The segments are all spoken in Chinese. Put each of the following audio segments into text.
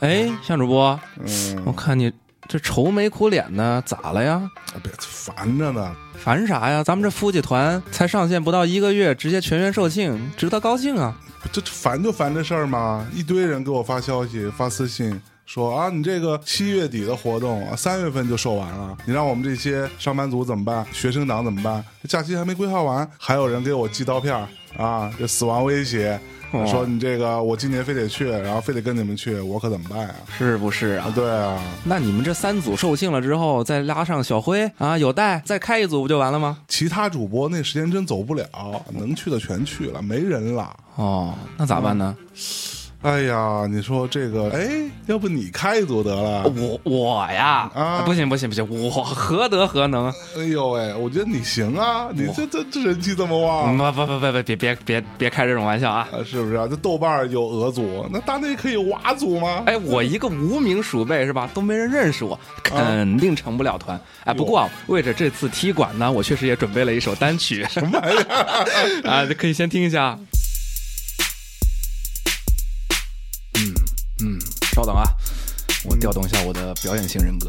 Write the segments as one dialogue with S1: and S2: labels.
S1: 哎向主播，
S2: 嗯，
S1: 我看你这愁眉苦脸的，咋了呀？
S2: 哎别烦着呢，
S1: 烦啥呀？咱们这夫妻团才上线不到一个月，直接全员售罄，值得高兴啊！
S2: 这烦就烦这事儿嘛。一堆人给我发消息、发私信说啊，你这个七月底的活动，啊三月份就售完了，你让我们这些上班族怎么办？学生党怎么办？假期还没规划完，还有人给我寄刀片儿啊，这死亡威胁，
S1: 哦
S2: 说你这个我今年非得去，然后非得跟你们去，我可怎么办呀、
S1: 是不是
S2: 啊
S1: 啊？
S2: 对啊，
S1: 那你们这三组售罄了之后，再拉上小辉啊，有带再开一组不就完了吗？
S2: 其他主播那时间真走不了，能去的全去了，没人了。
S1: 哦，那咋办呢？
S2: 哎呀，你说这个，哎，要不你开一组得了？
S1: 哦我我呀，
S2: 啊
S1: 不行不行不行，我何德何能？
S2: 哎呦喂，我觉得你行啊，你这这这人气这么
S1: 嗯
S2: 旺、
S1: 不不不不不，别别别别开这种玩笑啊！
S2: 啊，是不是啊？这豆瓣儿有俄组，那大内可以瓦组吗？
S1: 哎，我一个无名鼠辈是吧，都没人认识我，肯定成不了团。哎，不过啊为着这次踢馆呢，我确实也准备了一首单曲，什么呀？啊，可以先听一下。嗯嗯，稍等啊，我调动一下我的表演型人格，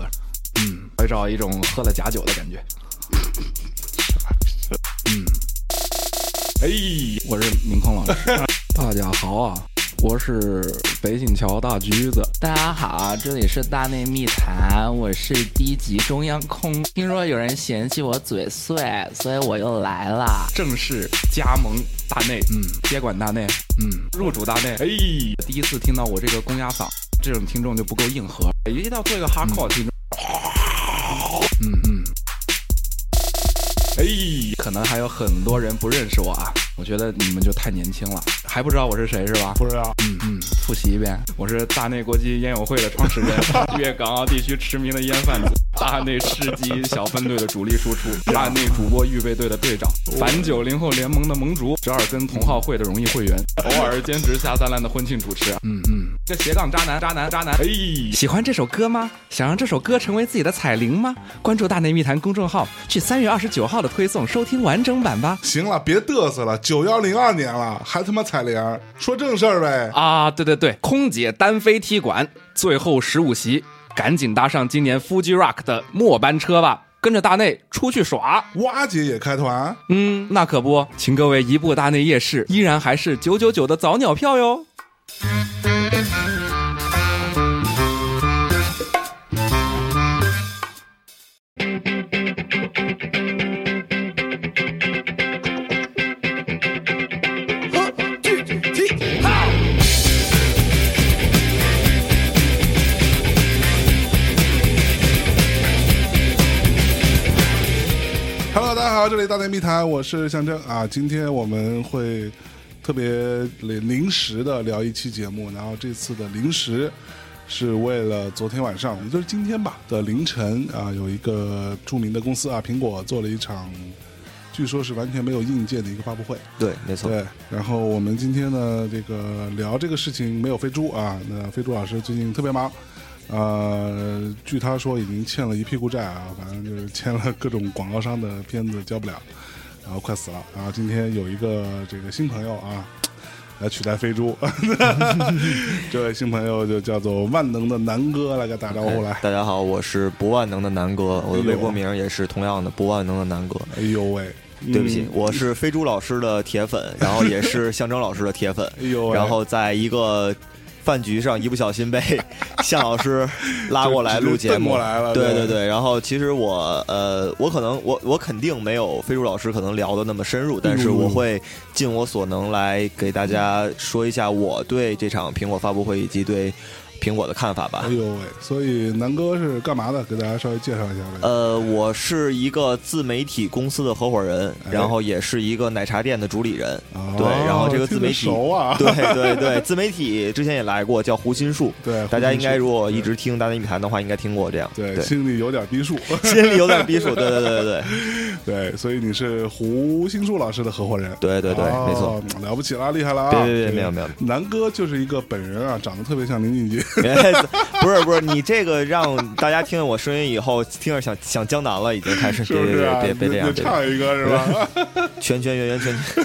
S1: 嗯，怀找一种喝了假酒的感觉。嗯，哎，我是明空老师。 大家好啊，我是北锦桥大橘子。
S3: 大家好，这里是大内密谈，我是低级中央空。听说有人嫌弃我嘴碎，所以我又来了。
S1: 正式加盟大内，嗯，接管大内，嗯，入主大内。哎，第一次听到我这个公鸭嗓，这种听众就不够硬核，哎一定要做一个哈扣听众。嗯嗯。哎，可能还有很多人不认识我啊，我觉得你们就太年轻了，还不知道我是谁是吧？
S2: 不知啊道，
S1: 嗯嗯，复习一遍，我是大内国际烟友会的创始人，粤港澳地区驰名的烟贩子，大内市级小分队的主力输 出，大内主播预备队的队长，反九零后联盟的盟主，折耳根同好会的荣誉会 员，偶尔兼职下三滥的婚庆主持。嗯嗯，这斜杠渣男，渣男，渣男。哎，喜欢这首歌吗？想让这首歌成为自己的彩铃吗？关注大内密谈公众号，去三月二十九号的推送收听完整版吧。
S2: 行了，别嘚瑟了，九幺零二年了，还他妈彩铃，说正事儿呗。
S1: 啊，对对对，空姐单飞踢馆，最后十五席，赶紧搭上今年 Fuji Rock 的末班车吧，跟着大内出去耍。
S2: 蛙姐也开团，
S1: 嗯，那可不，请各位移步大内夜市，依然还是九九九的早鸟票哟。
S2: Hello，大家好，这里大内密谈，我是象征啊。今天我们会特别临时的聊一期节目，然后这次的临时是为了昨天晚上，也就是今天吧的凌晨啊，有一个著名的公司啊，苹果做了一场，据说是完全没有硬件的一个发布会。
S4: 对，没错，
S2: 对，然后我们今天呢，这个聊这个事情没有飞猪啊，那飞猪老师最近特别忙，呃，据他说已经欠了一屁股债啊，反正就是欠了各种广告商的片子交不了，然后快死了。然后今天有一个这个新朋友啊。来取代飞猪， 这位新朋友就叫做万能的南哥，来给大家招呼 来。
S4: 大家好，我是不万能的南哥，我的微博名也是同样的不万能的南哥。
S2: 哎呦喂，
S4: 对不起，我是飞猪老师的铁粉，然后也是象征老师的 铁粉
S2: 哎呦，喂
S4: 然后在一个饭局上一不小心被 向老师拉过
S2: 就
S4: 来
S2: 直接
S4: 录节
S2: 瞪
S4: 目，
S2: 过来了
S4: 对
S2: 对
S4: 对对，然后其实我呃，我可能我我肯定没有飞猪老师可能聊的那么深入，但
S2: 嗯
S4: 是我会尽我所能来给大家说一下我对这场苹果发布会以及对苹果的看法吧。
S2: 哎呦喂，所以南哥是干嘛的？给大家稍微介绍一下呗。
S4: 呃，我是一个自媒体公司的合伙人，
S2: 哎
S4: 然后也是一个奶茶店的主理人。
S2: 哦
S4: 对，然后这个
S2: 听
S4: 自
S2: 着
S4: 媒体，
S2: 熟啊，
S4: 对对对，自媒体之前也来过，叫胡心树。
S2: 对
S4: 大家
S2: 胡心
S4: 应该
S2: 树
S4: 如果
S2: 对
S4: 一 直听《大内密谈》的话，应该听过这样。
S2: 对，
S4: 对，
S2: 心里有点逼数。
S4: 心里有点逼数。对对对对对，
S2: 对，所以你是胡心树老师的合伙人。
S4: 对对对
S2: 哦
S4: 没错，
S2: 了不起啦，厉害啦！
S4: 别别别，
S2: 这
S4: 没
S2: 个
S4: 有没有，
S2: 南哥就是一个本人啊，长得特别像林俊杰。
S4: 不是不是，你这个让大家听了我声音以后，听着想想江南了，已经开始，
S2: 是不是啊？
S4: 别别
S2: 你
S4: 别别这样，
S2: 你
S4: 别这样
S2: 唱一个是 吧？
S4: 圈圈圆圆圈圈，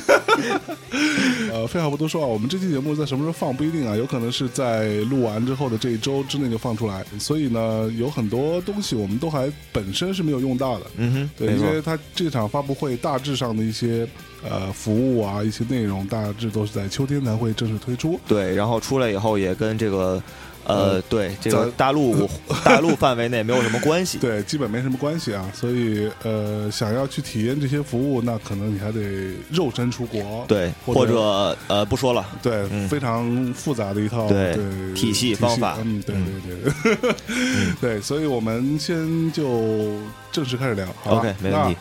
S2: 呃，废话不多说啊，我们这期节目在什么时候放不一定啊，有可能是在录完之后的这一周之内就放出来。所以呢，有很多东西我们都还本身是没有用到的。
S4: 嗯哼，
S2: 对，
S4: 没
S2: 因为
S4: 错，
S2: 它这场发布会大致上的一些呃服务啊，一些内容大致都是在秋天才会正式推出。
S4: 对，然后出来以后也跟这个。呃，对，这个
S2: 咱
S4: 大 陆大陆范围内没有什么关系，
S2: 对，基本没什么关系啊，所以呃，想要去体验这些服务，那可能你还得肉身出国，
S4: 对，
S2: 或
S4: 或者呃，不说了，
S2: 对、
S4: 嗯
S2: 非常复杂的一套
S4: 对
S2: 体
S4: 体系方法
S2: 嗯，对对 对，对，所以我们先就正式开始聊，好吧
S4: OK，没问题。
S2: 那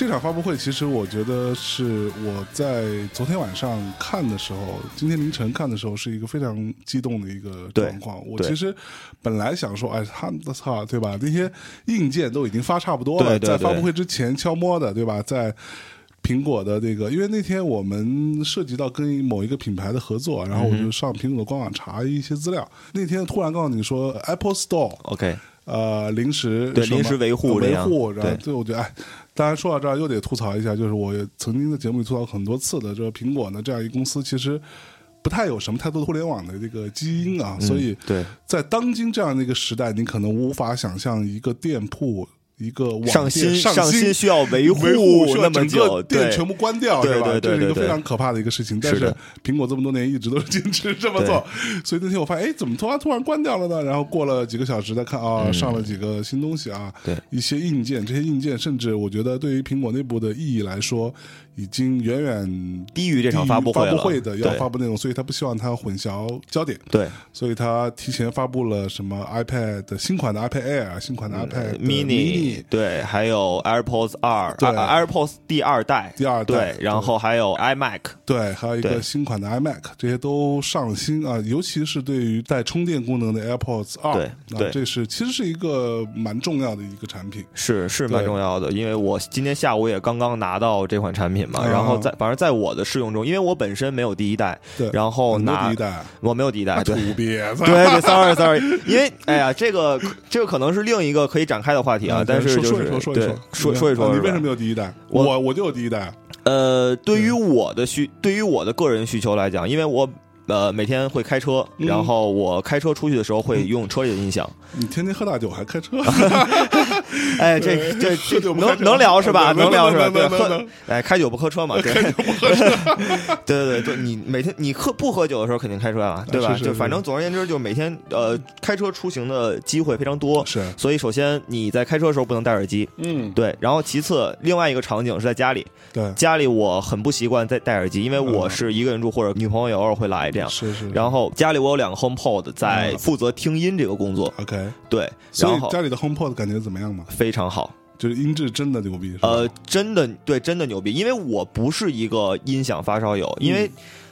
S2: 这场发布会其实我觉得是我在昨天晚上看的时候，今天凌晨看的时候是一个非常激动的一个
S4: 对
S2: 状况。我
S4: 对
S2: 其实本来想说，哎，他们的操，对吧？那些硬件都已经发差不多了，
S4: 对对
S2: 在发布
S4: 对
S2: 会之前悄摸的，对吧？在苹果的这个，因为那天我们涉及到跟某一个品牌的合作，然后我就上苹果的官网查一些资料。那天突然告诉你说呃 Apple Store
S4: OK，
S2: 呃临时
S4: 对
S2: 什么
S4: 临时维
S2: 呃
S4: 护这
S2: 维
S4: 样
S2: 护，然后
S4: 对
S2: 对我觉得哎，当然说到这儿又得吐槽一下，就是我曾经在节目里吐槽很多次的，就是苹果呢这样一公司其实不太有什么太多的互联网的这个基因啊，所以
S4: 嗯对，
S2: 在当今这样的一个时代，你可能无法想象一个店铺。一个网店
S4: 上新
S2: 上
S4: 上新需要维
S2: 维护需要
S4: 那么
S2: 整个
S4: 久，
S2: 店
S4: 对
S2: 全部关掉，
S4: 对
S2: 是吧？
S4: 对对
S2: 这是一个
S4: 对对
S2: 非常可怕的一个事情。但
S4: 是
S2: 是
S4: 的
S2: 苹果这么多年一直都是坚持这么做，所以那天我发现，哎，怎么突然突然关掉了呢？然后过了几个小时再看啊，上了几个新东西啊，
S4: 嗯对
S2: 一些硬件，这些硬件甚至我觉得对于苹果内部的意义来说，已经远远
S4: 低于这
S2: 低
S4: 场
S2: 于
S4: 发
S2: 发
S4: 布会了，
S2: 的
S4: 对
S2: 要发布内容，所以他不希望它混淆焦点，
S4: 对
S2: 所以他提前发布了什么 iPad 的新款的 iPad Air、新款的 iPad 的
S4: 呃 mini 对，还有 AirPods 二
S2: 对
S4: 啊，AirPods 第二代，
S2: 第二代
S4: 对，然后还有 iMac，
S2: 对，还有一个
S4: 对
S2: 新款的 iMac，这些都上新啊，尤其是对于带充电功能的 AirPods 二，
S4: 对
S2: 啊
S4: 对、
S2: 这是其实是一个蛮重要的一个产品。
S4: 是是
S2: 对
S4: 蛮重要的，因为我今天下午也刚刚拿到这款产品嘛，
S2: 啊
S4: 然后在反正在我的试用中，因为我本身没有第一代，
S2: 对，
S4: 然后
S2: 很多
S4: 拿
S2: 第一代，
S4: 我没有第一代，
S2: 土
S4: 哦对。
S2: 鳖，
S4: 对对，sorry sorry，因为哎呀，这个这个可能是另一个可以展开的话题啊，但是
S2: 嗯
S4: 就
S2: 说
S4: 是
S2: 一
S4: 对
S2: 说，说一说，
S4: 说说一
S2: 啊
S4: 说，
S2: 你
S4: 是吧
S2: 为什么有第一代？
S4: 我
S2: 我我就有第一代，
S4: 呃，对于我的需，
S2: 嗯
S4: 对于我的个人需求来讲，因为我呃每天会开车，
S2: 嗯
S4: 然后我开车出去的时候会用车里的音响。
S2: 你天天喝大酒还开 车，
S4: 哎，这 这
S2: 喝酒
S4: 这
S2: 不开
S4: 能
S2: 车
S4: 能聊 是吧？
S2: 能
S4: 能聊是吧？
S2: 能能能
S4: 对，喝
S2: 能
S4: 哎，开酒不喝车嘛， 对， 对对对对，你每天你喝不喝酒的时候肯定开车啊，对吧？
S2: 是是
S4: 就是反正总而言之，就每天呃开车出行的机会非常多。
S2: 是，
S4: 所以，首先你在开车的时候不能戴耳机，
S2: 嗯，
S4: 对。然后，其次，另外一个场景是在家里，
S2: 对，
S4: 家里我很不习惯戴戴耳机，因为我
S2: 嗯
S4: 是一个人住，或者女朋友也偶尔会来这样。
S2: 是是，
S4: 然后家里我有两个 HomePod 在
S2: 嗯
S4: 负责听音这个工作，
S2: OK，
S4: 对，
S2: 所
S4: 然
S2: 以
S4: 后
S2: 家里的 HomePod 感觉怎么样嘛？
S4: 非常好，
S2: 就是音质真的牛逼，是吧
S4: 呃，，真的对，真的牛逼，因为我不是一个音响发烧
S2: 嗯
S4: 友，因为。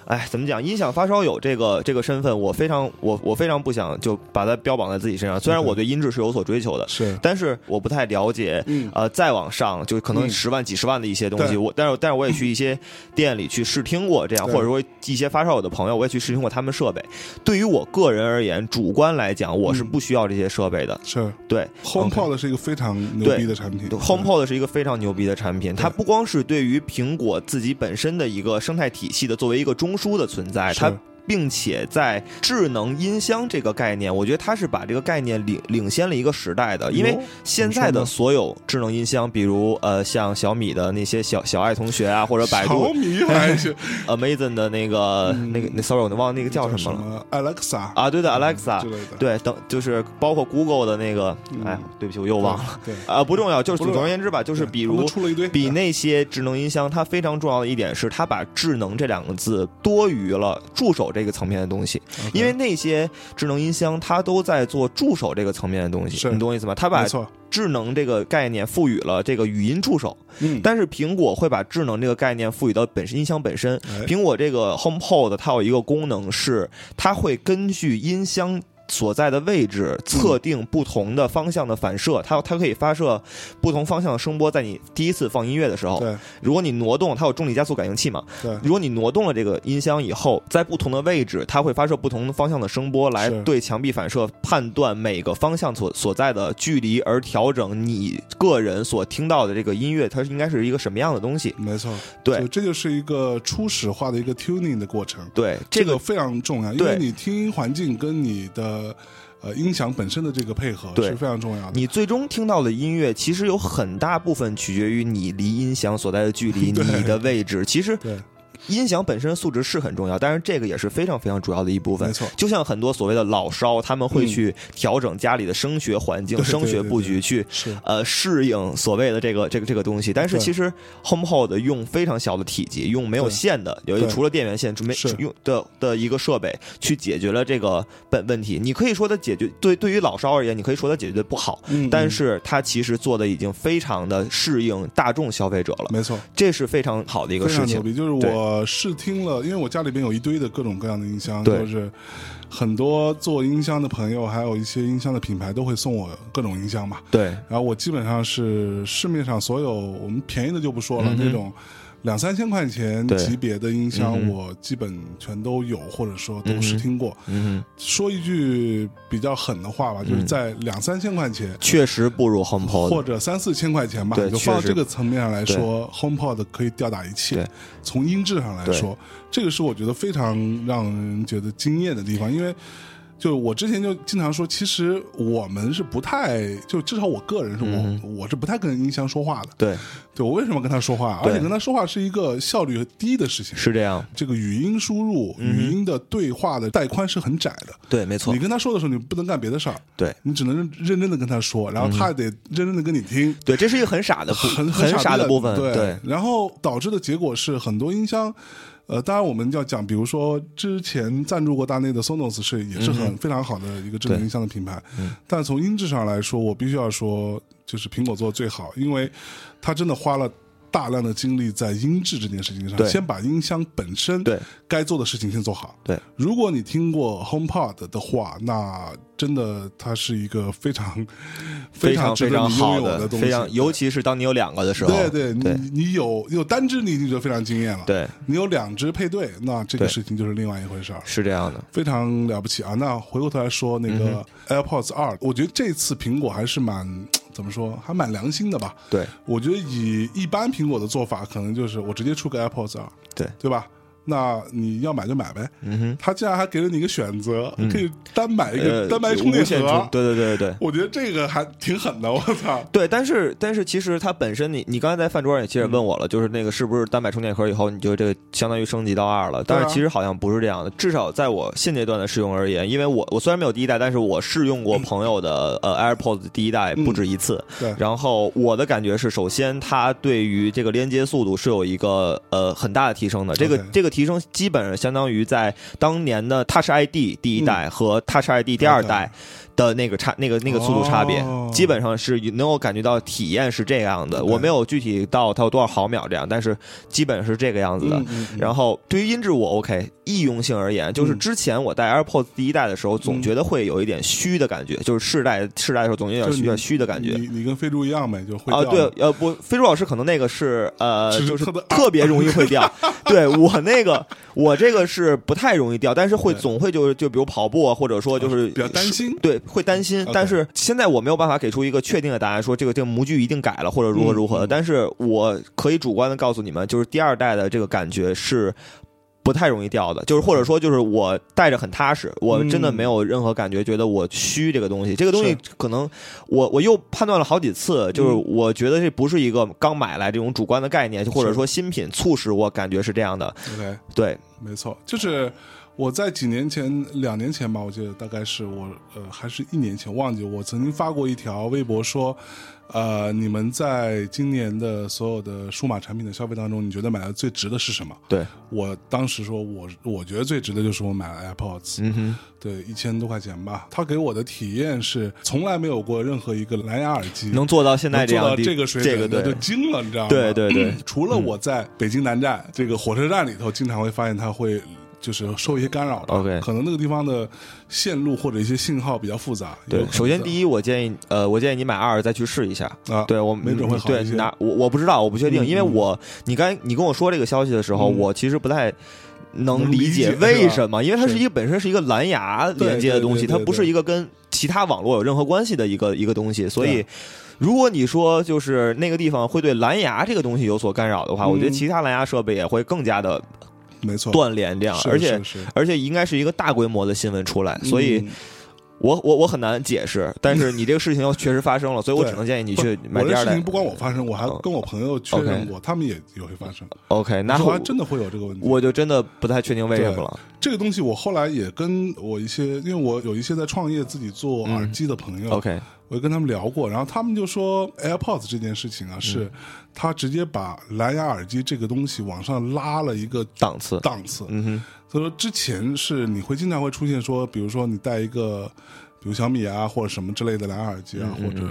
S4: 哎，怎么讲？音响发烧友这个这个身份，我非常我我非常不想就把它标榜在自己身上。虽然
S2: OK
S4: 我对音质是有所追求的，
S2: 是，
S4: 但是我不太了解，
S2: 嗯
S4: 呃，再往上就可能
S2: 嗯
S4: 十万、几十万的一些东西，
S2: 对
S4: 我但是但是我也去一些店里去试听过，这样
S2: 对
S4: 或者说一些发烧友的朋友，我也去试听过他们设备。对于我个人而言，主观来讲，我是
S2: 嗯
S4: 不需要这些设备的。
S2: 是
S4: 对
S2: HomePod 是一个非常牛
S4: 对
S2: 逼的产品
S4: HomePod 是一个非常牛逼的产品，它
S2: 对
S4: 不光是对于苹果自己本身的一个生态体系的作为一个中枢的存在，
S2: 是
S4: 它。并且在智能音箱这个概念，我觉得它是把这个概念领领先了一个时代的，因为
S2: 哟
S4: 现
S2: 怎么
S4: 在
S2: 说
S4: 的
S2: 呢
S4: 所有智能音箱，比如呃像小米的那些小小爱同学啊，或者 百
S2: 小
S4: 度
S2: 米还行，
S4: Amazon 的那个、
S2: 嗯
S4: 那个那 sorry 我忘了那个叫什么了
S2: 么？Alexa 嗯
S4: 啊，对的
S2: 之
S4: ，Alexa，
S2: 类的，
S4: 对，等就是包括 Google 的那个，
S2: 嗯
S4: 哎呀，对不起，我又忘了。
S2: 对，
S4: 啊，不重要，就是
S2: 不重要
S4: 总而言之吧，
S2: 就
S4: 就
S2: 是
S4: 比
S2: 他
S4: 如
S2: 们出了一堆
S4: 比那些智能音箱，它非常重要的一点是，它把“智能”这两个字多余了助手这个层面的东西，
S2: OK，
S4: 因为那些智能音箱它都在做助手这个层面的东西
S2: 是，
S4: 你懂我意思吗？它把
S2: 没错，
S4: 智能这个概念赋予了这个语音助手，
S2: 嗯，
S4: 但是苹果会把智能这个概念赋予到本身音箱本身。
S2: 哎
S4: 苹果这个 HomePod 它有一个功能是，它会根据音箱所在的位
S2: 嗯
S4: 置测定不同的方向的反射，它它可以发射不同方向的声波，在你第一次放音乐的时候，
S2: 对
S4: 如果你挪动，它有重力加速感应器嘛，
S2: 对
S4: 如果你挪动了这个音箱以后，在不同的位置，它会发射不同方向的声波，来
S2: 是
S4: 对墙壁反射，判断每个方向所所在的距离，而调整你个人所听到的这个音乐，它应该是一个什么样的东西。
S2: 没错，
S4: 对
S2: 就这就是一个初始化的一个 tuning 的过程，
S4: 对，
S2: 这
S4: 这
S2: 个
S4: 个
S2: 非常重要，因
S4: 对
S2: 为你听音环境跟你的呃音响本身的这个配合
S4: 对
S2: 是非常重要的。
S4: 你最终听到的音乐，其实有很大部分取决于你离音响所在的距 离、
S2: 对
S4: 你的位置。其实
S2: 对，
S4: 音响本身的素质是很重要，但是这个也是非常非常主要的一部分。
S2: 没错
S4: 就像很多所谓的老烧，他们会
S2: 嗯
S4: 去调整家里的声学环境、
S2: 对对
S4: 声学布
S2: 对
S4: 局，去
S2: 是
S4: 呃适应所谓的这个这个这个东西。但是
S2: 对
S4: 其实 HomePod 用非常小的体积，用没有
S2: 对
S4: 线的，由于
S2: 对
S4: 除了电源线，没
S2: 是
S4: 用的的一个设备去解决了这个本问题。你可以说它解决对对于老烧而言，你可以说它解决的不好，
S2: 嗯
S4: 但
S2: 嗯
S4: 是它其实做的已经非常的适应大众消费者了，
S2: 没错，
S4: 这是非常好的一个
S2: 非
S4: 事
S2: 常牛
S4: 情。
S2: 逼。就是我试听了，因为我家里边有一堆的各种各样的音箱，
S4: 对
S2: 就是很多做音箱的朋友，还有一些音箱的品牌都会送我各种音箱嘛。
S4: 对，
S2: 然后我基本上是市面上所有我们便宜的就不说了，
S4: 嗯哼
S2: 那种两三千块钱
S4: 对
S2: 级别的音
S4: 嗯
S2: 箱，
S4: 哼
S2: 我基本全都有，或者说都
S4: 嗯
S2: 试
S4: 哼
S2: 听过。
S4: 嗯哼。
S2: 说一句比较狠的话吧，就是
S4: 嗯
S2: 在两三千块钱。
S4: 确实不如 HomePod，
S2: 或者三四千块钱吧，
S4: 哦对
S2: 你就放到
S4: 确实
S2: 这个层面上来说，HomePod 可以吊打一切
S4: 对。
S2: 从音质上来说，这个是我觉得非常让人觉得惊艳的地方，因为。就我之前就经常说，其实我们是不太，就至少我个人是我、
S4: 嗯
S2: 我是不太跟音箱说话的。
S4: 对，
S2: 对我为什么跟他说话？而
S4: 对
S2: 且跟他说话是一个效率低的事情。
S4: 是这样，
S2: 这个语音输入、语音的对话的带宽是很窄的。
S4: 对，没嗯错
S2: 你，跟他说的时候，你不能干别的事儿，
S4: 对嗯
S2: 你只能认认真的跟他说，然后他也得认真的跟你听。
S4: 对，这是一个很傻的部，
S2: 很
S4: 很
S2: 傻
S4: 傻
S2: 逼
S4: 的部分，
S2: 对。
S4: 对，
S2: 然后导致的结果是很多音箱，呃，当然我们要讲，比如说之前赞助过大内的 Sonos 是也是很、非常好的一个智能
S4: 嗯对嗯
S2: 音箱的品牌，但从音质上来说，我必须要说，就是苹果做的最好，因为它真的花了。大量的精力在音质这件事情上，
S4: 对
S2: 先把音箱本身
S4: 对
S2: 该做的事情先做好。
S4: 对，
S2: 如果你听过 HomePod 的话，那真的它是一个非常
S4: 非
S2: 常
S4: 常
S2: 值
S4: 非
S2: 得
S4: 常
S2: 你拥
S4: 好
S2: 有
S4: 的，
S2: 东西，
S4: 非常，尤其是当你有两个的时候，
S2: 对对，你
S4: 对
S2: 你有有单只，你已经觉得非常惊艳了。，
S4: 对，
S2: 你有两只配对，那这个
S4: 对
S2: 事情就是另外一回事儿，
S4: 是这样的，
S2: 非常了不起啊！那回过头来说那个
S4: 嗯
S2: AirPods 二、我觉得这次苹果还是蛮怎么说，还蛮良心的吧。
S4: 对
S2: 我觉得以一般苹果的做法，可能就是我直接出个 AirPods 二，
S4: 对
S2: 对吧？那你要买就买呗。嗯哼，他竟然还给了你一个选择，可以单买一个、
S4: 嗯呃，
S2: 单买充
S4: 无
S2: 电
S4: 限充
S2: 盒。
S4: 对对对对对。
S2: 我觉得这个还挺狠的，我操！
S4: 对，但是但是其实它本身你，你刚才在饭桌上也
S2: 嗯
S4: 其实也问我了，就是那个是不是单买充电盒以后，你就这个相当于升级到二了？但
S2: 对啊
S4: 是其实好像不是这样的，至少在我现阶段的试用而言，因为我我虽然没有第一代，但是我试 用过朋友的、呃 AirPods 第一代不止一次。
S2: 对
S4: 然后我的感觉是，首先它对于这个连接速度是有一个呃很大的提升的，这个
S2: OK
S4: 这个提升基本上相当于在当年的 Touch ID 第一
S2: 嗯
S4: 代和 Touch ID 第二
S2: OK
S4: 代的那个差那个那个速度差别，
S2: 哦
S4: 基本上是能够感觉到体验是这样的。
S2: OK
S4: 我没有具体到它有多少毫秒这样，但是基本是这个样子的。
S2: 嗯嗯嗯
S4: 然后对于音质我 OK，易用性而言，就是
S2: 嗯
S4: 之前我戴 AirPods 第一代的时候，总觉得会有一点虚的感觉，就是试戴试戴的时候总有
S2: 就是
S4: 点
S2: 你
S4: 虚有点虚的感觉。
S2: 你你跟飞猪一样呗，就会
S4: 啊，
S2: 掉
S4: 对，呃，不，非洲老师可能那个是呃，
S2: 是
S4: 就是
S2: 特别
S4: 特别容易 会掉。对我那个，我这个是不太容易掉，但是会
S2: 对
S4: 总会就是就比如跑步啊，或者说就是
S2: 比较担心
S4: 对，会担心
S2: OK。
S4: 但是现在我没有办法给出一个确定的答案，说这个这个模具一定改了或者如何如何的。但是我可以主观的告诉你们，就是第二代的这个感觉是。不太容易掉的，就是或者说就是我戴着很踏实，我真的
S2: 嗯
S4: 没有任何感觉，觉得我虚这个东西。这个东西
S2: 是
S4: 可能我我又判断了好几次，就是我觉得这不是一个刚买来这种主观的概念，就或者
S2: 是
S4: 说新品促使我感觉是这样的。
S2: OK，
S4: 对，
S2: 没错，就是我在几年前，两年前吧，我记得大概是我呃，还是一年前，忘记我曾经发过一条微博说，呃，你们在今年的所有的数码产品的消费当中，你觉得买的最值的是什么？
S4: 对，
S2: 我当时说我我觉得最值的就是我买了 AirPods，、
S4: 嗯哼，
S2: 对，一千多块钱吧，它给我的体验是从来没有过任何一个蓝牙耳机
S4: 能做到现在
S2: 能
S4: 这
S2: 做
S4: 样
S2: 到
S4: 的地
S2: 这个水
S4: 这
S2: 准
S4: 个
S2: 的，
S4: 对
S2: 就惊了，你知道吗？
S4: 对对对嗯
S2: 除了我在北京南站这个火车站里头，经常会发现它会就是受一些干扰吧。
S4: OK
S2: 可能那个地方的线路或者一些信号比较复杂。
S4: 对，首先
S2: 一
S4: 第一，我建议，呃，我建议你买二再去试一下。
S2: 啊，
S4: 对我
S2: 没准会好
S4: 对
S2: 一些
S4: 拿我我不知道，我不确定，
S2: 嗯
S4: 因为我你刚你跟我说这个消息的时候，
S2: 嗯
S4: 我其实不太。能
S2: 能
S4: 理
S2: 理
S4: 解
S2: 解
S4: 为
S2: 是吧
S4: 什么？因为它是
S2: 是
S4: 一个本身是一个蓝牙
S2: 对
S4: 连接的
S2: 对
S4: 东
S2: 对
S4: 西，它
S2: 对
S4: 不是
S2: 对
S4: 一个跟其他网络有任何关系的一个一个东西。所以，如果你说就是那个地方会对蓝牙这个东西有所干扰的话，我觉得
S2: 嗯
S4: 其他蓝牙设备也会更加的
S2: 没错，
S4: 断联这样，
S2: 是
S4: 而且
S2: 是是
S4: 而且应该是一个大规模的新闻出来，所以
S2: 嗯
S4: 我我我很难解释。但是你这个事情要确实发生了，所以我
S2: 对
S4: 只能建议你
S2: 不
S4: 去买
S2: 我
S4: 第
S2: 这
S4: 二
S2: 事
S4: 代
S2: 情。不光我发生，我还
S4: 嗯
S2: 跟我朋友确
S4: OK
S2: 认过，他们也也会发生。
S4: OK，那
S2: 说
S4: 我
S2: 还真的会有这个问题。
S4: 我就真的不太确定为什么了。
S2: 这个东西我后来也跟我一些，因为我有一些在创业自己做耳机的朋友，
S4: OK，
S2: 我也跟他们聊过，然后他们就说 AirPods 这件事情
S4: 嗯
S2: 啊，是他直接把蓝牙耳机这个东西往上拉了一个
S4: 档次，
S2: 档次。
S4: 嗯哼，
S2: 他说之前是你会经常会出现说，比如说你戴一个，比如小米啊或者什么之类的蓝牙耳机啊，
S4: 嗯
S2: 或者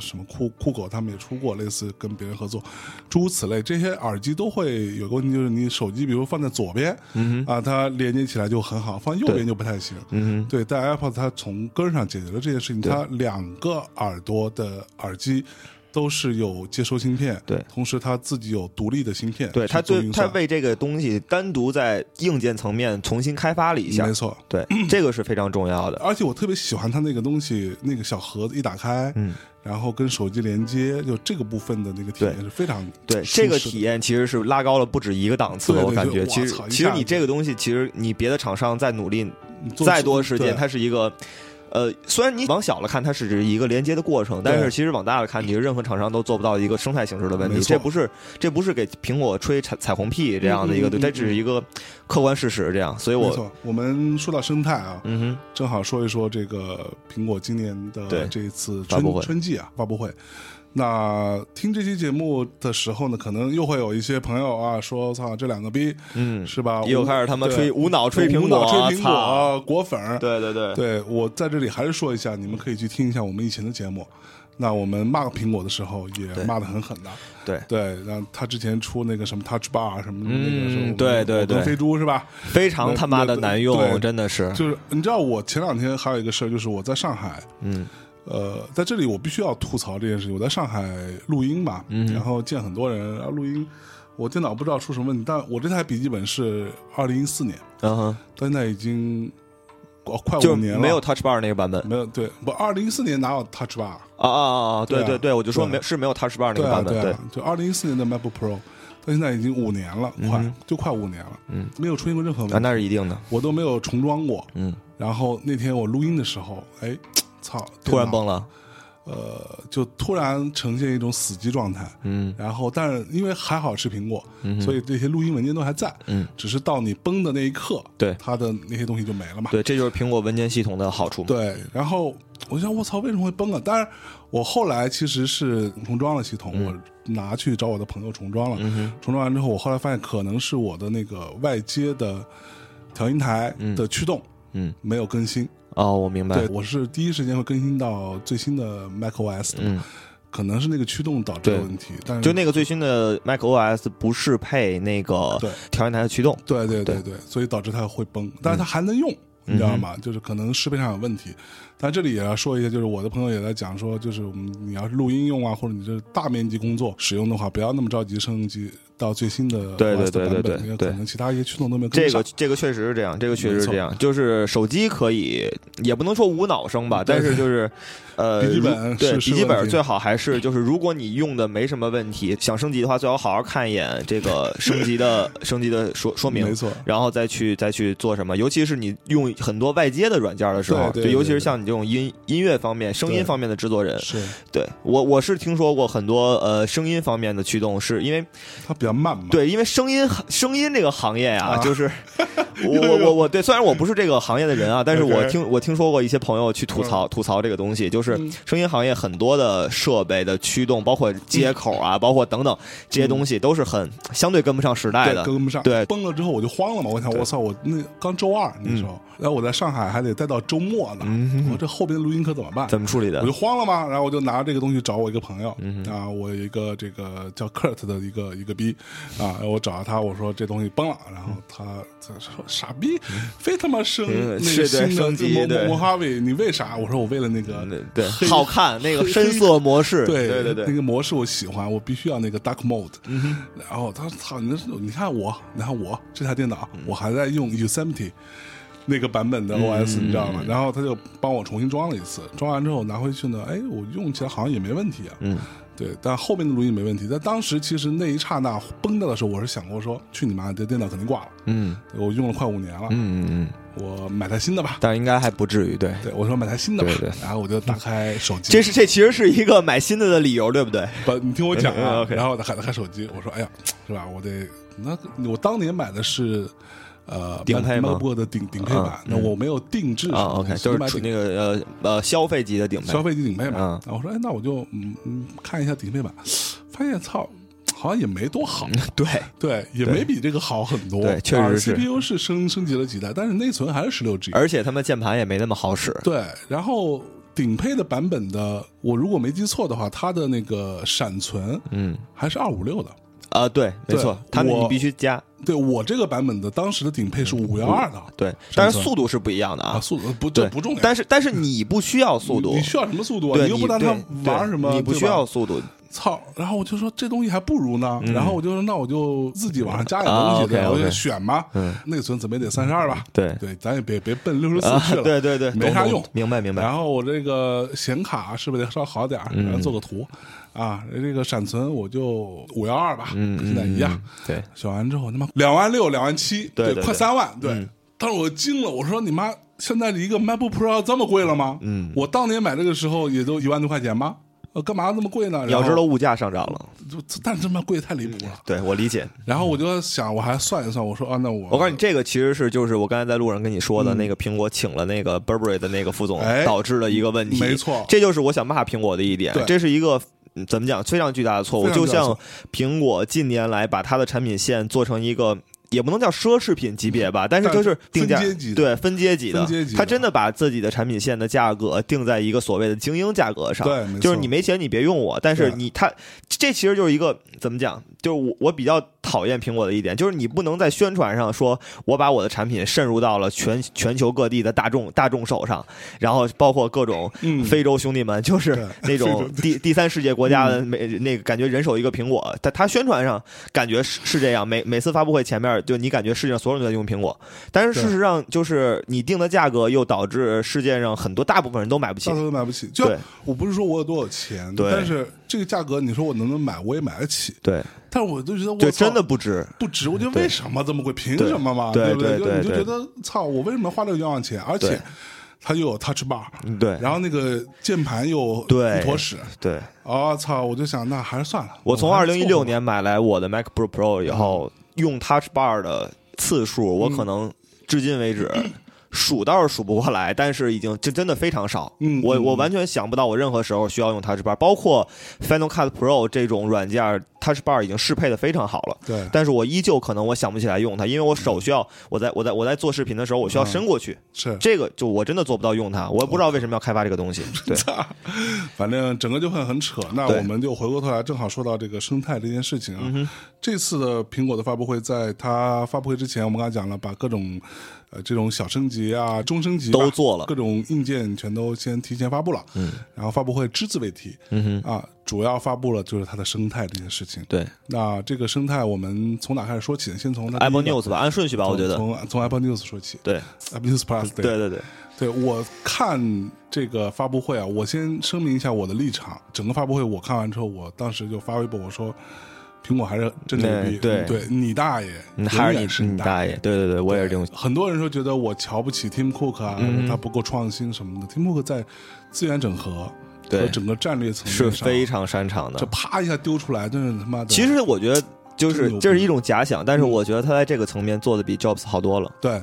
S2: 什么酷酷狗他们也出过类似跟别人合作，诸如此类，这些耳机都会有个问题，就是你手机比如放在左边，嗯、啊它连接起来就很好，放右边就不太行。
S4: 嗯
S2: 对，但 AirPods 它从根儿上解决了这件事情，它两个耳朵的耳机。都是有接收芯片，
S4: 对
S2: 同时它自己有独立的芯片去做
S4: 对
S2: 运
S4: 他
S2: 算，
S4: 对他为这个东西单独在硬件层面重新开发了一下
S2: 没，错，
S4: 对，这个是非常 重要的。
S2: 而且我特别喜欢它那个东西，那个小盒子一打开，
S4: 嗯，
S2: 然后跟手机连接，就这个部分的那个体验是非常舒
S4: 对
S2: 适
S4: 这
S2: 的
S4: 个体验其实是拉高了不止一个档次了，
S2: 对对
S4: 我感
S2: 对
S4: 觉
S2: 哇
S4: 其实
S2: 操一
S4: 其实
S2: 下
S4: 你
S2: 子
S4: 这个东西，其实你别的厂商再努力
S2: 你做
S4: 再多时间，
S2: 对
S4: 它是一个。呃，虽然你往小了看，它是一个连接的过程，但是其实往大了看，你任何厂商都做不到一个生态形式的问题。
S2: 没错
S4: 这不是这不是给苹果吹彩彩虹屁这样的一个，
S2: 嗯嗯嗯
S4: 对，
S2: 嗯
S4: 它只是一个客观事实。这样，所以
S2: 没
S4: 我
S2: 错。我们说到生态啊，
S4: 嗯哼，
S2: 正好说一说这个苹果今年
S4: 对
S2: 的这一次
S4: 发布会
S2: 春春季啊发布会。那听这期节目的时候呢，可能又会有一些朋友啊说：“操，这两个逼
S4: 嗯，
S2: 是吧？”
S4: 又开始他妈吹无脑吹苹
S2: 啊无
S4: 果，啊
S2: 脑吹苹果
S4: 操，
S2: 果粉儿，
S4: 对对对，
S2: 对我在这里还是说一下，你们可以去听一下我们以前的节目。那我们骂苹果的时候也
S4: 对
S2: 骂的很狠的，
S4: 对
S2: 对。然后他之前出那个什么 Touch Bar 什么的那个时候，
S4: 嗯
S2: 我
S4: 对对
S2: 我跟
S4: 对
S2: 飞猪是吧？
S4: 非常他妈的难用，
S2: 对
S4: 真的是，
S2: 就是你知道我前两天还有一个事儿，就是我在上海，
S4: 嗯，
S2: 呃，在这里我必须要吐槽这件事情。我在上海录音嘛，
S4: 嗯
S2: 然后见很多人，然后录音，我电脑不知道出什么问题，但我这台笔记本是二零一四年，
S4: 嗯哼，
S2: 到现在已经哦快
S4: 就
S2: 五年了，
S4: 没有 Touch Bar 那个版本
S2: 没有对，不二零一四年哪有 Touch Bar？
S4: 啊啊啊啊！对
S2: 对
S4: 对
S2: 啊
S4: 对，我就说
S2: 对啊
S4: 没是没有 Touch Bar 那
S2: 对
S4: 个
S2: 啊，
S4: 版本，
S2: 对
S4: 对嗯
S2: 啊，，就二零一四年的 MacBook Pro，到现在已经五年了，快就快五年了，嗯，没有出现过任何
S4: 啊
S2: 问题，
S4: 那是一定的，
S2: 我都没有重装过。
S4: 嗯，
S2: 然后那天我录音的时候，哎，操，
S4: 突然
S2: 电脑，
S4: 崩了，
S2: 呃，就突然呈现一种死机状态。
S4: 嗯
S2: 然后，但是因为还好是苹果，所以这些录音文件都还在，
S4: 嗯，
S2: 只是到你崩的那一刻，
S4: 对
S2: 它的那些东西就没了嘛。
S4: 对，这就是苹果文件系统的好处嘛。
S2: 对，然后我就想，我操，为什么会崩啊？当然，我后来其实是重装了系
S4: 嗯
S2: 统，我拿去找我的朋友重装了。重装完之后，我后来发现可能是我的那个外接的调音台的驱动
S4: 嗯，
S2: 没有更新。
S4: 哦，我明白。
S2: 对，我是第一时间会更新到最新的 macOS 的嘛，
S4: 嗯，
S2: 可能是那个驱动导致的
S4: 对
S2: 问题。但是
S4: 就那个最新的 macOS 不适配那个
S2: 对
S4: 调音台的驱动。
S2: 对对对对，所以导致它会崩，但
S4: 嗯
S2: 是它还能用，你知道吗？就是可能适配上有问题。但这里也要说一下，就是我的朋友也在讲说，就是我们你要是录音用啊，或者你这大面积工作使用的话，不要那么着急升级到最新的
S4: 对
S2: OS 的
S4: 对对对
S2: 版
S4: 对
S2: 本，因为
S4: 对
S2: 可能其他一些驱动都没有跟
S4: 这
S2: 上
S4: 个。这个确实是这样，这个确实
S2: 没
S4: 是
S2: 错
S4: 这样，就是手机可以，也不能说无脑生吧，
S2: 对
S4: 但是就是，呃，
S2: 笔记
S4: 如
S2: 本
S4: 对
S2: 是
S4: 笔
S2: 是
S4: 记
S2: 问
S4: 本
S2: 题
S4: 最好还是就是，如果你用的没什么问题，想升级的话，最好好好看一眼这个升级 的升级的说说明
S2: 没，错，
S4: 然后再去再去做什么，尤其是你用很多外接的软件的时候，
S2: 对对
S4: 就
S2: 对
S4: 尤其是
S2: 对
S4: 像你这种音音乐方面、声音
S2: 对
S4: 方面的制作人，
S2: 是
S4: 对我我是听说过很多呃声音方面的驱动，是因为
S2: 它比较慢嘛。
S4: 对，因为声音声音这个行业呀、
S2: 啊
S4: 就是 我我我我对，虽然我不是这个行业的人啊，但是我
S2: OK
S4: 听我听说过一些朋友去吐槽吐槽这个东西，就是声音行业很多的设备的驱动，包括接口啊，包括等等这些东西，都是很相嗯对跟不上时代
S2: 对，
S4: 的。
S2: 跟不上。
S4: 对
S2: 崩了之后我就慌了嘛，我想
S4: 对嗯
S2: 我操，我那刚周二那时候，然后我在上海还得待到周末呢，我这后边的录音课怎么办？
S4: 怎么处理的嗯
S2: 我就？慌了嘛，然后我就拿这个东西找我一个朋友、啊，我有一个这个叫 Kurt 的一个一个逼，啊，我找到他，我说这东西崩了，然后他他说傻逼，非他妈升那
S4: 嗯
S2: 个
S4: 是 对
S2: 新的
S4: 升级
S2: 摩
S4: 对
S2: 摩哈维，你为啥？我说我为了那个
S4: 嗯对，好看那个深色模式，
S2: 对
S4: 对对
S2: 那，个模式我喜欢，我必须要那个 dark mode。然后他说操，你那你看我，你看我这台电脑，我还在用 Yosemite 那个版本
S4: 嗯
S2: 的 OS，、你知道吗？然后他就帮我重新装了一次，装完之后拿回去呢，哎，我用起来好像也没问题啊。
S4: 嗯，
S2: 对，但后面的录音没问题。但当时其实那一刹那崩掉的时候，我是想过说，去你妈，这电脑肯定挂了。
S4: 嗯
S2: 我用了快五年了，
S4: 嗯嗯嗯，
S2: 我买台新的吧。
S4: 但应该还不至于，对。
S2: 对，我说买台新的吧，
S4: 对对
S2: 然后我就打开手机，
S4: 这是这其实是一个买新的的理由，对不对？
S2: 不，你听我讲
S4: 嗯
S2: 啊。
S4: ，OK
S2: 然后他还开手机，我说：“哎呀，是吧？我得那我当年买的是呃
S4: 顶配吗
S2: MacBook 的顶顶配版
S4: 啊，
S2: 那我没有定制
S4: 啊
S2: 什么
S4: ，OK，
S2: 的
S4: 就
S2: 我买
S4: 是处
S2: 顶
S4: 那个呃呃消费级的顶配，
S2: 消费级顶配嘛
S4: 啊。
S2: 然后我说：“哎，那我就嗯嗯看一下顶配版，发现操，好像也没多 好，
S4: 对，
S2: 对，也
S4: 对
S2: 没比这个好很多。
S4: 对确实
S2: 啊
S4: 是
S2: CPU 是升升级了几代，但是内存还是十六 G。
S4: 而且他们键盘也没那么好使，
S2: 对，然后顶配的版本的，我如果没记错的话，它的那个闪存
S4: 嗯，
S2: 还是二五六的。”
S4: 啊，对，没
S2: 对
S4: 错，他们
S2: 我
S4: 你必须加，
S2: 对我这个版本的当时的顶配
S4: 嗯
S2: 是五幺二的
S4: 对，但是
S2: 存
S4: 速度是不一样的
S2: 啊，
S4: 啊，
S2: 速度不
S4: 对
S2: 这，不重要，
S4: 但是但是你不需要速度
S2: 你，需要什么速度啊？
S4: 对，
S2: 你又不让他
S4: 对
S2: 玩
S4: 对
S2: 什么，
S4: 你不
S2: 对
S4: 需
S2: 吧
S4: 要速度，嗯
S2: 操。然后我就说这东西还不如呢，然后我就说那我就自己往上加点
S4: 啊
S2: 东西，对吧，我
S4: OK，OK
S2: 就选嘛
S4: 嗯，
S2: 内存怎么也得三十二吧，
S4: 对
S2: 对，咱也别别奔六十
S4: 啊
S2: 四去，了，
S4: 对对对，
S2: 没啥
S4: 懂
S2: 用
S4: 懂。明白嗯明白，
S2: 然后我这个显卡是不是得稍好点儿，然后做个图啊？这个闪存我就五幺二吧，
S4: 嗯
S2: 跟现在一样。
S4: 对，
S2: 选完之后，他妈两万六、两万七，
S4: 对对对
S2: 快三万，对。
S4: 嗯
S2: 当时我惊了，我说你妈，现在一个 MacBook Pro 要这么贵了吗？
S4: 嗯
S2: 我当年买这个时候也就一万多块钱吧，呃，干嘛要这么贵呢？
S4: 你要知
S2: 然后
S4: 道物价上涨了，
S2: 就，但这么贵太离谱了。
S4: 对我理解。
S2: 然后我就想，我还算一算，我说啊，那我
S4: 我告诉你，这个其实是就是我刚才在路上跟你说的那个苹果请了那个 Burberry 的那个副总，
S2: 嗯哎
S4: 导致了一个问题。
S2: 没错
S4: 这就是我想骂苹果的一点
S2: 对，
S4: 这是一个。嗯怎么讲？非常巨大的错误，
S2: 非常
S4: 就
S2: 巨大的
S4: 像
S2: 错
S4: 苹果近年来把它的产品线做成一个，也不能叫奢侈品级别吧，但是
S2: 但
S4: 就是定价
S2: 分阶级的
S4: 对分阶级的，
S2: 分阶级的
S4: 它真的把自己的产品线的价格定在一个所谓的精英价格上，
S2: 对没错
S4: 就是你没钱你别用我，但是
S2: 对
S4: 你它这其实就是一个怎么讲？就是我我比较讨厌苹果的一点，就是你不能在宣传上说我把我的产品渗入到了全全球各地的大众大众手上，然后包括各种
S2: 嗯
S4: 非洲兄弟们，就是那
S2: 非
S4: 种
S2: 洲嗯
S4: 第第三世界国家的每那个感觉人手一个苹果，但他宣传上感觉是是这样，每每次发布会前面就你感觉世界上所有人都在用苹果，但是事实上就是你定的价格又导致世界上很多大部分人都买不起
S2: 大头，都买不起。就
S4: 对
S2: 我不是说我有多少钱，
S4: 对
S2: 但是这个价格，你说我能不能买？我也买得起，
S4: 对，
S2: 但是我就觉得我
S4: 就
S2: 操
S4: 真的不值，
S2: 不值，我觉得为什么这么贵？凭什么嘛？
S4: 对
S2: 不
S4: 对
S2: 就
S4: 对
S2: 你就
S4: 对
S2: 觉得操，我为什么花这个冤枉钱？而
S4: 对
S2: 且它又有 Touch Bar，
S4: 嗯对
S2: 然后那个键盘又
S4: 对
S2: 一坨屎，
S4: 对。
S2: 啊操！我就想，那还是算了。
S4: 我从
S2: 还
S4: 二
S2: 是
S4: 零一
S2: 凑合
S4: 六
S2: 吧
S4: 年买来我的 MacBook Pro 以后，用 Touch Bar 的次数，我可能至今为止。数倒是数不过来，但是已经这真的非常少。
S2: 嗯
S4: 我
S2: 嗯
S4: 我完全想不到我任何时候需要用 Touch Bar，包括 Final Cut Pro 这种软件，Touch Bar 已经适配的非常好了。
S2: 对
S4: 但是我依旧可能我想不起来用它，因为我手需要我在我在我在做视频的时候，我需要伸过去，
S2: 是，
S4: 这个就我真的做不到用它。我也不知道为什么要开发这个东西。对，
S2: 反正整个就很很扯。那
S4: 对嗯
S2: 我们就回过头来，正好说到这个生态这件事情啊。这次的苹果的发布会，在它发布会之前，我们刚才讲了，把各种呃这种小升级啊、中升级吧
S4: 都做了
S2: 各种硬件全都先提前发布了。嗯，然后发布会只字未提。嗯哼，啊，主要发布了就是它的生态这件事情。
S4: 对
S2: 那这个生态我们从哪开始说起呢？先从它第一
S4: ，Apple
S2: 个
S4: News 吧，按顺序吧，我觉得。
S2: 从从从 Apple News 说起。
S4: 对
S2: Apple News Plus
S4: 对对对，
S2: 对我看这个发布会啊，我先声明一下我的立场。整个发布会我看完之后，我当时就发微博我说，苹果还是真牛逼，嗯
S4: 对对
S2: 你大爷，
S4: 嗯
S2: 永
S4: 还是
S2: 远
S4: 你
S2: 是
S4: 你
S2: 大爷。
S4: 大爷，对对对，我也是这种。嗯
S2: 很多人说觉得我瞧不起 Tim Cook 啊，他不够创新什么的。Tim Cook 在资源整合
S4: 对
S2: 和整个战略层
S4: 是
S2: 面上，
S4: 非常擅长
S2: 这
S4: 的。
S2: 啪一下丢出来，真是他妈的。
S4: 其实我觉得就
S2: 真
S4: 是
S2: 牛逼嗯
S4: 这是一种假想，但是我觉得他在这个层面做的比 Jobs 好多了。
S2: 对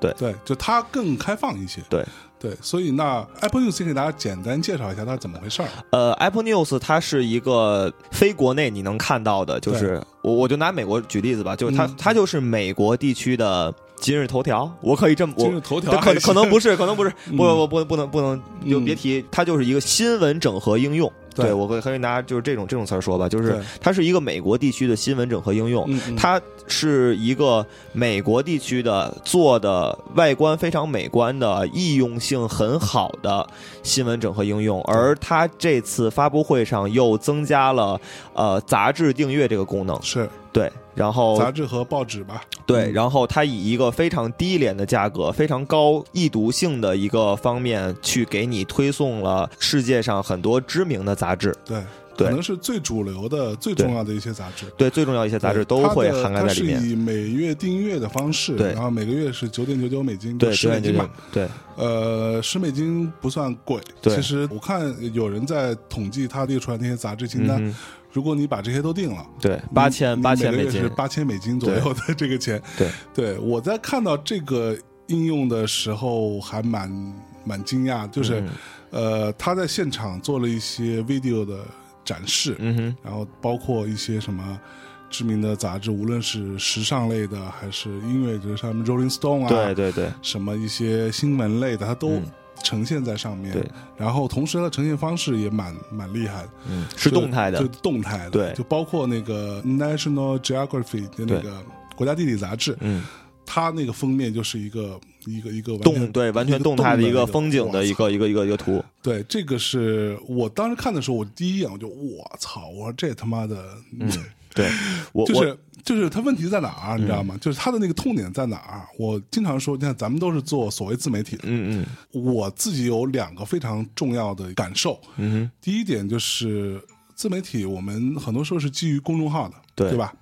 S4: 对
S2: 对，就它更开放一些。
S4: 对，
S2: 对，所以那 Apple News 先给大家简单介绍一下它怎么回事儿。
S4: 呃，Apple News 它是一个非国内你能看到的，就是我我就拿美国举例子吧，就是它、
S2: 嗯
S4: 它就是美国地区的今日头条，我可以这么我
S2: 今日头条
S4: 对可
S2: 还
S4: 可
S2: 行
S4: 能不是，可能不是，不
S2: 嗯
S4: 不不不能不能就
S2: 嗯
S4: 别提，它就是一个新闻整合应用。
S2: 对
S4: 我会可以拿就是这种这种词儿说吧，就是
S2: 对
S4: 它是一个美国地区的新闻整合应用，
S1: 嗯嗯
S4: 它是一个美国地区的做的外观非常美观的易用性很好的新闻整合应用，而它这次发布会上又增加了呃杂志订阅这个功能，
S2: 是
S4: 对，然后
S2: 杂嗯志和报纸吧，
S4: 对，然后它以一个非常低廉的价格、非常高易读性的一个方面，去给你推送了世界上很多知名的杂志。
S2: 对，
S4: 对
S2: 可能是最主流的、最重要的一些杂志。
S4: 对，最重要一些杂志都会涵盖
S2: 它的
S4: 在里
S2: 它
S4: 面。
S2: 是以每月订阅的方式，
S4: 对
S2: 然后每个月是九点九九美金，
S4: 对，
S2: 十美金吧。
S4: 对，
S2: 呃，十美金不算贵。
S4: 对
S2: 其实我看有人在统计他列出来那些杂志清单，
S4: 嗯哼，
S2: 如果你把这些都定了。
S4: 对，八千八千美金，
S2: 八千美金左右的这个钱。
S4: 对，
S2: 对我在看到这个应用的时候还蛮蛮惊讶，就是、
S4: 嗯
S2: 呃，他在现场做了一些 video 的展示，
S4: 嗯哼，
S2: 然后包括一些什么。知名的杂志，无论是时尚类的还是音乐，就是什么 Rolling Stone 啊，
S4: 对对对
S2: 什么一些新闻类的，它都
S4: 嗯
S2: 呈现在上面。
S4: 对，
S2: 然后同时它的呈现方式也蛮蛮厉害的，
S4: 嗯，是
S2: 就
S4: 动态的
S2: 就，动态的，
S4: 对
S2: 就包括那个 National Geography 的那
S4: 对
S2: 个国家地理杂志，
S4: 嗯，
S2: 它那个封面就是一个一个一个完全
S4: 动对，完全动态的一个风景的一。
S2: 哇
S4: 个一个一个一个图，
S2: 对，这个是我当时看的时候，我第一眼我就我操，我说这他妈的，
S4: 对嗯 我嗯
S2: 就
S4: 我
S2: 是就是它问题在哪儿，你知道吗？就是它的那个痛点在哪儿？我经常说，你看咱们都是做所谓自媒体的，
S4: 嗯嗯
S2: 我自己有两个非常重要的感受，
S4: 嗯哼，
S2: 第一点就是自媒体，我们很多时候是基于公众号的，
S4: 对
S2: 吧？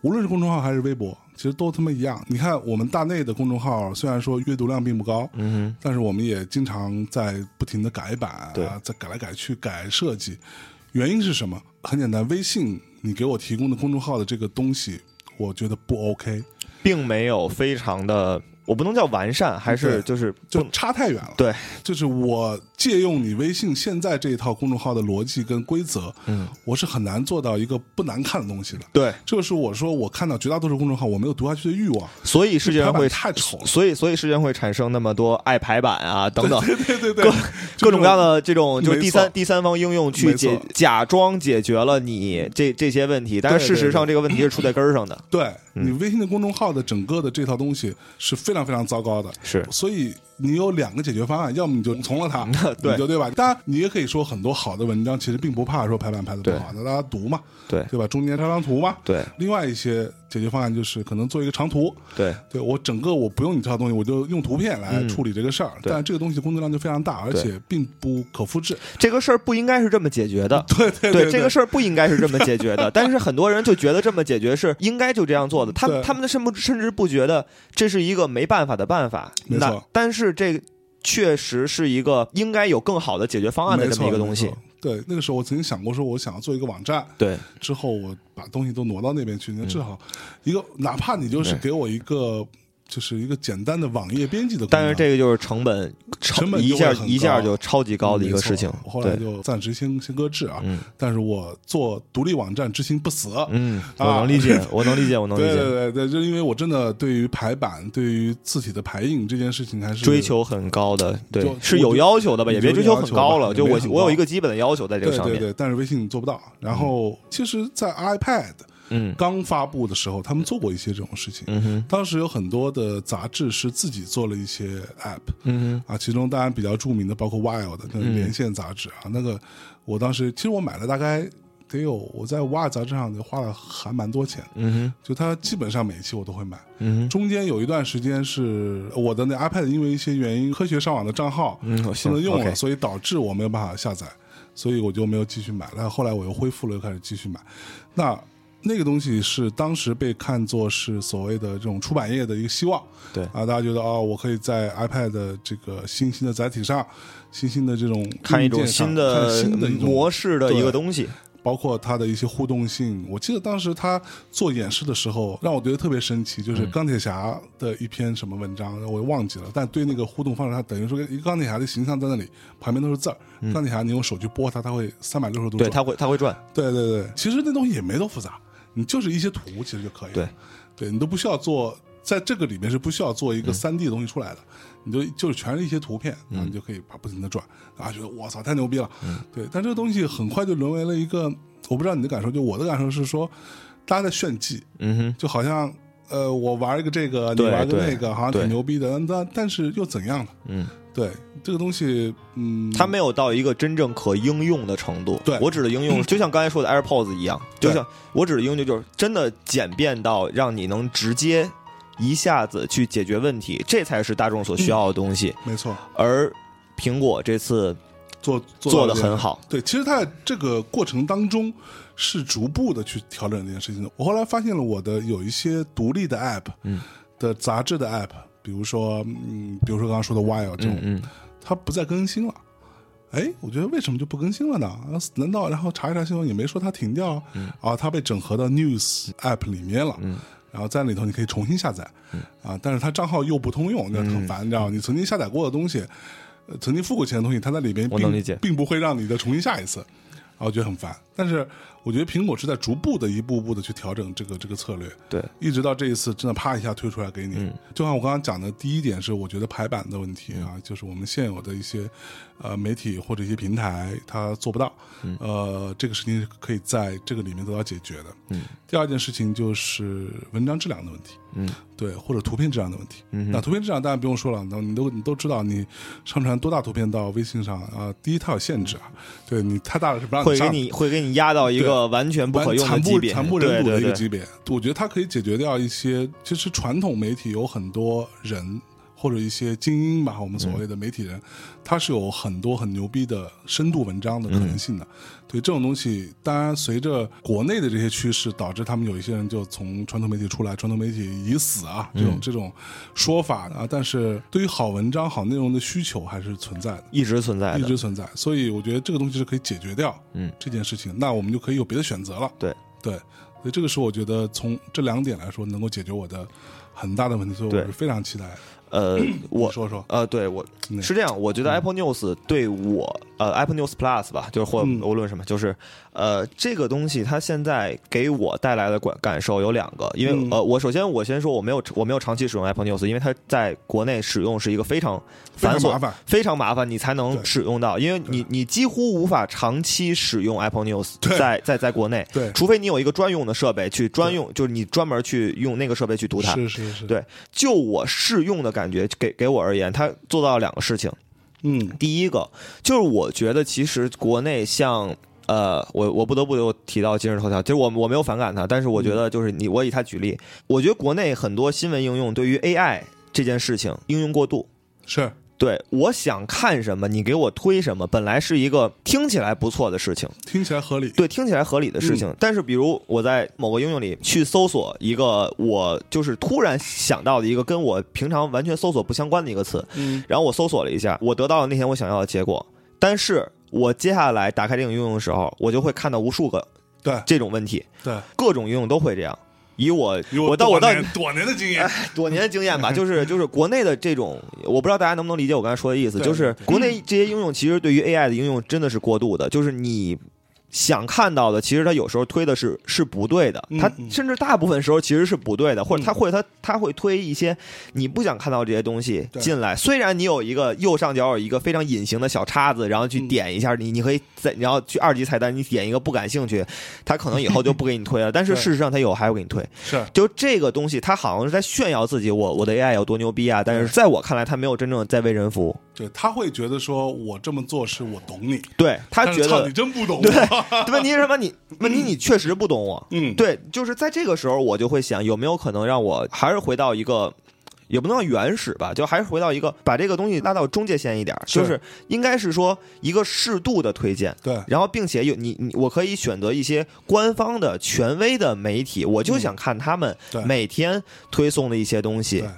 S2: 无论是公众号还是微博，其实都他妈一样。你看我们大内的公众号，虽然说阅读量并不高，
S4: 嗯
S2: 但是我们也经常在不停的改版
S4: 对
S2: 啊，在改来改去改设计。原因是什么？很简单，微信你给我提供的公众号的这个东西，我觉得不 OK，
S4: 哼，并没有非常的，我不能叫完善，还是
S2: 对
S4: 就是
S2: 就
S4: 不
S2: 差太远了。
S4: 对，
S2: 就是我借用你微信现在这一套公众号的逻辑跟规则，
S4: 嗯，
S2: 我是很难做到一个不难看的东西的。
S4: 对，
S2: 这个是我说我看到绝大多数公众号，我没有读下去的欲望。
S4: 所以世界上
S2: 排版
S4: 会
S2: 太丑 了
S4: 所以所以世界上会产生那么多爱排版啊等等
S2: 对对对对，
S4: 各种各样的这种就是
S2: 没
S4: 第
S2: 错
S4: 三第三方应用去
S2: 没
S4: 解
S2: 错
S4: 假装解决了你这这些问题，但是
S2: 对
S4: 事
S2: 对
S4: 实上
S2: 对
S4: 这个问题是出在根儿上的。
S2: 对你微信的公众号的整个的这套东西是非常非常糟糕的。
S4: 是，
S2: 所以你有两个解决方案，要么你就从了它
S4: 对
S2: 你就对吧？当然，你也可以说很多好的文章其实并不怕说排版排的不好，那大家读嘛，
S4: 对
S2: 对吧？中间插张图嘛。
S4: 对
S2: 另外一些解决方案就是可能做一个长图，
S4: 对
S2: 对我整个我不用你这套东西，我就用图片来处理这个事儿。
S4: 嗯对
S2: 但这个东西工作量就非常大，而
S4: 对
S2: 且并不可复制。
S4: 这个事儿不应该是这么解决的。
S2: 对对
S4: 对
S2: 对，
S4: 这个事儿不应该是这么解决 的，但是很多人就觉得这么解决是应该就这样做的，他们
S2: 对
S4: 他们的甚不甚至不觉得这是一个没办法的办法，
S2: 没
S4: 那
S2: 错
S4: 但是这个确实是一个应该有更好的解决方案的
S2: 没
S4: 这么
S2: 错
S4: 一个东。西
S2: 没。错对，那个时候我曾经想过，说我想要做一个网站，
S4: 对
S2: 之后我把东西都挪到那边去，那至少一个，哪怕你就是
S4: 嗯对
S2: 给我一个，就是一个简单的网页编辑的功能，
S4: 但是这个就是成本，超
S2: 成本
S4: 一
S2: 就会
S4: 下
S2: 很
S4: 一下
S2: 高
S4: 就超级高的一个事情
S2: 没错。后来
S4: 对，
S2: 就暂时先先搁置啊。
S4: 嗯
S2: 但是我做独立网站之心不死，
S4: 嗯，我
S2: 啊
S4: 能理解，我能理 解，我能理
S2: 对对
S4: 解。
S2: 对对，就因为我真的对于排版、对于字体的排印这件事情还是
S4: 追求很高的，对
S2: 就，
S4: 是有要求的吧？
S2: 有
S4: 也别追求很高了，就
S2: 有要求吧也没很
S4: 我
S2: 高
S4: 我有一个基本的要求在这
S2: 对
S4: 个上
S2: 对
S4: 面。
S2: 对，但是微信做不到。然后其实，在 iPad
S4: 嗯
S2: 刚发布的时候，他们做过一些这种事情。
S4: 嗯哼
S2: 当时有很多的杂志是自己做了一些 App
S4: 嗯哼
S2: 啊，其中当然比较著名的包括 Wild 那个连线杂志啊，那个我当时其实我买了大概得有我在 Wild 杂志上花了还蛮多钱，
S4: 嗯哼
S2: 就它基本上每一期我都会买。
S4: 嗯哼
S2: 中间有一段时间是我的那 iPad 因为一些原因科学上网的账号
S4: 嗯我
S2: 不
S4: 行
S2: 能用了，
S4: OK
S2: 所以导致我没有办法下载，所以我就没有继续买。但后来我又恢复了，又开始继续买。那那个东西是当时被看作是所谓的这种出版业的一个希望，
S4: 对
S2: 啊，大家觉得哦，我可以在 iPad 的这个新兴的载体上，新兴的这种
S4: 看一种
S2: 硬件上
S4: 新
S2: 看
S4: 的
S2: 新的一种
S4: 模式的一个
S2: 对
S4: 东西。
S2: 包括它的一些互动性。我记得当时他做演示的时候，让我觉得特别神奇，就是钢铁侠的一篇什么文章，我忘记了，但对那个互动方式，它等于说一个钢铁侠的形象在那里，旁边都是字儿。钢铁侠，你用手去拨它，它会三百六十度
S4: 对，
S2: 转。
S4: 它会它会转。
S2: 对对对，其实那东西也没多复杂，你就是一些图其实就可以了。
S4: 对，
S2: 对你都不需要做在这个里面是不需要做
S4: 嗯
S2: 一个三 D 的东西出来的，你就就是全是一些图片，然后你就可以把不停的转，啊，觉得我操太牛逼了，
S4: 嗯
S2: 对。但这个东西很快就沦为了一个，我不知道你的感受，就我的感受是说，大家在炫技，
S4: 嗯哼，
S2: 就好像呃，我玩一个这个，你
S4: 对
S2: 玩一个
S4: 对
S2: 那个，好像挺
S4: 对
S2: 牛逼的，但但是又怎样呢？
S4: 嗯，
S2: 对这个东西，嗯，
S4: 它没有到一个真正可应用的程度。
S2: 对
S4: 我指的应 用，就像刚才说的 AirPods 一样，
S2: 对
S4: 就像我指的应用就是真的简便到让你能直接一下子去解决问题，这才是大众所需要的东西。
S2: 没错，
S4: 而苹果这次
S2: 做
S4: 做
S2: 的
S4: 的很好，
S2: 对，其实他在这个过程当中是逐步的去调整这件事情的。我后来发现了我的有一些独立的 app，
S4: 嗯，
S2: 的杂志的 app，比如说，嗯，比如说刚刚说的 Wild 这种，
S4: 嗯嗯，
S2: 它不再更新了。哎，我觉得为什么就不更新了呢？啊难道然后查一查新闻也没说它停掉啊？啊，它被整合到 News app 里面了。
S4: 嗯
S2: 然后在里头你可以重新下载，啊，但是它账号又不通
S4: 嗯
S2: 用，那很烦，你知道吗？你曾经下载过的东西，呃曾经付过钱的东西，它在里面
S4: 我能
S2: 并
S4: 理解
S2: 并不会让你再重新下一次，啊，我觉得很烦。但是我觉得苹果是在逐步的、一步步的去调整这个这个策略，
S4: 对，
S2: 一直到这一次真的啪一下推出来给你。
S4: 嗯
S2: 就像我刚刚讲的，第一点是我觉得排版的问题啊，就是我们现有的一些呃媒体或者一些平台它做不到，
S4: 嗯
S2: 呃，这个事情是可以在这个里面得到解决的。
S4: 嗯，
S2: 第二件事情就是文章质量的问题。
S4: 嗯，
S2: 对，或者图片质量的问题。
S4: 嗯哼
S2: 那图片质量当然不用说了，那你都你都知道，你上传多大图片到微信上啊、第一它有限制啊，对啊你太大了是不让
S4: 嗯会
S2: 上
S4: 给
S2: 的
S4: 你会给你压到一个完全不可用的
S2: 惨
S4: 级
S2: 不
S4: 别，
S2: 惨不忍睹的一个
S4: 对对对
S2: 级别。我觉得它可以解决掉一些，其实传统媒体有很多人或者一些精英吧，我们
S4: 嗯
S2: 所谓的媒体人，他是有很多很牛逼的深度文章的可
S4: 嗯
S2: 能性的。对这种东西，当然随着国内的这些趋势，导致他们有一些人就从传统媒体出来，传统媒体已死啊，这
S4: 嗯
S2: 种、这种说法啊。但是对于好文章、好内容的需求还是存在的。
S4: 一直存在
S2: 一直
S4: 的。
S2: 存在，所以我觉得这个东西是可以解决掉，
S4: 嗯，
S2: 这件事情，那我们就可以有别的选择了，
S4: 对
S2: 对，所以这个是我觉得从这两点来说能够解决我的很大的问题，所以我
S4: 对
S2: 是非常期待。
S4: 呃，我
S2: 你说说，
S4: 呃，对我
S2: 嗯
S4: 是这样，我觉得 Apple News 对我，呃，Apple News Plus 吧，就是或
S2: 嗯
S4: 无论什么，就是呃，这个东西它现在给我带来的感感受有两个，因为、
S2: 嗯
S4: 呃，我首先我先说我没有我没有长期使用 Apple News，因为它在国内使用是一个非常繁
S2: 非常
S4: 琐
S2: 麻烦、
S4: 非常麻烦，你才能
S2: 对
S4: 使用到，因为你你几乎无法长期使用 Apple News 在在在国内，
S2: 对
S4: 除非你有一个专用的设备去专用，就是你专门去用那个设备去读它，
S2: 是是是，
S4: 对就我试用的感觉，给给我而言，它做到了两个事情。
S2: 嗯
S4: 第一个就是我觉得其实国内像。呃，我我不得不又提到今日头条，其实我我没有反感它，但是我觉得就是你我以它举例，我觉得国内很多新闻应用对于 AI 这件事情应用过度，
S2: 是，
S4: 对我想看什么你给我推什么，本来是一个听起来不错的事情，
S2: 听起来合理，
S4: 对，听起来合理的事情。
S2: 嗯
S4: 但是，比如我在某个应用里去搜索一个我就是突然想到的一个跟我平常完全搜索不相关的一个词，
S2: 嗯
S4: 然后我搜索了一下，我得到了那天我想要的结果。但是我接下来打开这种应用的时候，我就会看到无数个
S2: 对
S4: 这种问题，
S2: 对，
S4: 各种应用都会这样。以我
S2: 以
S4: 我到我到
S2: 多年 多年的经验，
S4: 多年的经验吧，就是就是国内的这种，我不知道大家能不能理解我刚才说的意思，
S2: 对嗯
S4: 就是国内这些应用其实对于 AI 的应用真的是过度的，就是你。想看到的，其实它有时候推的是是不对的
S2: 嗯，
S4: 它
S2: 嗯
S4: 甚至大部分时候其实是不对的，或者它
S2: 嗯
S4: 会它它会推一些你不想看到这些东西
S2: 对
S4: 进来。虽然你有一个右上角有一个非常隐形的小叉子，然后去
S2: 嗯
S4: 点一下，你你可以在然后去二级菜单，你点一个不感兴趣，它可能以后就不给你推了。但是
S2: 对
S4: 事实上它有还会给你推，
S2: 是
S4: 就这个东西，它好像是在炫耀自己我，我的 AI 有多牛逼啊！但是在我看来，它没有真正在为人服务。
S2: 对，他会觉得说我这么做是我懂你，
S4: 对他
S2: 但是
S4: 觉
S2: 操
S4: 得
S2: 你，真不懂，
S4: 对，问题是什么？ 你问题你确实不懂我。
S2: 嗯，
S4: 对，就是在这个时候，我就会想，有没有可能让我还是回到一个，也不能叫原始吧，就还是回到一个，把这个东西拉到中界线一点儿，
S2: 是
S4: 就是应该是说一个适度的推荐。
S2: 对
S4: 然后，并且有你你，我可以选择一些官方的、权威的媒体，我就想看他们
S2: 嗯对
S4: 每天推送的一些东西。
S2: 对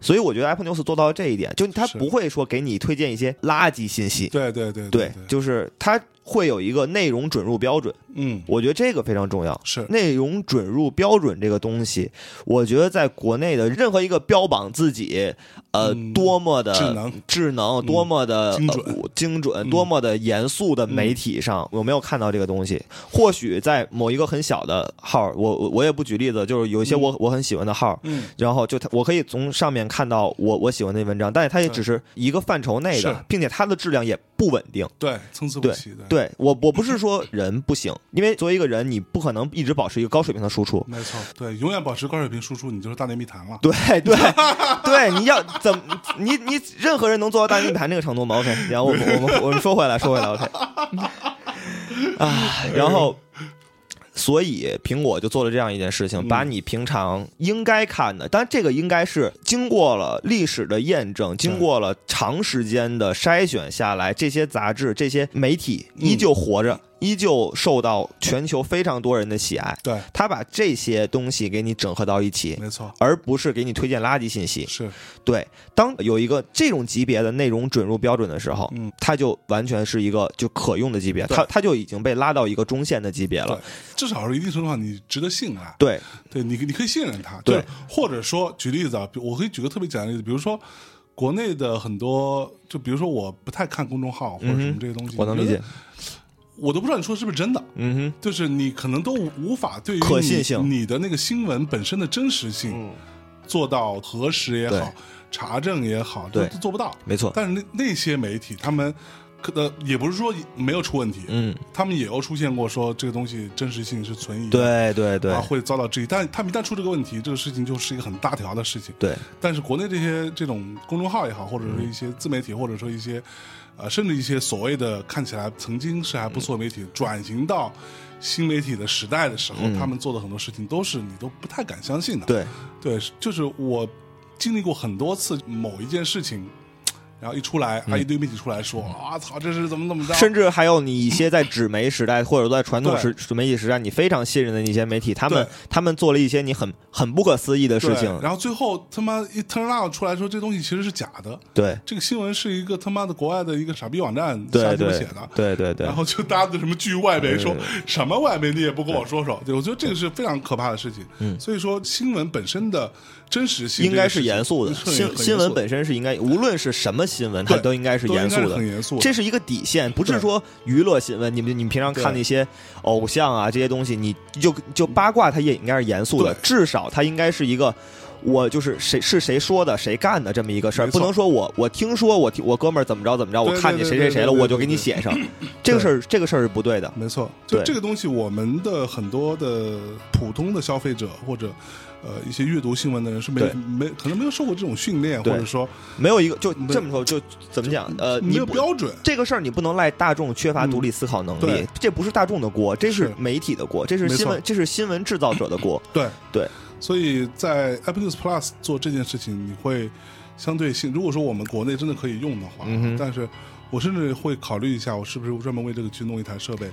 S4: 所以我觉得 Apple News 做到了这一点，就它
S2: 是
S4: 不会说给你推荐一些垃圾信息，
S2: 对对对
S4: 对，就是它会有一个内容准入标准，
S2: 嗯，
S4: 我觉得这个非常重要。
S2: 是
S4: 内容准入标准这个东西，我觉得在国内的任何一个标榜自己呃、
S2: 嗯
S4: 多么的
S2: 智能
S4: 智能多么的、
S2: 嗯精准嗯
S4: 呃精准多么的严肃的媒体上，有没有看到这个东西？或许在某一个很小的号，我我我也不举例子，就是有一些我、我很喜欢的号，
S2: 嗯，
S4: 然后就它我可以从上面看到我我喜欢的文章，但是它也只是一个范畴内
S2: 是
S4: 的，并且它的质量也不稳定。
S2: 对，参差不
S4: 对
S2: 齐的，，
S4: 对我，我不是说人不行，因为作为一个人，你不可能一直保持一个高水平的输出。
S2: 没错，对，永远保持高水平输出，你就是大内密谈了。
S4: 对对 对，你要怎么你你任何人能做到大逆盘这个程度吗？OK，然后我们我们我们说回来说回来 OK 啊，然后所以苹果就做了这样一件事情，把你平常应该看的，当然这个应该是经过了历史的验证，经过了长时间的筛选下来，这些杂志这些媒体依旧活着。依旧受到全球非常多人的喜爱，
S2: 对，
S4: 他把这些东西给你整合到一起，
S2: 没错，
S4: 而不是给你推荐垃圾信息。
S2: 是
S4: 对，当有一个这种级别的内容准入标准的时候，
S2: 嗯
S4: 它就完全是一个就可用的级别，
S2: 对
S4: 它它就已经被拉到一个中线的级别了。
S2: 至少是一定程度上你值得信赖。
S4: 对，
S2: 对你，你可以信任他。
S4: 对
S2: 就是或者说举例子啊，比我可以举个特别简单的例子，比如说国内的很多，就比如说我不太看公众号或者什么这些东西，
S4: 嗯我能理
S2: 觉
S4: 解
S2: 得，。我都不知道你说的是不是真的。
S4: 嗯
S2: 就是你可能都无法对于
S4: 可
S2: 你
S4: 信性嗯
S2: 你的那个新闻本身的真实性、做到核实也好
S4: 对，
S2: 查证也好，都
S4: 对
S2: 都做不到
S4: 哼，。没错。
S2: 但是那那些媒体，他们可呃也不是说没有出问题，
S4: 嗯，
S2: 他们也有出现过说这个东西真实性是存疑的，
S4: 对对对
S2: 啊，会遭到质疑。但他们一旦出这个问题，这个事情就是一个很大条的事情。
S4: 对，
S2: 但是国内这些这种公众号也好，或者说一些自媒体，或者说一些呃，甚至一些所谓的看起来曾经是还不错的媒体，转型到新媒体的时代的时候，
S4: 嗯
S2: 他们做的很多事情都是你都不太敢相信的。
S4: 对，
S2: 对，就是我经历过很多次某一件事情。然后一出来，
S4: 嗯
S2: 啊，一堆媒体出来说，啊，操，这是怎么怎么着？
S4: 甚至还有你一些在纸媒时代或者在传统
S2: 对
S4: 时媒体时代，你非常信任的一些媒体，他们
S2: 对
S4: 他们做了一些你很很不可思议的事
S2: 对
S4: 情。
S2: 然后最后他妈一 turn out 出来说，这东西其实是假的，
S4: 对
S2: 这个新闻是一个他妈的国外的一个傻逼网站瞎鸡巴
S4: 对对
S2: 写的。
S4: 对对对
S2: 然，后就大家的什么据外媒说什么外媒，你也不跟我说说，对我觉得这个是非常可怕的事情。嗯，所以说新闻本身的真实性
S4: 应该
S2: 这个
S4: 是
S2: 事情
S4: 严肃的，
S2: 是很
S4: 新
S2: 严肃
S4: 新闻本身是应该，无论是什么新闻，它
S2: 对
S4: 都应该是
S2: 都应该
S4: 严
S2: 是
S4: 肃的，
S2: 很严肃的
S4: 这是一个底线，不是说娱乐新闻。你们你们平常看
S2: 对
S4: 那些偶像啊这些东西，你就就八卦，它也应该是严肃的
S2: 对，
S4: 至少它应该是一个。我就是谁是谁说的谁干的这么一个事儿，
S2: 没错
S4: 不能说我我听说我听我哥们儿怎么着怎么着，我
S2: 对对
S4: 看见谁谁谁了
S2: 对对对
S4: 我就给你
S2: 对
S4: 写上，这个事儿这个事儿是不对的，
S2: 没错，就
S4: 对
S2: 这个东西，我们的很多的普通的消费者或者呃一些阅读新闻的人是没
S4: 对
S2: 没可能没有受过这种训练，或
S4: 对
S2: 者说
S4: 没有一个就
S2: 对
S4: 这么说就怎么讲呃，
S2: 没
S4: 你
S2: 有
S4: 不
S2: 标准。
S4: 这个事儿你不能赖大众缺乏独立思考能
S2: 嗯
S4: 力，
S2: 对
S4: 这不是大众的锅，这是
S2: 是
S4: 媒体的锅，这是
S2: 没错
S4: 新闻，这是新闻制造者 的锅。
S2: 对
S4: 对，
S2: 所以在 Apple News Plus 做这件事情，你会相对性。如果说我们国内真的可以用的话，
S4: 嗯哼
S2: 但是我甚至会考虑一下，我是不是专门为这个去弄一台设备。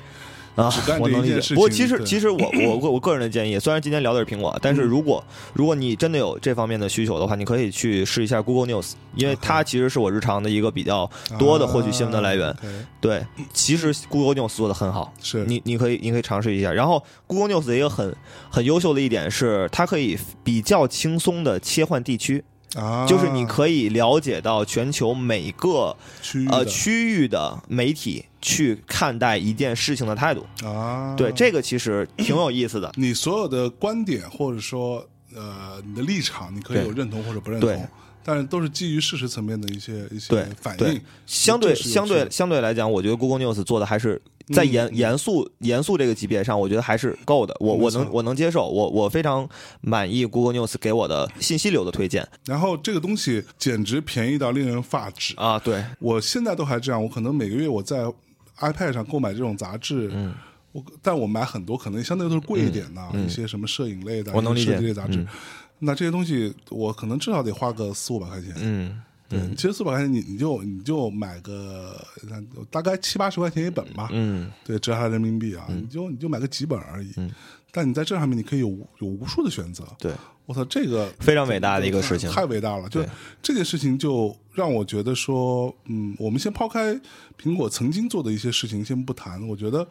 S4: 啊
S2: 只干，
S4: 我
S2: 这
S4: 能
S2: 一
S4: 理
S2: 件
S4: 解。
S2: 事
S4: 不过
S2: 情
S4: 其实
S2: 对嗯
S4: 其实我我我我个人 的建议，虽然今天聊的是苹果，但是如果如果你真的有这方面的需求的话，你可以去试一下 Google News，因为它其实是我日常的一个比较多的获取新闻的来源。
S2: 啊，OK，
S4: 对，其实 Google News 做的很好，
S2: 是
S4: 你你可以你可以尝试一下。然后 Google News 的一个很很优秀的一点是，它可以比较轻松的切换地区。
S2: 啊，
S4: 就是你可以了解到全球每个
S2: 区域
S4: 呃
S2: 的
S4: 区域的媒体去看待一件事情的态度。
S2: 啊，。
S4: 对，这个其实挺有意思的
S2: 嗯你所有的观点或者说呃你的立场，你可以
S4: 对
S2: 有认同或者不认
S4: 对
S2: 同，但是都是基于事实层面的一些一些
S4: 对
S2: 反
S4: 对
S2: 应。
S4: 相对
S2: 这是有
S4: 相
S2: 趣
S4: 对
S2: 的
S4: 相对来讲，我觉得 Google News 做的还是在严、
S2: 嗯
S4: 严肃严肃这个级别上，我觉得还是够的。我
S2: 没
S4: 我
S2: 错
S4: 能我能接受，我我非常满意 Google News 给我的信息流的推荐
S2: 然后这个东西简直便宜到令人发指
S4: 啊。对，
S2: 我现在都还这样，我可能每个月我在 iPad 上购买这种杂志，嗯，我但我买很多，可能相对都是贵一点的，一些什么摄影类的，
S4: 嗯我能理解嗯
S2: 一些设计类杂志。那这些东西，我可能至少得花个四五百块钱。
S4: 嗯，
S2: 对，其实四百块钱你你就你就买个嗯大概七八十块钱一本吧。嗯，对，折合人民币啊，你就你就买个几本而已。但你在这上面你可以有无有无数的选择。
S4: 对，
S2: 我操，这个
S4: 非常伟大的一个事情。
S2: 太伟大了！就
S4: 对
S2: 这件事情，就让我觉得说，嗯，我们先抛开苹果曾经做的一些事情先不谈，我觉得，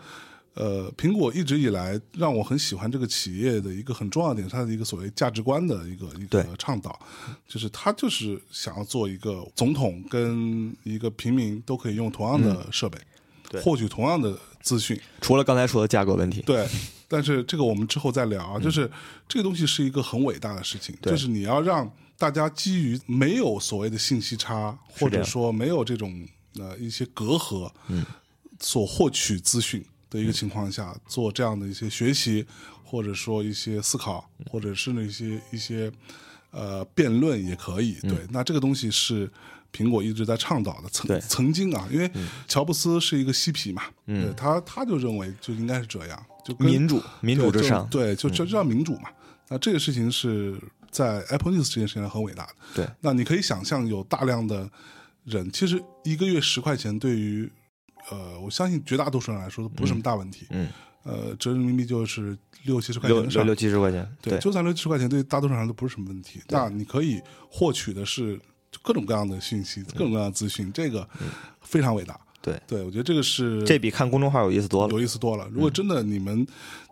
S2: 呃，苹果一直以来让我很喜欢这个企业的一个很重要的点，它的一个所谓价值观的一个一个
S4: 对
S2: 倡导，就是它就是想要做一个总统跟一个平民都可以用同样的设备，
S4: 嗯对
S2: 获取同样的资讯，
S4: 除了刚才说的价格问题，
S2: 对，但是这个我们之后再聊啊。就是、这个东西是一个很伟大的事情，
S4: 嗯对
S2: 就是你要让大家基于没有所谓的信息差，
S4: 是
S2: 或
S4: 这样
S2: 者说没有这种呃一些隔阂，嗯，所获取资讯的
S4: 嗯
S2: 一个情况下，做这样的一些学习，或者说一些思考，
S4: 嗯
S2: 或者是那些一些呃辩论也可以。
S4: 嗯
S2: 对，那这个东西是。苹果一直在倡导的，
S4: 对嗯
S2: 曾曾经啊，因为乔布斯是一个嬉皮嘛，对他他就认为就应该是这样，就跟
S4: 民主民
S2: 对
S4: 主至
S2: 就
S4: 上，嗯
S2: 对，就这叫民主嘛。那这个事情是在 Apple News 这件事情上很伟大的。
S4: 对，
S2: 那你可以想象有大量的人，其实一个月十块钱对于呃，我相信绝大多数人来说都不是什么大问题。
S4: 嗯，
S2: 呃，折人民币就是六七十块钱
S4: 六
S2: 的事
S4: 六
S2: 儿
S4: 六。七十块钱，
S2: 对，就算六七十块钱，对于大多数人来说都不是什么问题。那你可以获取的是各种各样的信息，各种各样的资讯，这个非常伟大。
S4: 嗯对
S2: 对，我觉得这个是
S4: 这比看公众号有意思多了。
S2: 有意思多了。如果真的你们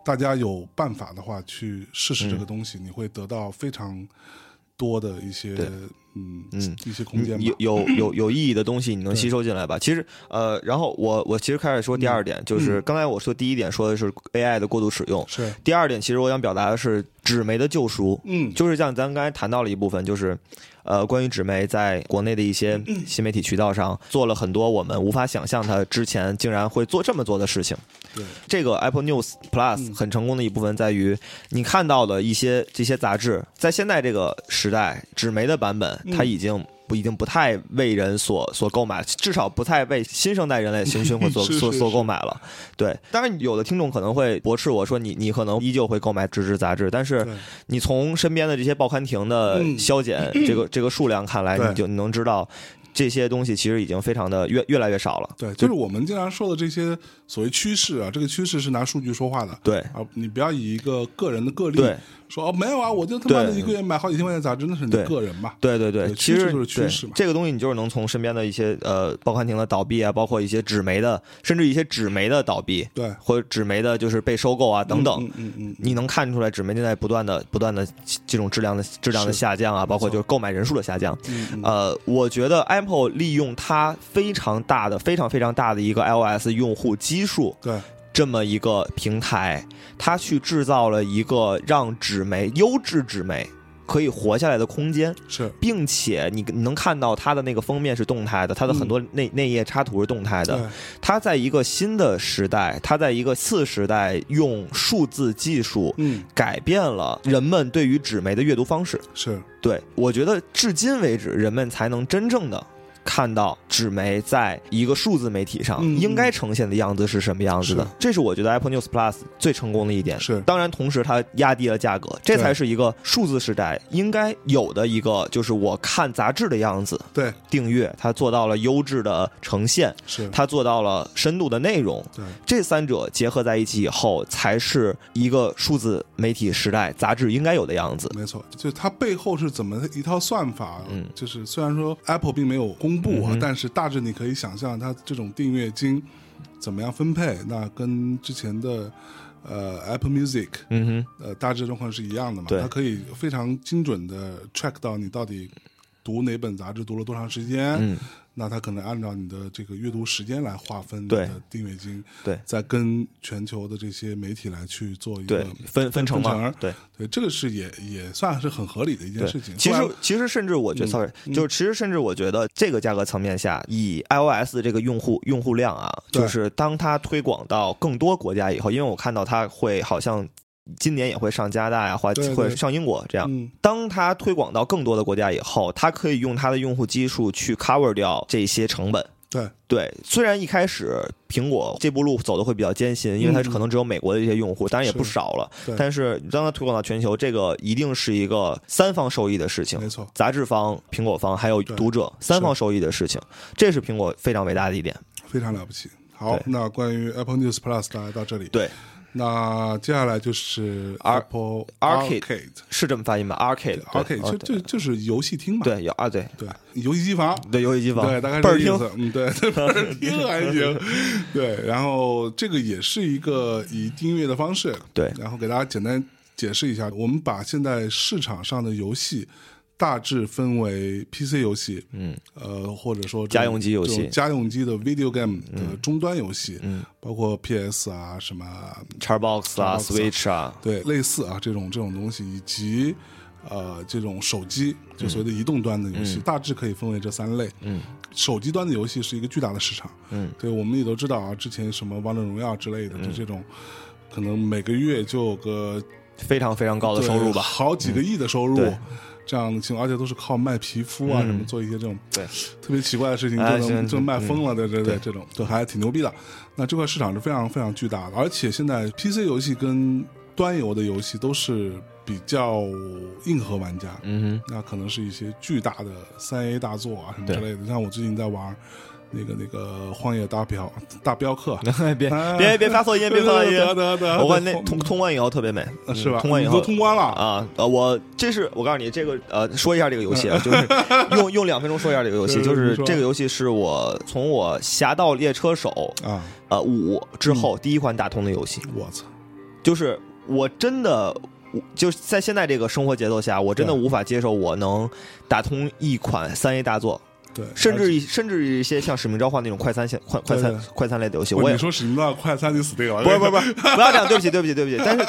S2: 大家有办法的话，去试试这个东西，你会得到非常多的一些
S4: 对
S2: 嗯
S4: 嗯
S2: 一些空间吧
S4: 有。有 有有意义的东西，你能吸收进来吧？其实，呃，然后我我其实开始说第二点，
S2: 嗯
S4: 就是刚才我说第一点说的是 AI 的过度使用，
S2: 是，
S4: 第二点其实我想表达的是纸媒的救赎，
S2: 嗯，
S4: 就是像咱刚才谈到了一部分，就是呃，关于纸媒在国内的一些
S2: 嗯
S4: 新媒体渠道上做了很多我们无法想象它之前竟然会做这么做的事情。
S2: 对，
S4: 这个 Apple News
S2: 嗯
S4: Plus 很成功的一部分在于，你看到的一些这些杂志，在现在这个时代，纸媒的版本
S2: 嗯
S4: 它已经。不已经不太为人所所购买，至少不太为新生代 人类行凶和所
S2: 是是
S4: 所所
S2: 是
S4: 购买了。对，当然有的听众可能会驳斥我说你你可能依旧会购买纸质杂志，但是
S2: 对
S4: 你从身边的这些报刊亭的
S2: 嗯
S4: 消减这 个这个数量看来，
S2: 对
S4: 你就能知道这些东西其实已经非常的越越来越少了。
S2: 对，就是我们经常说的这些所谓趋势啊，这个趋势是拿数据说话的。
S4: 对
S2: 啊，你不要以一个个人的个例
S4: 对
S2: 说哦，没有啊，我就他妈的
S4: 对
S2: 一个月买好几千块钱杂志，那是你
S4: 对
S2: 个人嘛。
S4: 对对对
S2: 对，趋
S4: 其实
S2: 势就是趋势
S4: 对
S2: 嘛
S4: 这个东西你就是能从身边的一些呃报刊亭的倒闭啊，包括一些纸媒的，甚至一些纸媒的倒闭，
S2: 对
S4: 或者纸媒的就是被收购啊等等，
S2: 嗯嗯嗯，嗯
S4: 你能看出来纸媒现在不断的、不断的这种质量的质量的
S2: 是
S4: 下降啊，包括
S2: 没错
S4: 就是购买人数的下降。
S2: 嗯
S4: 呃，我觉得 Apple 利用它非常大的、非常非常大的一个 iOS 用户基数
S2: 对，
S4: 这么一个平台，它去制造了一个让纸媒优质纸媒可以活下来的空间。
S2: 是
S4: 并且你你能看到它的那个封面是动态的，它的很多内、内页插图是动态的，
S2: 对，
S4: 它在一个新的时代，它在一个次时代，用数字技术
S2: 嗯
S4: 改变了人们对于纸媒的阅读方式。
S2: 是
S4: 对我觉得，至今为止，人们才能真正的看到纸媒在一个数字媒体上
S2: 嗯嗯
S4: 应该呈现的样子是什么样子的。
S2: 是
S4: 这是我觉得 Apple News Plus 最成功的一点。
S2: 是
S4: 当然，同时它压低了价格，这才是一个数字时代应该有的一个，就是我看杂志的样子。
S2: 对
S4: 订阅，它做到了优质的呈现，
S2: 是，
S4: 它做到了深度的内容，
S2: 对
S4: 这三者结合在一起以后，才是一个数字媒体时代杂志应该有的样子。
S2: 没错，就是它背后是怎么一套算法？
S4: 嗯
S2: 就是虽然说 Apple 并没有公布啊，
S4: 嗯哼
S2: 但是大致你可以想象它这种订阅金怎么样分配。那跟之前的呃 Apple Music
S4: 嗯哼，
S2: 呃大致状况是一样的嘛？
S4: 对
S2: 它可以非常精准的 track 到你到底读哪本杂志读了多长时间。
S4: 嗯，
S2: 那它可能按照你的这个阅读时间来划分你
S4: 对
S2: 的订阅金，
S4: 对
S2: 再跟全球的这些媒体来去做一
S4: 对
S2: 个，
S4: 分分成
S2: 分
S4: 嘛
S2: 成，
S4: 对。
S2: 对，这个是也也算是很合理的一件
S4: 对
S2: 事情。，
S4: 其
S2: 不
S4: 实
S2: 然
S4: 其实甚至我觉得
S2: 嗯
S4: ，sorry，
S2: 嗯
S4: 就是其实甚至我觉得这个价格层面下，以 iOS 的这个用户用户量啊，
S2: 对
S4: 就是当它推广到更多国家以后，因为我看到它会好像今年也会上加拿大呀，或
S2: 对
S4: 或者
S2: 对
S4: 上英国这样。
S2: 嗯，
S4: 当它推广到更多的国家以后，它可以用它的用户基数去 cover 掉这些成本。
S2: 对
S4: 对，虽然一开始苹果这步路走的会比较艰辛，因为它
S2: 嗯
S4: 可能只有美国的一些用户，当然也
S2: 是
S4: 不少了
S2: 对。
S4: 但是当它推广到全球，这个一定是一个三方受益的事情
S2: 没。错，
S4: 杂志方、苹果方还有
S2: 对
S4: 读者三方受益的事情，这是苹果非常伟大的一点。
S2: 非常了不起。好
S4: 对，
S2: 那关于 Apple News Plus 大概到这里。
S4: 对，
S2: 那接下来就是
S4: Ar-
S2: Apple
S4: Arcade
S2: Arcade。
S4: 是这么发音吧？Arcade 对
S2: Arcade
S4: 哦
S2: 就就就是游戏厅嘛，
S4: 对有啊对
S2: 对，游戏机房，
S4: 对游戏机房
S2: 对，大概是
S4: 倍
S2: 这
S4: 儿
S2: 个意
S4: 听
S2: 思。嗯， 对，倍儿听还行。对，然后这个也是一个以订阅的方式。
S4: 对
S2: 然后给大家简单解释一下，我们把现在市场上的游戏大致分为 PC 游戏，
S4: 嗯，
S2: 呃，或者说这种
S4: 家用机游戏
S2: 这种家用机的 video game 的终端游戏，嗯，包括 PS 啊什么，
S4: Xbox 啊
S2: Xbox 啊
S4: ，Switch 啊，
S2: 对，类似啊这种这种东西，以及呃这种手机就所谓的移动端的游戏，大致可以分为这三类。嗯，手机端的游戏是一个巨大的市场。
S4: 嗯，
S2: 对，我们也都知道啊，之前什么王者荣耀之类的，就这种。可能每个月就有个
S4: 非常非常高的收入
S2: 对
S4: 吧。
S2: 好几个亿的收入
S4: 对，
S2: 这样的情况，而且都是靠卖皮肤啊什么做一些这种
S4: 对
S2: 特别奇怪的事情，
S4: 哎
S2: 就能
S4: 行
S2: 就卖疯了的这这
S4: 对
S2: 这种，就还挺牛逼的。那这块市场是非常非常巨大的，而且现在 PC 游戏跟端游的游戏都是比较硬核玩家，
S4: 嗯
S2: 那可能是一些巨大的三 A 大作啊什么之
S4: 对
S2: 类的。像我最近在玩那个那个《荒野大镖大镖客》啊。
S4: 哼，别
S2: 哎
S4: 别别发错音，别发错音。
S2: 得得得，
S4: 我感觉那
S2: 得
S4: 通通关以后特别美，嗯
S2: 呃是吧？
S4: 通关以
S2: 你都
S4: 后
S2: 通关了
S4: 啊，呃，我这是我告诉你，这个呃，说一下这个游戏啊，就是 用用两分钟说一下这个游戏，
S2: 对
S4: 就
S2: 你
S4: 是
S2: 说
S4: 这个游戏是我从我《侠盗猎车手》
S2: 啊！
S4: 呃五之后
S2: 嗯
S4: 第一款打通的游戏，
S2: 我操！
S4: 就是我真的。我就是在现在这个生活节奏下，我真的
S2: 对
S4: 无法接受我能打通一款三 A 大作，
S2: 对，
S4: 甚
S2: 而
S4: 至
S2: 且
S4: 一甚至一些像《使命召唤》那种快餐线、快快
S2: 对对
S4: 餐
S2: 对
S4: 快餐类的游戏，
S2: 不
S4: 我也
S2: 你说使命召唤快餐你死定了，
S4: 不是不是不是， 不要这样，对不起对不起对不起。但是，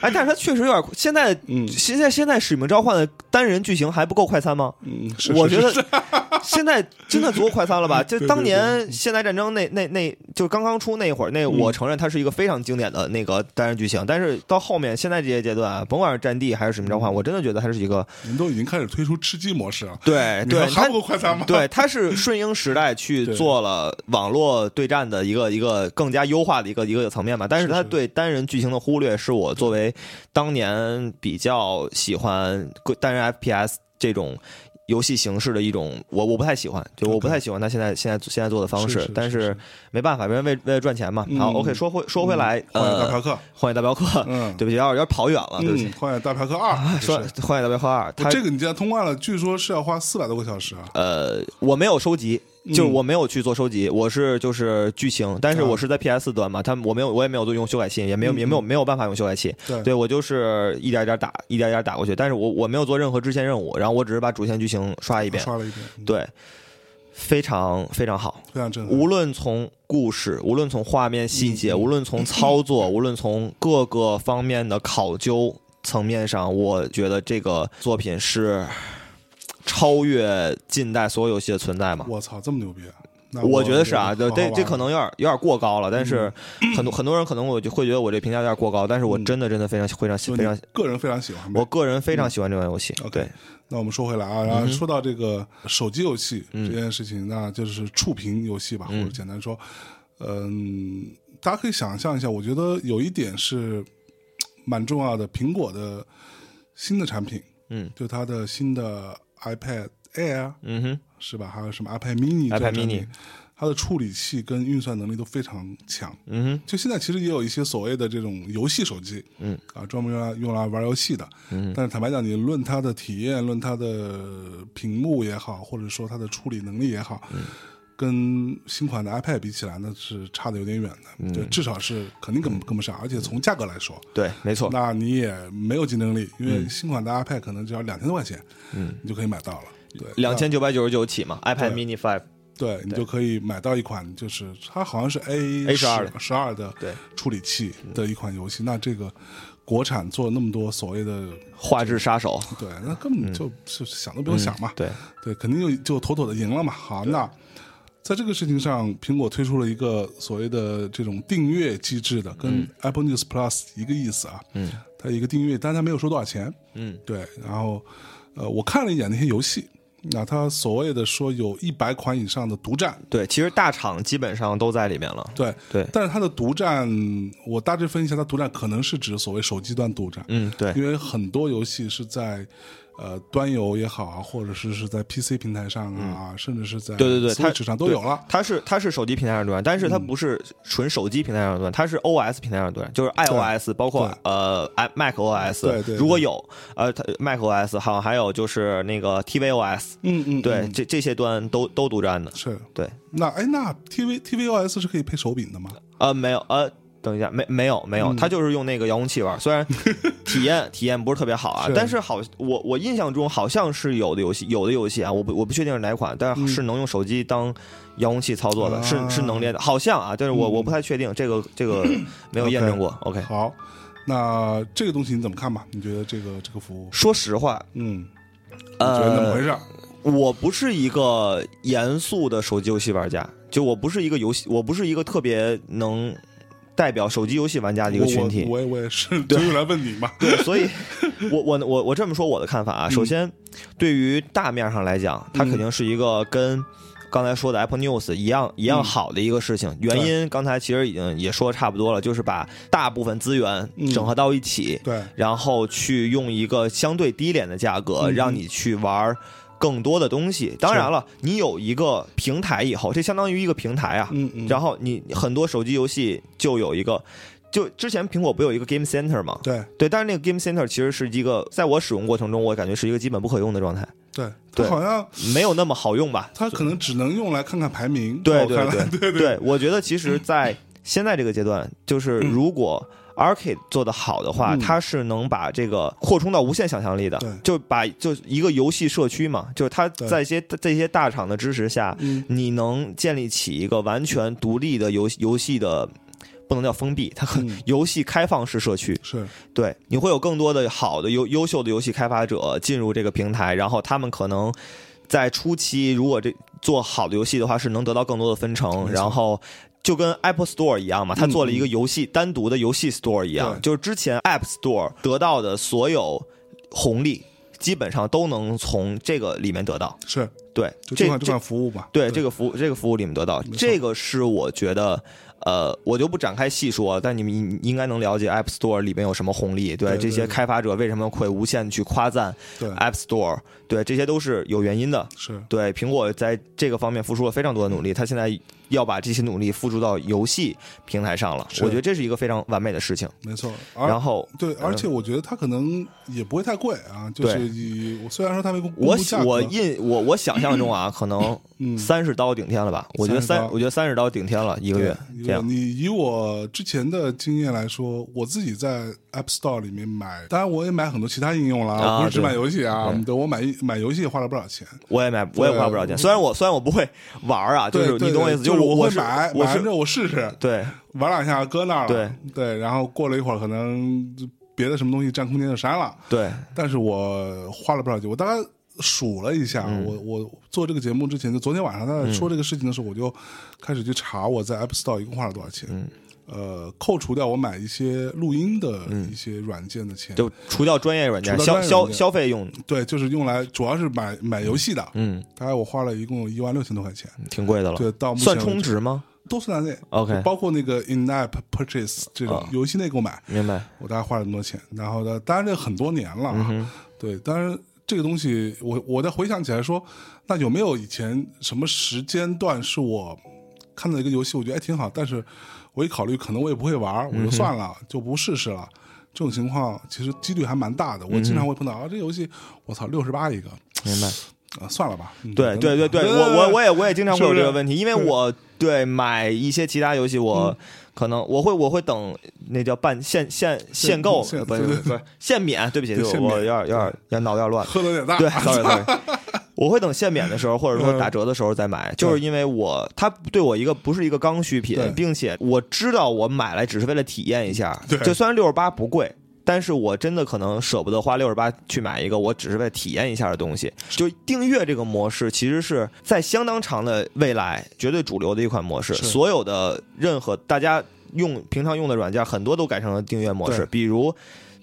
S4: 哎，但是它确实有点，现在
S2: 嗯
S4: 现在现在《使命召唤》的单人剧情还不够快餐吗？
S2: 嗯，是
S4: 我觉
S2: 是
S4: 得
S2: 是是
S4: 现在真的足够快餐了吧？就
S2: 对对嗯
S4: 当年现代战争那那那，就刚刚出那会儿，那我承认它是一个非常经典的那个单人剧情，但是到后面现在这些阶段啊，甭管是《战地》还是《使命召唤》，我真的觉得它是一个
S2: 你们都已经开始推出吃鸡模式了，
S4: 对
S2: 你
S4: 哎对
S2: 还还
S4: 它
S2: 不够快 餐吗？
S4: 对，它是顺应时代去
S2: 对
S4: 做了网络对战的一个一个更加优化的一个一个层面吧。但是
S2: 是
S4: 它
S2: 是
S4: 对单人剧情的忽略，是我作为当年比较喜欢个单人 FPS 这种。游戏形式的一种，我我不太喜欢，就我
S2: OK
S4: 不太喜欢他现在现在现在做的方式，
S2: 是是
S4: 但
S2: 是
S4: 是没办法，别人为为了赚钱嘛。
S2: 嗯
S4: 好，OK，说回说回来，
S2: 荒野大镖
S4: 呃，
S2: 客，
S4: 《荒野大镖客》
S2: 嗯
S4: 对不起，有点有点跑远了，对不起啊
S2: 嗯，。荒野大镖客二，
S4: 说
S2: 就是
S4: 《荒野大镖客二》，它
S2: 我这个你既然通关了，据说是要花四百多个小时啊，
S4: 呃，我没有收集，就是
S2: 嗯
S4: 我没有去做收集，我是就是剧情，但是
S2: 啊嗯
S4: 我是在 PS 端嘛，他们我没有我也没有用修改器，也没有也没有没有办法用修改器，
S2: 对
S4: 对我就是一点一点打，一点一点打过去，但是我我没有做任何支线任务，然后我只是把主线剧情刷一遍，
S2: 刷了一遍，嗯，
S4: 对，非常非常好，
S2: 非常震撼，
S4: 无论从故事，无论从画面细
S2: 嗯
S4: 节，无论从操作，无论从各个方面的考究层面上，我觉得这个作品是超越近代所有游戏的存在嘛。
S2: 我操，这么牛逼啊！那
S4: 我觉得是嗯啊，
S2: 好好
S4: 对，
S2: 玩
S4: 这这可能有点有点过高了，但是很多很多人可能我就会觉得我这评价有点过高，但是我真的真的非常非常
S2: 就
S4: 非
S2: 你
S4: 常，
S2: 个人非常喜欢呗。
S4: 嗯我个人非常喜欢这款游戏。
S2: OK
S4: 对，
S2: 那我们说回来
S4: 嗯
S2: 啊，然后说到这个手机游戏这件事情，那就是触屏游戏吧，或者简单说，嗯，大家可以想象一下，我觉得有一点是嘖蛮重要的，苹果的新的产品，
S4: 嗯，
S2: 就它的新的 iPad Air
S4: 嗯哼，
S2: 是吧？还有什么 iPad mini 这
S4: iPad
S2: 种产品
S4: mini
S2: 它的处理器跟运算能力都非常强。
S4: 嗯哼，
S2: 就现在其实也有一些所谓的这种游戏手机，
S4: 嗯
S2: 啊，专门用来用来玩游戏的，嗯，但是坦白讲，你论它的体验，论它的屏幕也好，或者说它的处理能力也好，
S4: 嗯
S2: 跟新款的 iPad 比起来，那是差的有点远的，
S4: 嗯
S2: 对，至少是肯定跟不跟不上，而且从价格来说，
S4: 对，嗯没错，嗯
S2: 那你也没有竞争力，因为新款的 iPad 可能只要两千多块钱，嗯，你就可以买到了，对，
S4: 两千九百九十九起嘛，iPad
S2: 对
S4: Mini Five，
S2: 对你就可以买到一款，就是它好像是 A
S4: A12 的
S2: 十二的
S4: 对
S2: 处理器的一款游戏。那这个国产做了那么多所谓的，
S4: 画质杀手，
S2: 对，那根本就、就想都不用想嘛，
S4: 对，
S2: 对，肯定就就妥妥的赢了嘛。好，那在这个事情上，苹果推出了一个所谓的这种订阅机制的，跟 Apple News Plus 一个意思啊，嗯，它一个订阅，但它没有说多少钱，
S4: 嗯，
S2: 对，然后呃，我看了一眼那些游戏。那它所谓的说有一百款以上的独占，
S4: 对，其实大厂基本上都在里面了。
S2: 对
S4: 对
S2: 但是它的独占，我大致
S4: 嗯
S2: 分析一下，它独占可能是指所谓手机端独占，
S4: 嗯，对，
S2: 因为很多游戏是在呃端游也好啊，或者是是在 PC 平台上啊，甚至是在
S4: 嗯对对对，它
S2: Switch 上都有了嗯
S4: 对。它是它是手机平台上的端，但是它不是纯手机平台上的端，它是 OS 平台上的端，就是 iOS，包括
S2: 对
S4: 呃 i- macOS，
S2: 对对对
S4: 如果有呃它 macOS，好像还有就是那个 tvOS，
S2: 嗯嗯，
S4: 对，
S2: 嗯
S4: 这这些端都都独占的，
S2: 是
S4: 对，
S2: 那哎，那 TV TVOS 是可以配手柄的吗？
S4: 呃，没有，呃，等一下，没没有
S2: 嗯
S4: 没有，他就是用那个遥控器玩，虽然体验体验不是特别好啊，
S2: 是
S4: 但是好，我我印象中好像是有的游戏，有的游戏啊，我不我不确定是哪款，但是是能用手机当遥控器操作
S2: 嗯
S4: 的，
S2: 啊嗯
S4: 是是能连的，好像啊，但是我、我不太确定，这个这个没有验证过。OK，,
S2: 好，那这个东西你怎么看吧？你觉得这个这个服务，
S4: 说实话，
S2: 嗯，你觉得怎么
S4: 呃
S2: 回，事？
S4: 我不是一个严肃的手机游戏玩家，就我不是一个游戏，我不是一个特别能代表手机游戏玩家的一个群体。
S2: 我我我也我也是，就用来问你嘛。
S4: 对，所以我我我我这么说我的看法啊，
S2: 嗯
S4: 首先，对于大面上来讲，它肯定是一个跟刚才说的 Apple News 一样一
S2: 嗯
S4: 样好的一个事情。原因刚才其实已经也说的差不多了，就是把大部分资源
S2: 嗯
S4: 整合到一起，
S2: 对，
S4: 然后去用一个相对低廉的价格，
S2: 嗯
S4: 让你去玩儿更多的东西。当然了，你有一个平台以后，这相当于一个平台啊，
S2: 嗯嗯，
S4: 然
S2: 后
S4: 后你很多手机游戏就有一个。就之前苹果不有一个 Game Center 吗？
S2: 对
S4: 对，但是那个 Game Center 其实是一个，在我使用过程中，我感觉是一个基本不可用的状态，
S2: 对，它
S4: 对
S2: 好像
S4: 没有那么好用 吧？
S2: 它可能只能用来看看排名。
S4: 对
S2: 在
S4: 对
S2: 我看来
S4: 对对，我觉得其实，在现在这个阶段，就是如果 Arcade 做得好的话，
S2: 嗯
S4: 它是能把这个扩充到无限想象力的
S2: 对，
S4: 就把就一个游戏社区嘛，就是它
S2: 对
S4: 在一些这些大厂的支持下，
S2: 嗯
S4: 你能建立起一个完全独立的游戏游戏的，不能叫封闭，它可
S2: 嗯
S4: 游戏开放式社区，
S2: 是
S4: 对，你会有更多的好的优优秀的游戏开发者进入这个平台，然后他们可能在初期如果这做好的游戏的话，是能得到更多的分成，然后。就跟 Apple Store 一样嘛，它做了一个游戏、单独的游戏 Store 一样
S2: 对，
S4: 就是之前 App Store 得到的所有红利，基本上都能从这个里面得到。
S2: 是，
S4: 对，
S2: 就这
S4: 这
S2: 款这款服务吧。
S4: 对这个服务，这个服务里面得到，这个是我觉得，呃，我就不展开细说，但你们应应该能了解 App Store 里面有什么红利，对
S2: 对
S4: 这
S2: 对
S4: 些开发者为什么会无限去夸赞
S2: 对
S4: App Store，对这些都是有原因的。
S2: 是
S4: 对，苹果在这个方面付出了非常多的努力，它现在要把这些努力付诸到游戏平台上了，
S2: 是
S4: 我觉得这是一个非常完美的事情。
S2: 没错。而
S4: 然后，
S2: 对，而且我觉得它可能也不会太贵啊，就是
S4: 对
S2: 以虽然说它没公
S4: 我
S2: 公布价格
S4: 我印我我想 象中啊，可能
S2: 嗯
S4: 三十刀顶天了吧？我觉得
S2: 30
S4: 三
S2: 刀，
S4: 我觉得三十刀顶天了，一个月
S2: 对
S4: 这样。
S2: 你以我之前的经验来说，我自己在 App Store 里面买，当然我也买很多其他应用啦，
S4: 啊
S2: 我不是只
S4: 对
S2: 买游戏啊。
S4: 对
S2: 对，我买买游戏也花了不少钱。
S4: 我也买，我也花不少钱。虽然我虽然我不会玩儿啊，就
S2: 对，
S4: 是
S2: 对
S4: 你懂我
S2: 对
S4: 意思，
S2: 就是我
S4: 我
S2: 会
S4: 是
S2: 买，
S4: 我
S2: 买完
S4: 是
S2: 之后我试试，
S4: 对
S2: 玩两下搁那儿了。
S4: 对
S2: 对，然后过了一会儿，可能别的什么东西占空间就删了。
S4: 对
S2: 但是我花了不少钱，我大概数了一下，
S4: 嗯
S2: 我我做这个节目之前，就昨天晚上他在说这个事情的时候，我就开始去查我在 App Store 一共花了多少钱。
S4: 嗯
S2: 呃，扣除掉我买一些录音的一些软件的钱，
S4: 嗯就除掉专业软件，
S2: 除掉
S4: 消
S2: 专业软
S4: 消
S2: 件
S4: 消费用，
S2: 对，就是用来主要是买买游戏的，
S4: 嗯，
S2: 大概我花了一共一万六千多块钱，
S4: 挺贵的了。
S2: 对到目前
S4: 算
S2: 为
S4: 充
S2: 止
S4: 值吗？
S2: 都算在内。
S4: OK
S2: 包括那个 in app purchase 这种
S4: 啊
S2: 游戏内购买，
S4: 明白。
S2: 我大概花了那么多钱，然后呢，当然这很多年了
S4: 嗯
S2: 啊，对，当然这个东西，我我再回想起来说，那有没有以前什么时间段是我看到一个游戏，我觉得哎挺好，但是我一考虑，可能我也不会玩，
S4: 嗯
S2: 我就算了，就不试试了。这种情况其实几率还蛮大的，我经常会碰到、啊，这游戏我操六十八一个，
S4: 嗯明白。
S2: 啊算了吧。嗯
S4: 对
S2: 等
S4: 对对
S2: 等
S4: 对，
S2: 对
S4: 我我我也我也经常会有
S2: 是不是
S4: 这个问题，因为我对买一些其他游戏，
S2: 嗯
S4: 我可能我会我会等那叫办限限限购，呃
S2: 限
S4: 不是
S2: 对对
S4: 不是限免，对不起，
S2: 对
S4: 我
S2: 限免
S4: 我有点有点有点脑子有点 乱。
S2: 喝的有点大，
S4: 对，sorry sorry，我会等限免的时候，或
S2: 嗯
S4: 者说打折的时候再买，就是因为我它对我一个不是一个刚需品
S2: 对，
S4: 并且我知道我买来只是为了体验一下
S2: 对，
S4: 就虽然六十八不贵。但是我真的可能舍不得花六十八去买一个我只是为了体验一下的东西。就订阅这个模式，其实是在相当长的未来绝对主流的一款模式。
S2: 是
S4: 所有的任何大家用平常用的软件，很多都改成了订阅模
S2: 对
S4: 式，比如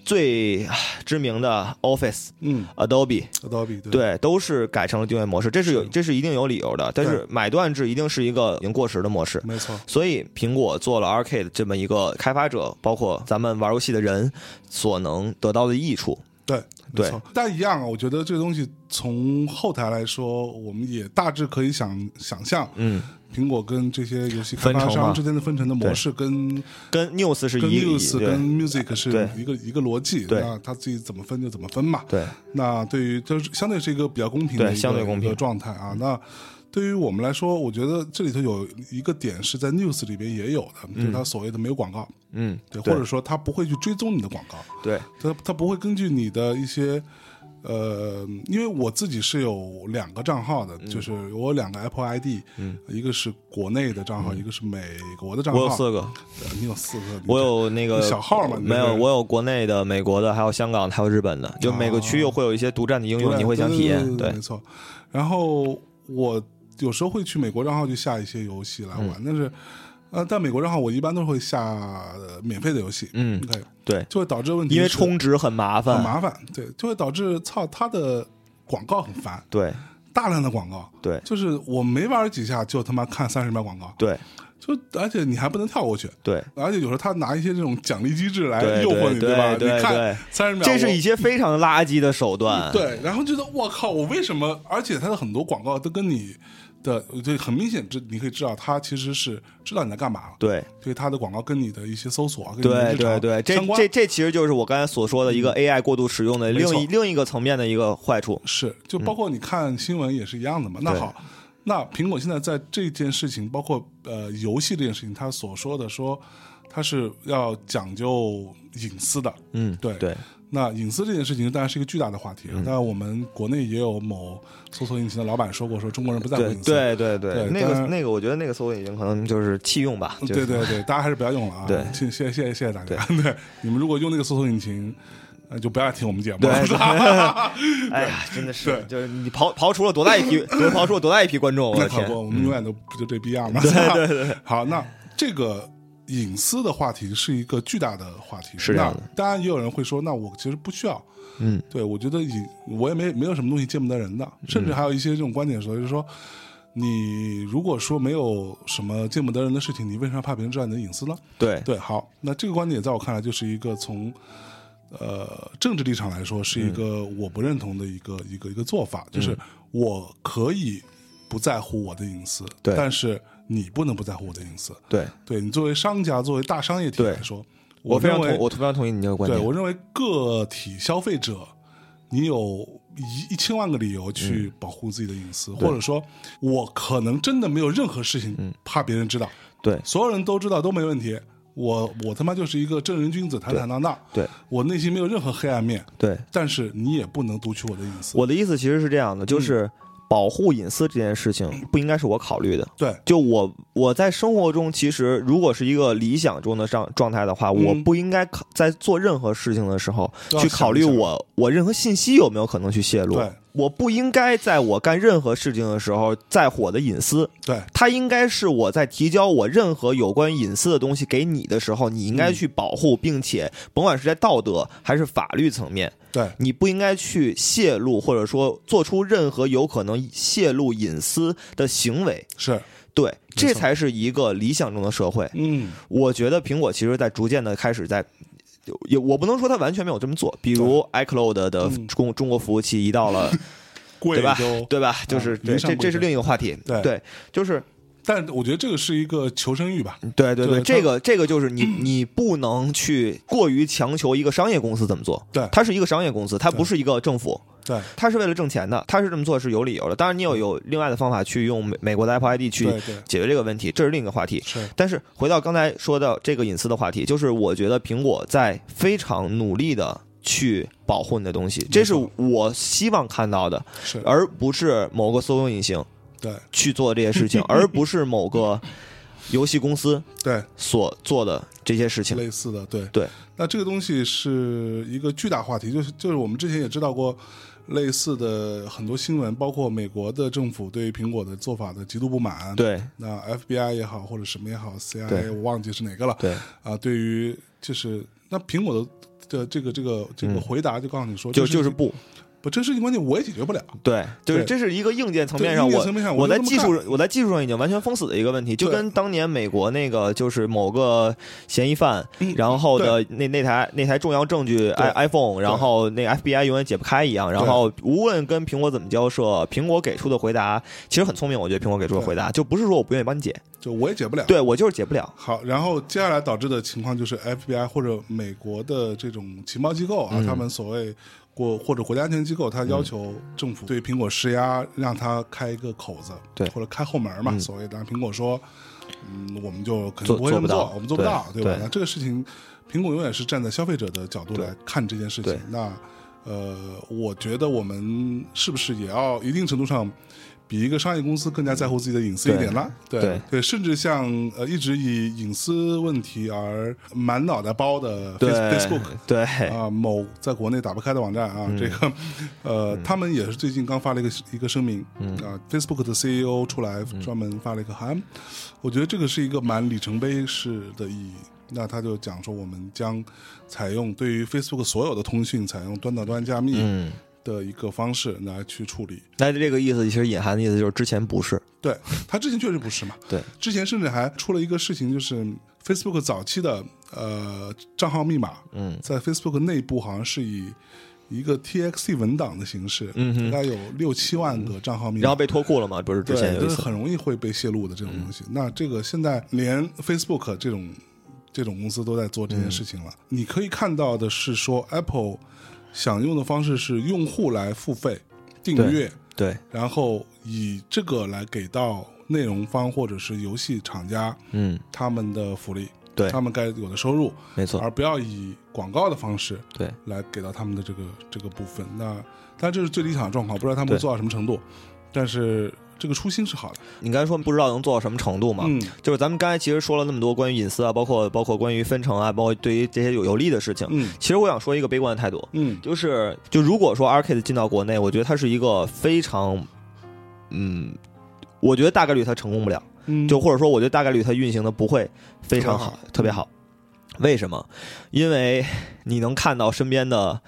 S4: 最唉知名的 Office、
S2: 嗯
S4: Adobe，
S2: ，Adobe 对
S4: 对，都是改成了订阅模式，这是有这是一定有理由的。但是
S2: 对
S4: 买断制一定是一个已经过时的模式，
S2: 没错，
S4: 所以苹果做了 Arcade 这么一个开发者，包括咱们玩游戏的人所能得到的益处。
S2: 对
S4: 对
S2: 没错但一样啊，我觉得这个东西从后台来说，我们也大致可以想想象，
S4: 嗯，
S2: 苹果跟这些游戏开发
S4: 分成嘛
S2: 商之间的分成的模式跟
S4: 跟 News 是
S2: 跟
S4: 一
S2: News
S4: 对
S2: 跟 Music 是
S4: 对
S2: 一个一个逻辑，
S4: 对
S2: 那他自己怎么分就怎么分嘛。
S4: 对
S2: 那对于就是相对是一个比较公平的
S4: 对
S2: 一个
S4: 相对公平
S2: 一个状态啊。那对于我们来说，我觉得这里头有一个点是在 News 里边也有的，就是它所谓的没有广告，
S4: 嗯
S2: 对，或者说它不会去追踪你的广告，
S4: 对
S2: 它它不会根据你的一些。呃，因为我自己是有两个账号的，
S4: 嗯
S2: 就是我有两个 Apple ID，、一个是国内的账号，一个是美国的账号。
S4: 嗯我有四个，
S2: 对你有四个，你
S4: 我
S2: 这
S4: 有那个
S2: 小号嘛你
S4: 没有，
S2: 就是
S4: 我有国内的、美国的，还有香港的，还有日本的，就每个区域会有一些独占的应
S2: 对
S4: 用，你会想体验。
S2: 对，
S4: 对
S2: 没，错。然后我有时候会去美国账号去下一些游戏来
S4: 嗯
S2: 玩，但是呃，但美国账号我一般都会下呃免费的游戏，
S4: 嗯
S2: ，OK，
S4: 对，
S2: 就会导致问题
S4: 因为
S2: 是
S4: 充值很麻
S2: 很
S4: 烦，
S2: 麻烦，对，就会导致操它的广告很烦，
S4: 对
S2: 大量的广告，
S4: 对
S2: 就是我没玩几下就他妈看三十秒广告，
S4: 对
S2: 就而且你还不能跳过去。
S4: 对，
S2: 而且有时候他拿一些这种奖励机制来
S4: 对
S2: 诱惑
S4: 对
S2: 你，
S4: 对
S2: 吧？
S4: 对
S2: 你看
S4: 对
S2: 三十秒，
S4: 这
S2: 我
S4: 是一些非常垃圾的手段。
S2: 对，然后觉得我靠，我为什么？而且它的很多广告都跟你的，对，很明显，这你可以知道，它其实是知道你在干嘛了。，
S4: 对
S2: 所以它的广告跟你的一些搜索啊，跟你的
S4: 对
S2: 日常
S4: 对对，这
S2: 相关嗯
S4: 这这其实就是我刚才所说的一个 AI 过度使用的
S2: 没错
S4: 另一另一个层面的一个坏处。
S2: 是就包括你看新闻也是一样的嘛。那
S4: 嗯对
S2: 好，那苹果现在在这件事情，包括呃游戏这件事情，它所说的说它是要讲究隐私的，
S4: 嗯，
S2: 对
S4: 对
S2: 那隐私这件事情当然是一个巨大的话题。啊
S4: 嗯
S2: 那、我们国内也有某搜索引擎的老板说过，说中国人不在乎
S4: 对
S2: 隐私。
S4: 对对对，
S2: 对
S4: 那
S2: 当
S4: 个
S2: 然
S4: 那个，我觉得那个搜索引擎可能就是弃用吧。就是
S2: 嗯对对对，大家还是不要用了啊！
S4: 对
S2: 谢谢谢谢谢谢大家。 对，你们如果用那个搜索引擎，呃，就不要听我们节目
S4: 对
S2: 了。
S4: 对哎呀，真的是，就是你刨刨除了多大一批，多刨除了多大一批观众，我
S2: 那
S4: 的
S2: 可
S4: 天嗯
S2: 不，！我们永远都不就这逼样嘛。对 对对。好，那这个隐私的话题是一个巨大的话题。
S4: 是这样的
S2: 那当然，也有人会说，那我其实不需要。
S4: 嗯，
S2: 对，我觉得隐我也没没有什么东西见不得人的，甚至还有一些这种观点说，就是说。你如果说没有什么见不得人的事情，你为啥怕别人知道你的隐私呢？
S4: 对
S2: 对，好，那这个观点在我看来就是一个从呃政治立场来说是一个
S4: 嗯
S2: 我不认同的一个、一个一个做法，就是我可以不在乎我的隐私，
S4: 对
S2: 但是你不能不在乎我的隐私。
S4: 对，
S2: 对你作为商家，作为大商业体
S4: 对
S2: 来说，
S4: 我非
S2: 认
S4: 常
S2: 为
S4: 同，我非常同意你这个观
S2: 对
S4: 点。
S2: 我认为个体消费者，你有一一千万个理由
S4: 嗯
S2: 去保护自己的隐私，或者说，我可能真的没有任何事情怕别人知道，
S4: 嗯对
S2: 所有人都知道都没问题。我我他妈就是一个正人君子，坦坦荡荡。
S4: 对
S2: 我内心没有任何黑暗面，
S4: 对，
S2: 但是你也不能读取我的隐私。
S4: 我的意思其实是这样的，
S2: 嗯
S4: 就是保护隐私这件事情不应该是我考虑的。
S2: 对
S4: 就我我在生活中，其实如果是一个理想中的状状态的话，
S2: 嗯
S4: 我不应该考在做任何事情的时候
S2: 都要
S4: 去考虑
S2: 想一下
S4: 我我任何信息有没有可能去泄露
S2: 对。
S4: 我不应该在我干任何事情的时候在乎我的隐私。
S2: 对
S4: 它应该是我在提交我任何有关隐私的东西给你的时候，你应
S2: 嗯
S4: 该去保护，并且甭管是在道德还是法律层面，
S2: 对
S4: 你不应该去泄露或者说做出任何有可能泄露隐私的行为。
S2: 是，
S4: 对，
S2: 错
S4: 这才是一个理想中的社会。
S2: 嗯，
S4: 我觉得苹果其实在逐渐的开始在。也我不能说它完全没有这么做，比如 iCloud 的
S2: 嗯
S4: 中中国服务器移到了，
S2: 贵
S4: 对吧
S2: 州？。
S4: 对吧？就是
S2: 啊
S4: 对
S2: 云上
S4: 这
S2: 贵
S4: 这是
S2: 州
S4: 另一个话题，
S2: 对
S4: 对，就是
S2: 但我觉得这个是一个求生欲吧。
S4: 对对对，
S2: 对
S4: 这个这个就是 你你不能去过于强求一个商业公司怎么做，
S2: 对
S4: 它是一个商业公司，它不是一个政府，
S2: 对
S4: 它是为了挣钱的，它是这么做是有理由的。当然，你有有另外的方法去用美美国的 Apple ID 去
S2: 对对
S4: 解决这个问题，这是另一个话题。
S2: 是，
S4: 但是回到刚才说到这个隐私的话题，就是我觉得苹果在非常努力的去保护你的东西，这是我希望看到的，
S2: 是
S4: 而不是某个搜索引擎
S2: 对
S4: 去做这些事情，而不是某个游戏公司
S2: 对
S4: 所做的这些事情。
S2: 类似的，对
S4: 对。
S2: 那这个东西是一个巨大话题，就是就是我们之前也知道过类似的很多新闻，包括美国的政府对于苹果的做法的极度不满。，
S4: 对
S2: 那 FBI 也好，或者什么也好
S4: 对
S2: ，CIA 我忘记是哪个了。
S4: 对
S2: 啊，对于就是那苹果的。的这个这个这个
S4: 嗯
S2: 回答就告诉你说，
S4: 就
S2: 这
S4: 就是是不，
S2: 不我这个事情关键我也解决不了。
S4: 对，就是
S2: 对
S4: 这是一个硬件层
S2: 对
S4: 面上，
S2: 硬件
S4: 我
S2: 层面上我
S4: 我
S2: 就
S4: 在
S2: 这么
S4: 技术
S2: 干
S4: 上我在技术上已经完全封死的一个问题，就
S2: 对
S4: 跟当年美国那个就是某个嫌疑犯，
S2: 嗯
S4: 然后的那那台那台重要证据 i iPhone，然后那 FBI 永远解不开一样，然后无论跟苹果怎么交涉，苹果给出的回答其实很聪明，我觉得苹果给出的回答就不是说我不愿意帮你解，
S2: 就我也解不了。
S4: 对我就是解不了。
S2: 好，然后接下来导致的情况就是 FBI 或者美国的这种情报机构
S4: 嗯
S2: 啊，他们所谓国或者国家安全机构，他要求政府对苹果施压，让他开一个口子，
S4: 对嗯
S2: 或者开后门嘛，所谓的苹果说，嗯，我们就肯定
S4: 做
S2: 不会这么
S4: 做不
S2: 做，
S4: 到
S2: 我们做不到，
S4: 对
S2: 吧？
S4: 对
S2: 那这个事情，苹果永远是站在消费者的角度
S4: 对
S2: 来看这件事情
S4: 对。
S2: 那呃，我觉得我们是不是也要一定程度上比一个商业公司更加在乎自己的隐私一点啦？对
S4: 对
S2: 对，甚至像呃一直以隐私问题而满脑袋包的 Face-
S4: 对
S2: Facebook
S4: 对，嗯
S2: 啊、某在国内打不开的网站啊，这个 呃，他们也是最近刚发了一个一个声明，啊、f a c e b o o k 的 CEO 出来
S4: 嗯
S2: 专门发了一个函，我觉得这个是一个蛮里程碑式的意义。那他就讲说，我们将采用对于 Facebook 所有的通讯采用端到端加密
S4: 嗯，
S2: 的一个方式来去处理。
S4: 那这个意思其实隐含的意思就是之前不是，
S2: 对 他之前确实不是嘛，
S4: 对，
S2: 之前甚至还出了一个事情，就是 Facebook 早期的呃账号密码，
S4: 嗯，
S2: 在 Facebook 内部好像是以一个 TXT 文档的形式，
S4: 嗯哼嗯
S2: 大概有六七万个账号密码，
S4: 然后被脱裤了嘛，不是之
S2: 对，
S4: 前有一
S2: 就是
S4: 次，嗯
S2: 很容易会被泄露的这种东西。那这个现在连 Facebook 这种这种公司都在做这
S4: 嗯
S2: 件事情了。你可以看到的是说，Apple 想用的方式是用户来付费订
S4: 对
S2: 阅，
S4: 对，
S2: 然后以这个来给到内容方或者是游戏厂家
S4: 嗯，
S2: 他们的福利，
S4: 对
S2: 他们该有的收入，
S4: 没错，
S2: 而不要以广告的方式
S4: 对。
S2: 来给到他们的这个这个部分。那但这是最理想的状况，不知道他们
S4: 对
S2: 会做到什么程度，但是这个初心是好的。
S4: 你刚才说不知道能做到什么程度嘛？
S2: 嗯，
S4: 就是咱们刚才其实说了那么多关于隐私啊，包括包括关于分成啊，包括对于这些有有利的事情。
S2: 嗯
S4: 其实我想说一个悲观的态度，
S2: 嗯
S4: 就是就如果说 Arcade 进到国内，我觉得它是一个非常，嗯，我觉得大概率它成功不了。
S2: 嗯，
S4: 就或者说，我觉得大概率它运行的不会非常好，特
S2: 特
S4: 别
S2: 别
S4: 好。为什么？因为你能看到身边的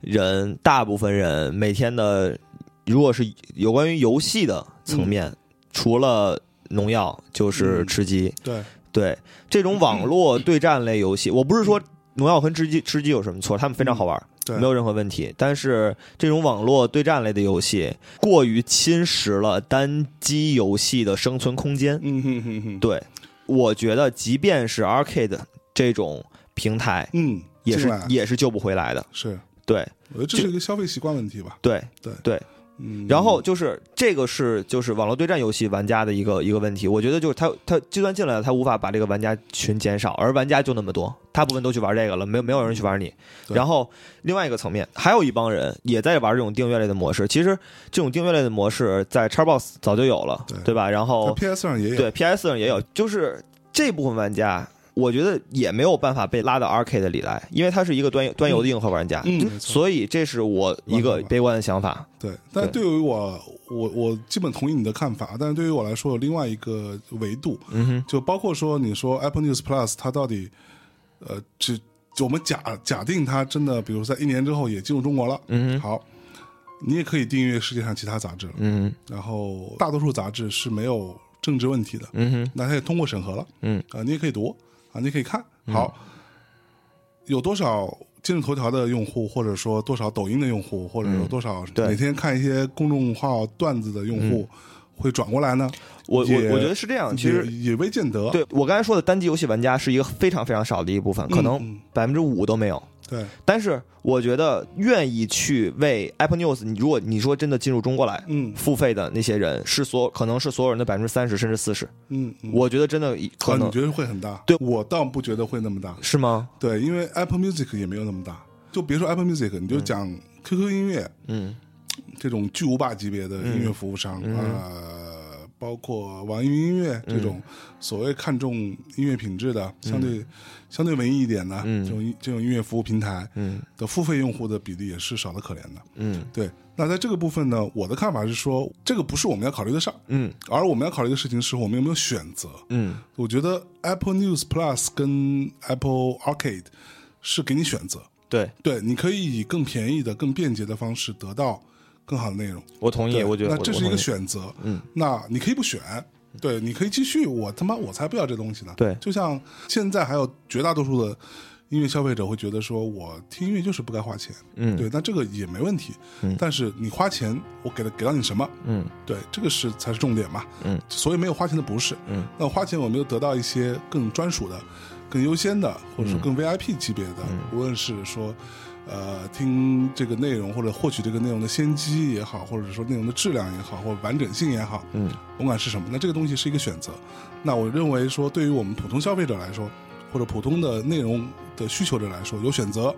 S4: 人，大部分人每天的，如果是有关于游戏的层面，除了农药就是
S2: 嗯
S4: 吃鸡。
S2: 对，
S4: 对这种网络对战类游戏，我不是说农药跟吃鸡吃鸡有什么错，他们非常好玩。
S2: 对
S4: 没有任何问题，但是这种网络对战类的游戏过于侵蚀了单机游戏的生存空间。
S2: 嗯哼哼哼，
S4: 对，我觉得即便是 Arcade 这种平台，
S2: 嗯，
S4: 也
S2: 进
S4: 是
S2: 来
S4: 也是救不回来的。
S2: 是，
S4: 对
S2: 我觉得这是一个消费习惯问题吧。
S4: 对，
S2: 嗯，
S4: 然后就是这个是就是网络对战游戏玩家的一个一个问题，我觉得就是他他就算进来了，他无法把这个玩家群减少，而玩家就那么多，大部分都去玩这个了，没有没有人去玩你。
S2: 对
S4: 然后另外一个层面，还有一帮人也在玩这种订阅类的模式。其实这种订阅类的模式在 Xbox 早就有了，
S2: 对
S4: 对吧？然后
S2: 在 PS 上也有，
S4: 对，PS 上也有，就是这部分玩家，我觉得也没有办法被拉到 Arcade 里来，因为它是一个端游端游的硬核玩家，
S2: 嗯没错
S4: 所以这是我一个悲观的想法。
S2: 对，但
S4: 对
S2: 对于我，我我基本同意你的看法，但是对于我来说有另外一个维度，
S4: 嗯哼，
S2: 就包括说你说 Apple News Plus 它到底，呃，只就我们假假定它真的，比如在一年之后也进入中国了，
S4: 嗯哼，
S2: 好，你也可以订阅世界上其他杂志了，
S4: 嗯哼
S2: 然后大多数杂志是没有政治问题的，
S4: 嗯哼，
S2: 那它也通过审核了，
S4: 嗯
S2: 啊、你也可以读啊，你也可以看，好，有多少？今日头条的用户，或者说多少抖音的用户，或者有多少
S4: 对
S2: 每天看一些公众号段子的用户，会转过来呢？
S4: 我我
S2: 也
S4: 我觉得是这样，嗯其实。
S2: 也也未见得。
S4: 对我刚才说的单机游戏玩家是一个非常非常少的一部分，可能
S2: 嗯
S4: 百分之五都没有。
S2: 对，
S4: 但是我觉得愿意去为 Apple News，你如果你说真的进入中国来
S2: 嗯
S4: 付费的那些人，是所有可能是所有人的百分之三十甚至四十。
S2: 嗯，嗯
S4: 我觉得真的可
S2: 啊，
S4: 能、
S2: 你觉得会很大？
S4: 对
S2: 我倒不觉得会那么大。
S4: 是吗？
S2: 对，因为 Apple Music 也没有那么大，就别说 Apple Music，你就讲 QQ 音乐
S4: 嗯
S2: 这种巨无霸级别的音乐服务商，呃，包括网易云音乐这
S4: 嗯
S2: 种所谓看重音乐品质的，相对相对文艺一点的这种这种音乐服务平台
S4: 嗯
S2: 的付费用户的比例也是少的可怜的。
S4: 嗯
S2: 对，那在这个部分呢，我的看法是说，这个不是我们要考虑的事儿，
S4: 嗯
S2: 而我们要考虑的事情是我们有没有选择。
S4: 嗯
S2: 我觉得 Apple News Plus 跟 Apple Arcade 是给你选择，
S4: 对
S2: 对，你可以以更便宜的、更便捷的方式得到更好的内容。
S4: 我同意，
S2: 对
S4: 嗯我觉得
S2: 那这是一个，选择，
S4: 嗯，
S2: 那你可以不选。对，你可以继续。我他妈，我才不要这东西呢。
S4: 对
S2: 就像现在还有绝大多数的音乐消费者会觉得说，我听音乐就是不该花钱。
S4: 我同意嗯
S2: 对，那这个也没问题。
S4: 嗯
S2: 但是你花钱，我给了给到你什么？
S4: 嗯
S2: 对，这个是才是重点嘛。
S4: 嗯，
S2: 所以没有花钱的不是。
S4: 嗯，
S2: 那花钱我们又得到一些更专属的、更优先的，或
S4: 嗯
S2: 者说更 VIP 级别的，无论是说。呃，听这个内容或者获取这个内容的先机也好，或者说内容的质量也好，或者完整性也好，
S4: 嗯，
S2: 甭管是什么，那这个东西是一个选择。那我认为说，对于我们普通消费者来说，或者普通的内容的需求者来说，有选择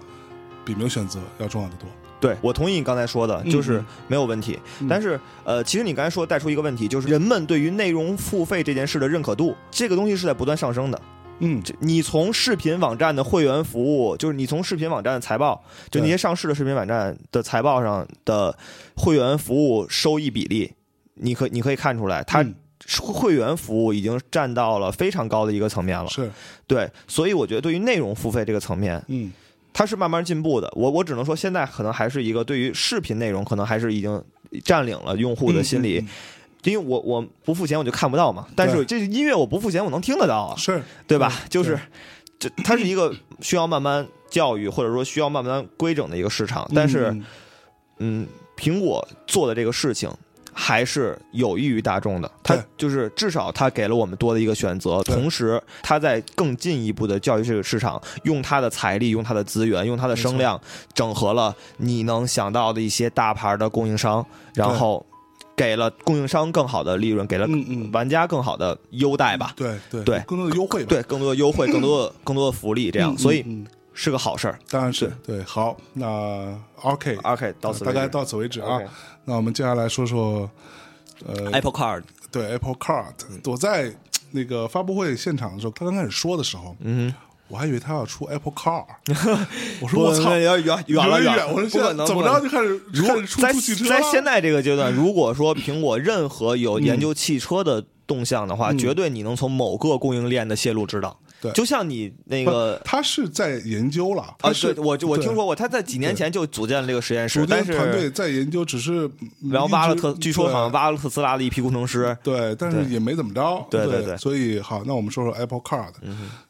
S2: 比没有选择要重要的多。
S4: 对，我同意你刚才说的，
S2: 嗯
S4: 就是没有问题。但是，呃，其实你刚才说带出一个问题，就是人们对于内容付费这件事的认可度，这个东西是在不断上升的。
S2: 嗯，
S4: 这你从视频网站的会员服务，就是你从视频网站的财报，就那些上市的视频网站的财报上的会员服务收益比例，你可你可以看出来，它
S2: 嗯
S4: 会员服务已经占到了非常高的一个层面了。
S2: 是，
S4: 对，所以我觉得对于内容付费这个层面，
S2: 嗯
S4: 它是慢慢进步的。我我只能说，现在可能还是一个对于视频内容，可能还是已经占领了用户的心理，
S2: 嗯嗯
S4: 因为我我不付钱我就看不到嘛。但是
S2: 对
S4: 这音乐我不付钱我能听得到啊
S2: 嗯，是，
S4: 对吧？
S2: 对
S4: 就是这，它是一个需要慢慢教育或者说需要慢慢规整的一个市场。但是，
S2: 嗯
S4: 嗯，苹果做的这个事情。还是有益于大众的，它
S2: 对
S4: 就是至少它给了我们多的一个选择，
S2: 对
S4: 同时它在更进一步的教育这个市场，用它的财力、用它的资源、用它的声量，整合了你能想到的一些大牌的供应商，然
S2: 对
S4: 后给了供应商更好的利润，给了
S2: 嗯嗯，
S4: 玩家更好的优待吧，
S2: 对对
S4: 对
S2: 更多的优惠吧，
S4: 对，更多的 优惠，更多的更多的福利，这
S2: 嗯，
S4: 样，所以
S2: 嗯嗯
S4: 是个好事儿。
S2: 当然是对。好，那 OK，呃
S4: OK，到啊此
S2: 大
S4: 为
S2: 概
S4: 止。
S2: 到此为止啊
S4: OK。
S2: 那我们接下来说说，呃
S4: Apple Card，
S2: 对 Apple Card，我
S4: 嗯
S2: 在那个发布会现场的时候，他刚开始说的时候，
S4: 嗯，
S2: 我还以为他要出 Apple Car，我说
S4: 不
S2: 我操，
S4: 要远远了
S2: 有点
S4: 了，
S2: 我说
S4: 不
S2: 现
S4: 可
S2: 在
S4: 能，
S2: 怎么
S4: 不
S2: 着就
S4: 可能
S2: 开始
S4: 如
S2: 开
S4: 果
S2: 始出
S4: 在
S2: 出汽车
S4: 在
S2: 了嗯
S4: 现在这个阶段，如果说苹果任何有研究汽车的动向的话，绝对你能从某个供应链的泄露知道。
S2: 对
S4: 就像你那
S2: 不
S4: 个
S2: 他是在研究了，
S4: 啊，
S2: 他是
S4: 对我我
S2: 对
S4: 听说过，他在几年前就组建了这个实验
S2: 组
S4: 室，但
S2: 建
S4: 是
S2: 团队在研究，只是嗯
S4: 然后挖了特，
S2: 一直
S4: 据说
S2: 对
S4: 好像挖了特斯拉的一批工程师。
S2: 对，但是
S4: 对
S2: 也没怎么着。
S4: 对
S2: 对
S4: 对嗯对
S2: 所以好，那我们说说 Apple Card。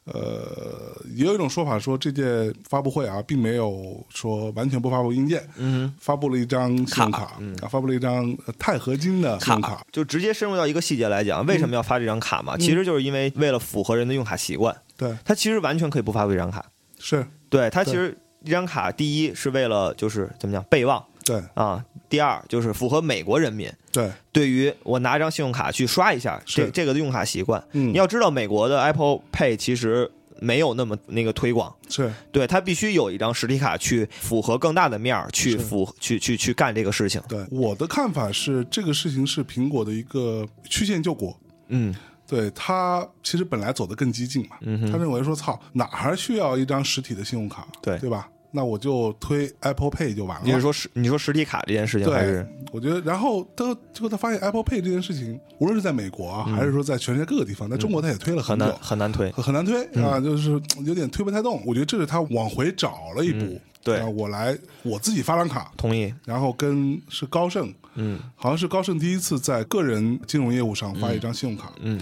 S2: 呃，也有一种说法说，这届发布会啊，并没有说完全不发布硬件，嗯，发布了一张信用卡，
S4: 嗯
S2: 啊，发布了一张呃钛合金的信用卡。
S4: 就直接深入到一个细节来讲，为
S2: 嗯
S4: 什么要发这张卡嘛？其实就是因为为了符合人的用卡习惯，
S2: 对，
S4: 它其实完全可以不发布这张卡。
S2: 是，
S4: 对，它其
S2: 对
S4: 实一张卡，第一是为了就是怎么讲备忘
S2: 对，
S4: 啊，第二就是符合美国人民
S2: 对，
S4: 对于我拿一张信用卡去刷一下这
S2: 是
S4: 这个的用卡习惯。
S2: 嗯
S4: 你要知道，美国的 Apple Pay 其实没有那么那个推广，
S2: 是，
S4: 对，它必须有一张实体卡去符合更大的面儿，去符去去去干这个事情。
S2: 对。我的看法是，这个事情是苹果的一个曲线救国。
S4: 嗯
S2: 对他其实本来走得更激进嘛，他认为说操哪还需要一张实体的信用卡，
S4: 对
S2: 对吧？那我就推 Apple Pay 就完了。
S4: 你是说实你说实体卡这件事情还
S2: 对
S4: 是，
S2: 我觉得，然后他结果他发现 Apple Pay 这件事情，无论是在美国啊，还是说在全世界各个地方，在中国他也推了
S4: 嗯
S2: 很
S4: 很
S2: 久，
S4: 难嗯很难推？
S2: 很很难推啊，就是有点推不太动。我觉得这是他往回找了一步。
S4: 嗯对
S2: 啊，我来我自己发张卡，
S4: 同意。
S2: 然后跟是高盛，
S4: 嗯，
S2: 好像是高盛第一次在个人金融业务上发一张信用卡，
S4: 嗯，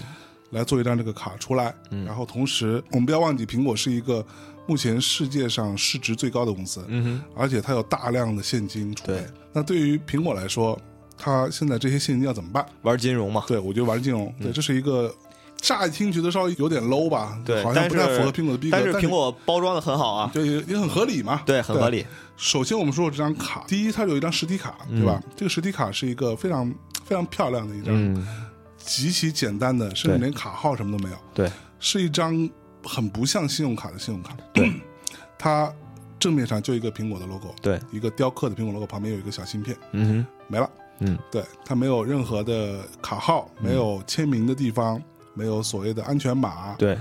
S2: 来做一张这个卡出来。然后同时，我们不要忘记，苹果是一个目前世界上市值最高的公司，嗯而且它有大量的现金储备
S4: 对。
S2: 那对于苹果来说，它现在这些现金要怎么办？
S4: 玩金融嘛，
S2: 对我觉得玩金
S4: 嗯
S2: 融，对，这是一个。乍一听觉得稍微有点 low 吧，
S4: 对，
S2: 好像
S4: 但
S2: 不
S4: 是
S2: 太符合苹果的逼格，
S4: 但是苹果包装的很好啊，
S2: 对也也很合理嘛，
S4: 对，很合理。
S2: 首先，我们说说这张卡，第一，它有一张实体卡，
S4: 嗯
S2: 对吧？这个实体卡是一个非常非常漂亮的一张，
S4: 嗯
S2: 极其简单的，甚至连卡号什么都没有，
S4: 对，
S2: 是一张很不像信用卡的信用卡。
S4: 对，
S2: 它正面上就一个苹果的 logo，
S4: 对，
S2: 一个雕刻的苹果 logo，旁边有一个小芯片，
S4: 嗯
S2: 没了。
S4: 嗯，
S2: 对，它没有任何的卡号，没有签名的地方，没有所谓的安全码，
S4: 哼，，嗯对，
S2: 啊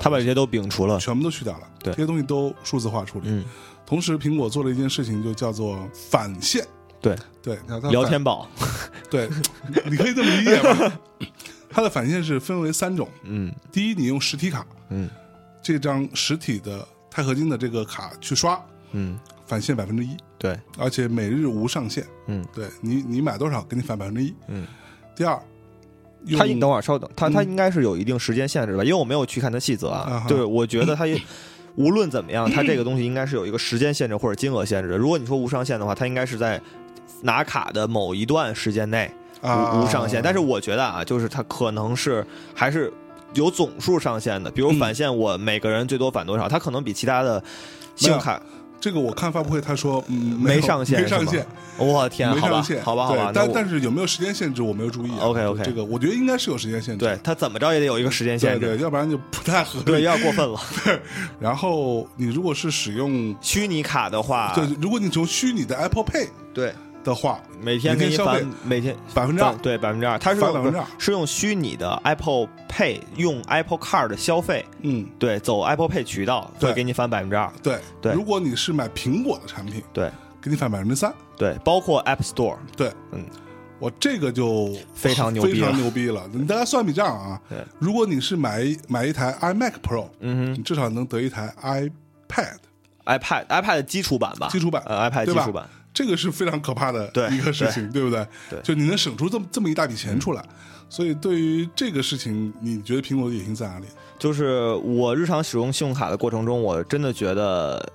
S4: 他把这些都摒除了。
S2: 全部都去掉了，
S4: 对
S2: 这些东西都数字化处理。
S4: 嗯，
S2: 同时，苹果做了一件事情，就叫做返现。
S4: 对，
S2: 对，然后它
S4: 聊
S2: 反
S4: 天宝，
S2: 对，你可以这么理解吧。它的返现是分为三种，
S4: 嗯
S2: 第一，你用实体卡
S4: 嗯
S2: 这张实体的钛合金的这个卡去刷，
S4: 嗯，
S2: 返现百分之一，
S4: 对，
S2: 而且每日无上限。
S4: 嗯，
S2: 对你你买多少给你返百分之一。
S4: 嗯，
S2: 第二，用
S4: 他应等会儿稍等，他他
S2: 嗯
S4: 应该是有一定时间限制吧？因为我没有去看他细则
S2: 啊
S4: 啊
S2: 哈。
S4: 对，我觉得 他也无论怎么样，他这个东西应该是有一个时间限制或者金额限制的。如果你说无上限的话，他应该是在拿卡的某一段时间内
S2: 啊
S4: 无无上限。但是我觉得啊，就是他可能是还是有总数上限的，比如
S2: 嗯
S4: 返现我每个人最多返多少，他可能比其他的信用卡，
S2: 这个我看发布会他说嗯
S4: 没
S2: 有
S4: 上限
S2: 没上
S4: 是吗
S2: 限，
S4: 我天，啊
S2: 没
S4: 好
S2: 上
S4: 吧
S2: 限，，
S4: 好吧，好
S2: 对
S4: 吧，那
S2: 但
S4: 我
S2: 但是有没有时间限制我没有注意啊。
S4: OK，OK
S2: 这个我觉得应该是有时间限制。
S4: 对他怎么着也得有一个时
S2: 对
S4: 间限
S2: 对，
S4: 制，
S2: 要不然就不太合
S4: 对，
S2: 理。
S4: 要过分了。
S2: 然后你如果是使用，
S4: 虚拟卡的话，
S2: 对，如果你从虚拟的 Apple Pay
S4: 对，
S2: 的话，
S4: 每天
S2: 每天
S4: 给你
S2: 消
S4: 返
S2: 费
S4: 每天
S2: 百分之二
S4: 返对百分之二，它是
S2: 返
S4: 用
S2: 2%
S4: 是用虚拟的 Apple Pay 用 Apple Card 的消费，
S2: 嗯，
S4: 对，走 Apple Pay 渠道
S2: 对
S4: 会给你返百分之二，
S2: 对
S4: 对
S2: 如果你是买苹果的产品，
S4: 对
S2: 给你返百分之三。
S4: 对，包括 App Store，
S2: 对，
S4: 嗯，
S2: 我这个就
S4: 非常牛逼了
S2: 非常牛逼了。你大家算笔账啊
S4: 对，
S2: 如果你是买一买一台 iMac Pro，
S4: 嗯
S2: 你至少能得一台 iPad，
S4: 哼，iPad iPad 的基础版吧，
S2: 基础版
S4: 呃 iPad
S2: 对
S4: 基
S2: 吧
S4: 础版，
S2: 这个是非常可怕的
S4: 对
S2: 一个事情，对不对？
S4: 对嗯
S2: 就你能省出这么这么一大笔钱出来，所以对于这个事情，你觉得苹果的野心在哪里？
S4: 就是我日常使用信用卡的过程中，我真的觉得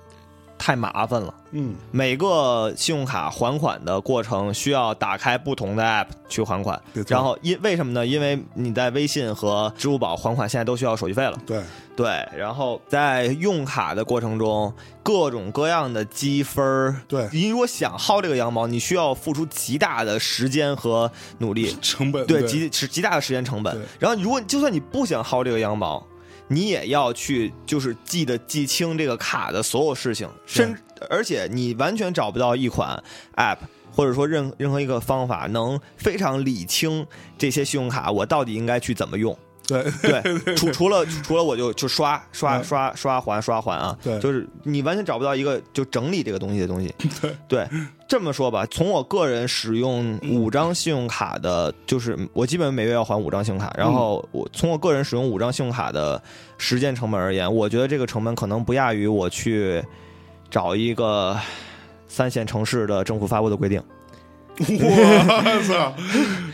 S4: 太麻烦了。
S2: 嗯，
S4: 每个信用卡还款的过程需要打开不同的 app 去还款
S2: 没，错
S4: 然后因为什么呢？因为你在微信和支付宝还款现在都需要手续费了，
S2: 对，
S4: 对。然后在用卡的过程中，各种各样的积分儿，
S2: 对
S4: 你如果想薅这个羊毛，你需要付出极大的时间和努力，
S2: 成本
S4: 对，极是极大的时间成本
S2: 对。
S4: 然后，如果就算你不想薅这个羊毛，你也要去就是记得记清这个卡的所有事情，甚而且你完全找不到一款 app。或者说任任何一个方法能非常理清这些信用卡我到底应该去怎么用？
S2: 对
S4: 对， 除除了除了我就就刷刷
S2: 嗯
S4: 刷刷还刷还啊，
S2: 对
S4: 就是你完全找不到一个就整理这个东西的东西。对，这么说吧，从我个人使用五张信用卡的，就是我基本每月要还五张信用卡，然后我从我个人使用五张信用卡的实践成本而言，我觉得这个成本可能不亚于我去找一个三线城市的政府发布的规定，
S2: 我操，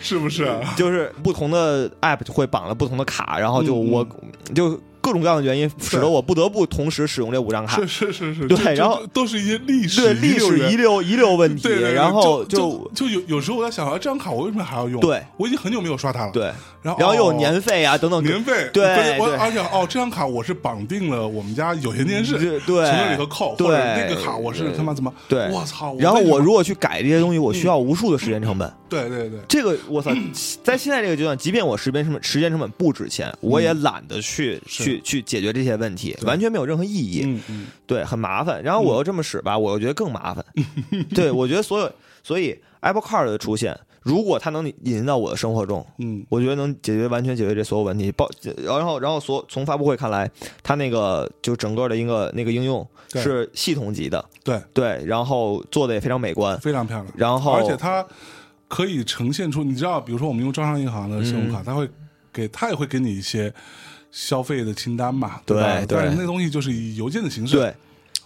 S2: 是不是啊？
S4: 就是不同的 app 会绑了不同的卡，然后就
S2: 嗯嗯
S4: 我就各种各样的原因，使得
S2: 对
S4: 我不得不同时使用这五张卡。
S2: 是是是是，
S4: 对
S2: 这这
S4: 然后
S2: 都是一些历史
S4: 对历史遗
S2: 留
S4: 留 遗留问题，
S2: 对对对，
S4: 然后
S2: 就就有有时候我在想，啊，这张卡我为什么还要用？
S4: 对，
S2: 我已经很久没有刷它了。，
S4: 对，
S2: 然后
S4: 然后又有
S2: 哦
S4: 年费啊等等，
S2: 年费
S4: 对
S2: 关键我
S4: 对
S2: 而且哦，这张卡我是绑定了我们家有线电视，
S4: 嗯对
S2: 从这里头扣，或者
S4: 对
S2: 那个卡我是他妈怎么？
S4: 对
S2: 我操！
S4: 然后
S2: 为什么嗯
S4: 我如果去改这些东西，我需要无数的时间成本。
S2: 对对对，
S4: 这个我操，在现在这个阶段，即便我时间成本时间成本不值钱，我也懒得去
S2: 嗯是
S4: 去去解决这些问题，完全没有任何意义。
S2: 嗯嗯，
S4: 对，很麻烦。然后我又这么使吧，我又觉得更麻烦。对，我觉得所有，所以 Apple Card 的出现，如果它能引进到我的生活中，
S2: 嗯，
S4: 我觉得能解决完全解决这所有问题，包然后然后所从发布会看来，它那个就整个的一个那个应用
S2: 对
S4: 是系统级的，
S2: 对，
S4: 对，然后做的也非常美观，
S2: 非常漂亮。
S4: 然后
S2: 而且它可以呈现出，你知道，比如说我们用招商银行的信用
S4: 嗯
S2: 卡，它会给，它也会给你一些消费的清单嘛，
S4: 嗯对
S2: 吧？
S4: 对
S2: 但是那东西就是以邮件的形式
S4: 对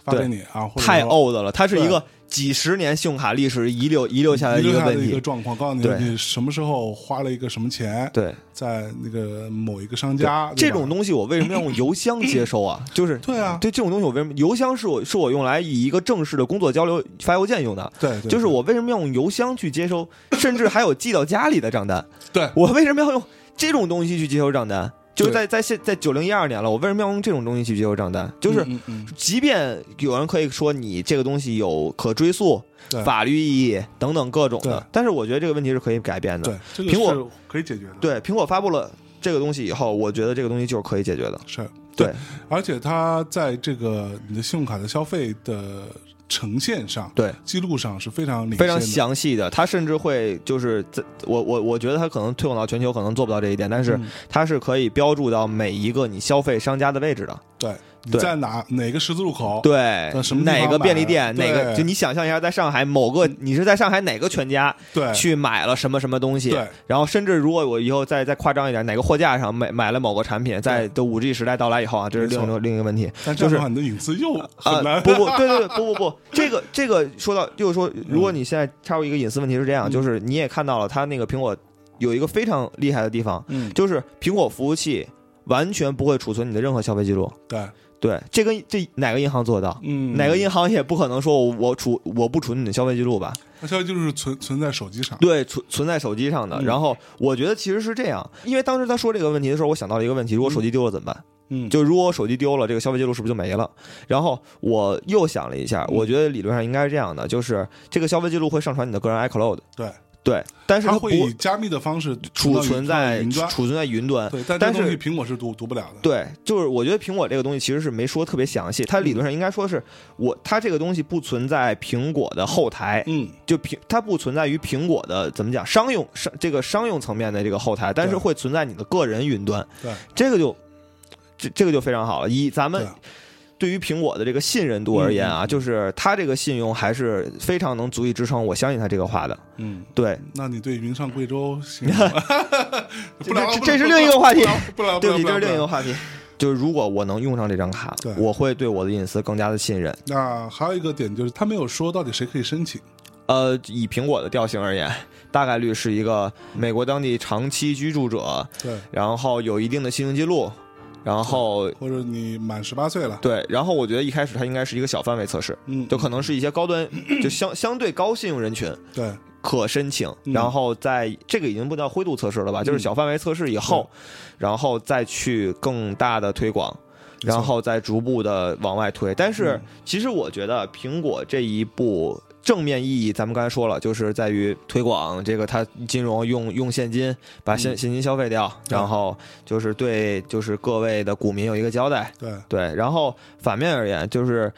S2: 发给你啊，或者
S4: 太
S2: 说
S4: old 了，它是
S2: 对
S4: 一个几十年信用卡历史遗留遗留下来的
S2: 留
S4: 一个
S2: 下的
S4: 问
S2: 一个
S4: 题，
S2: 状况，告诉你
S4: 对
S2: 你什么时候花了一个什么钱，
S4: 对。
S2: 在那个某一个商
S4: 对
S2: 家，对
S4: 这
S2: 吧
S4: 种东西，我为什么要用邮箱接收啊？就是
S2: 对啊
S4: 对这种东西，我为什么邮箱是我是我用来以一个正式的工作交流发邮件用的？
S2: 对，对
S4: 就是我为什么要用邮箱去接收，甚至还有寄到家里的账单？
S2: 对
S4: 我为什么要用这种东西去接收账单？就是
S2: 对
S4: 在在现在九零一二年了，我为什么要用这种东西去接收账单？就是，
S2: 嗯嗯嗯
S4: 即便有人可以说你这个东西有可追溯
S2: 对、
S4: 法律意义等等各种
S2: 对
S4: 的，但是我觉得这个问题是可以改变的。
S2: 对，这个
S4: 苹果
S2: 是可以解决的，
S4: 对，苹果发布了这个东西以后，我觉得这个东西就是可以解决的。
S2: 是，
S4: 对，
S2: 而且它在这个你的信用卡的消费的呈现上，
S4: 对，
S2: 记录上是非常领先
S4: 非常
S2: 的，
S4: 详细的，它甚至会就是在我我我觉得它可能推广到全球可能做不到这一点，但是
S2: 嗯
S4: 它是可以标注到每一个你消费商家的位置的。
S2: 对你
S4: 对
S2: 在哪哪个十字路口？
S4: 对
S2: 在什么地方
S4: 哪个便利
S2: 买
S4: 店，哪个
S2: 对嗯
S4: 就你想象一下，在上海某个你是在上海哪个全家
S2: 对
S4: 去买了什么什么东西，
S2: 对
S4: 然后甚至如果我以后再再夸张一点，哪个货架上买买了某个产品，在都五 G 时代到来以后啊，这是另一
S2: 没错
S4: 个另一个问题，
S2: 但这样
S4: 就是
S2: 的话，你的隐私又
S4: 啊
S2: 很难。，
S4: 不不，对对对，不不不，这个这个说到就是说，
S2: 嗯
S4: 如果你现在插入一个隐私问题是这样，就是你也看到了，它那个苹果有一个非常厉害的地方，
S2: 嗯，
S4: 就是苹果服务器完全不会储存你的任何消费记录。
S2: 对，
S4: 对，这跟这哪个银行做到？
S2: 嗯，
S4: 哪个银行也不可能说我我储我不储你的消费记录吧？
S2: 它消息就是存存在手机上。
S4: 对，存存在手机上的。
S2: 嗯
S4: 然后我觉得其实是这样，因为当时他说这个问题的时候，我想到了一个问题：如果手机丢了怎么办？
S2: 嗯，
S4: 就如果我手机丢了，这个消费记录是不是就没了？然后我又想了一下，
S2: 嗯
S4: 我觉得理论上应该是这样的，就是这个消费记录会上传你的个人 iCloud，
S2: 对，
S4: 对，但是
S2: 它
S4: 它
S2: 会以
S4: 不
S2: 加密的方式
S4: 储存
S2: 存
S4: 在
S2: 云端。
S4: 储存在云端。
S2: 对，但这
S4: 但
S2: 东
S4: 是
S2: 西苹果是读读不了的。
S4: 对，就是我觉得苹果这个东西其实是没说特别详细，它理
S2: 嗯
S4: 论上应该说是我它这个东西不存在苹果的后台，
S2: 嗯，
S4: 就苹它不存在于苹果的怎么讲商用商这个商用层面的这个后台，但是
S2: 对
S4: 会存在你的个人云端，
S2: 对，
S4: 这个就这这个就非常好了。以咱们
S2: 对嗯
S4: 对于苹果的这个信任度而言啊，就是它这个信用还是非常能足以支撑我相信它这个话的。
S2: 嗯，
S4: 对，
S2: 那你对云上贵州 行吗？ 不聊了，不聊
S4: 这
S2: 了
S4: 这是另一个话题，
S2: 不聊了，不聊
S4: 对
S2: 了，不
S4: 不起，这
S2: 聊
S4: 是
S2: 了
S4: 另一个。话题。就是如果我能用上这张卡
S2: 对，
S4: 我会对我的隐私更加的信任。
S2: 那还有一个点就是，他没有说到底谁可以申请。
S4: 呃，以苹果的调性而言，大概率是一个美国当地长期居住者，
S2: 对，
S4: 然后有一定的信用记录，然后
S2: 或者你满十八岁了，
S4: 对，然后我觉得一开始它应该是一个小范围测试，
S2: 嗯，
S4: 就可能是一些高端，就相相对高信用人群
S2: 对，
S4: 可申请，
S2: 嗯
S4: 然后在这个已经不叫灰度测试了吧，就是小范围测试以后，然后再去更大的推广。
S2: 没错
S4: 然后再逐步的往外推，但是
S2: 嗯
S4: 其实我觉得苹果这一步正面意义，咱们刚才说了，就是在于推广这个它金融用用现金，把现
S2: 嗯
S4: 现金消费掉，
S2: 对
S4: 然后就是对就是各位的股民有一个交代，
S2: 对，
S4: 对，然后反面而言，就是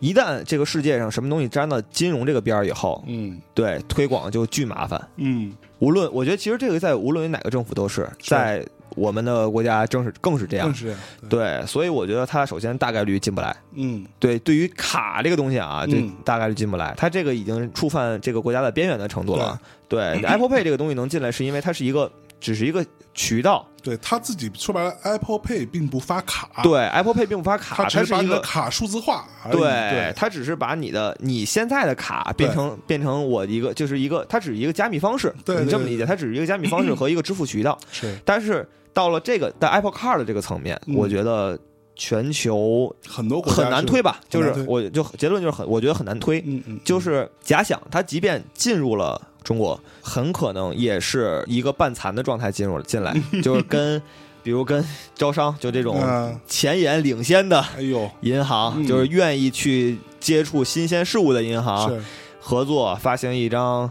S4: 一旦这个世界上什么东西沾到金融这个边儿以后，
S2: 嗯
S4: 对推广就巨麻烦。
S2: 嗯，
S4: 无论我觉得其实这个在无论于哪个政府都是
S2: 是
S4: 在我们的国家正是更是这样
S2: 更。是这样，，
S4: 对，所以我觉得它首先大概率进不来。
S2: 嗯，
S4: 对，对于卡这个东西啊，这
S2: 嗯
S4: 大概率进不来。它这个已经触犯这个国家的边缘的程度了。对 Apple Pay 这个东西能进来，是因为它是一个只是一个渠道。
S2: 对他自己说白了，Apple Pay 并不发卡，，
S4: 对，Apple Pay 并不发卡，
S2: 他啊只
S4: 它
S2: 是把
S4: 一
S2: 你
S4: 个
S2: 的卡数字化而已，
S4: 对
S2: 对，，
S4: 它只是把你的你现在的卡变成变成我一个，就是一个，它只是一个加密方式。
S2: 对对
S4: 你这么理解，它只是一个加密 方式和一个支付渠道。
S2: 是
S4: 但是到了这个在 Apple Card 的这个层面，
S2: 嗯
S4: 我觉得全球
S2: 很多国家
S4: 很难推
S2: 吧，
S4: 吧，就是
S2: 很难推
S4: 我就结论就是很，我觉得很难推。
S2: 嗯嗯，
S4: 就是假想它即便进入了中国，很可能也是一个半残的状态进入了 进来，就是跟比如跟招商就这种
S2: 嗯
S4: 前沿领先的。
S2: 哎呦，
S4: 银行，
S2: 嗯
S4: 就是愿意去接触新鲜事物的银行
S2: 是
S4: 合作发行一张，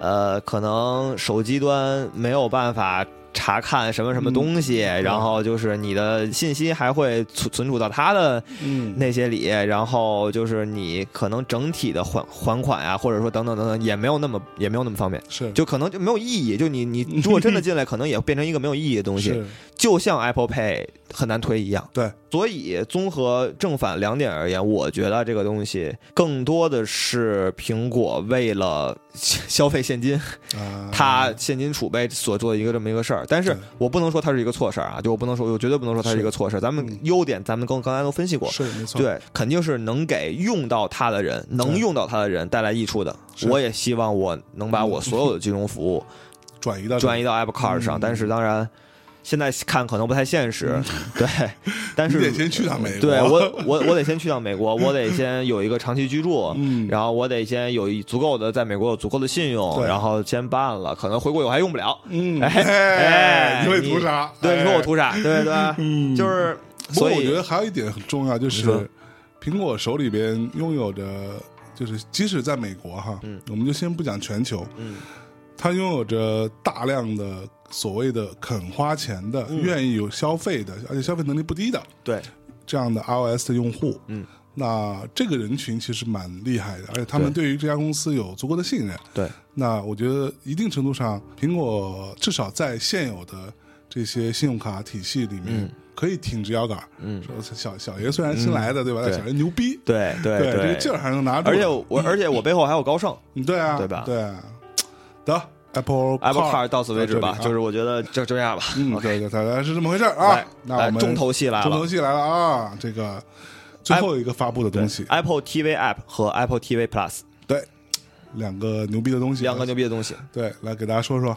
S4: 呃，可能手机端没有办法查看什么
S2: 嗯
S4: 什么东西，然后就是你的信息还会存存储到它的
S2: 嗯，
S4: 那些里，然后就是你可能整体的还还款啊，或者说等等等等，也没有那么也没有那么方便。
S2: 是
S4: 就可能就没有意义，就你你如果真的进来，可能也变成一个没有意义的东西。
S2: 是
S4: 就像 Apple Pay 很难推一样。
S2: 对，
S4: 所以综合正反两点而言，我觉得这个东西更多的是苹果为了消费现金，
S2: 啊，
S4: 它现金储备所做的一个这么一个事儿。但是
S2: 对
S4: 我不能说它是一个错事儿啊，就我不能说，我绝对不能说它是一个错事儿。咱们
S2: 嗯
S4: 优点，咱们刚刚才都分析过。
S2: 是没错，
S4: 对，肯定是能给用到它的人，能
S2: 对
S4: 用到它的人带来益处的。
S2: 是嗯
S4: 我也希望我能把我所有的金融服务
S2: 转移到
S4: 转
S2: 移，
S4: 移到 Apple Card
S2: 嗯
S4: 上，但是当然现在看可能不太现实， 对，但
S2: 嗯你得
S4: 是
S2: 先去趟美国，
S4: 对我我我得先去趟美国，我得先有一个长期居住。
S2: 嗯，
S4: 然后我得先有一足够的在美国有足够的信用，
S2: 对
S4: 然后先办了，可能回国以后还用不了。
S2: 嗯，
S4: 哎
S2: 你会
S4: 你
S2: 图啥？
S4: 对，你说我
S2: 哎嗯
S4: 图啥？对不对，就是
S2: 不过
S4: 所
S2: 我觉
S4: 以
S2: 得还有一点很重要，就
S4: 你说
S2: 是苹果手里边拥有着，就是即使在美国哈，
S4: 嗯
S2: 我们就先不讲全球，
S4: 嗯，
S2: 它拥有着大量的所谓的肯花钱的、
S4: 嗯
S2: 愿意有消费的，而且消费能力不低的
S4: 对，
S2: 这样的 iOS 的用户，
S4: 嗯。
S2: 那这个人群其实蛮厉害的，而且他们对于这家公司有足够的信任。
S4: 对，
S2: 那我觉得一定程度上，苹果至少在现有的这些信用卡体系里面，
S4: 嗯
S2: 可以挺直腰杆儿，
S4: 嗯
S2: 说小小爷虽然新来的，对吧？但
S4: 对
S2: 小爷牛逼，
S4: 对对
S2: 对，这个劲儿还能拿住。
S4: 而且我而且我背后还有高盛
S2: 嗯对啊，
S4: 对吧
S2: 对，得 Apple
S4: Apple
S2: Car
S4: Car 到此为止吧，
S2: 啊
S4: 就是我觉觉得就这样吧。
S2: 嗯，
S4: OK，
S2: 对对，大概是这么回事儿啊
S4: 来。
S2: 那
S4: 来
S2: 我们
S4: 重头戏来
S2: 重头
S4: 了。
S2: 戏来了啊，这个最后一个发布的东西，
S4: Apple TV App 和 Apple TV Plus
S2: 对，两个牛逼的东西，
S4: 哎两个牛逼的东西。
S2: 对，来给大家说说，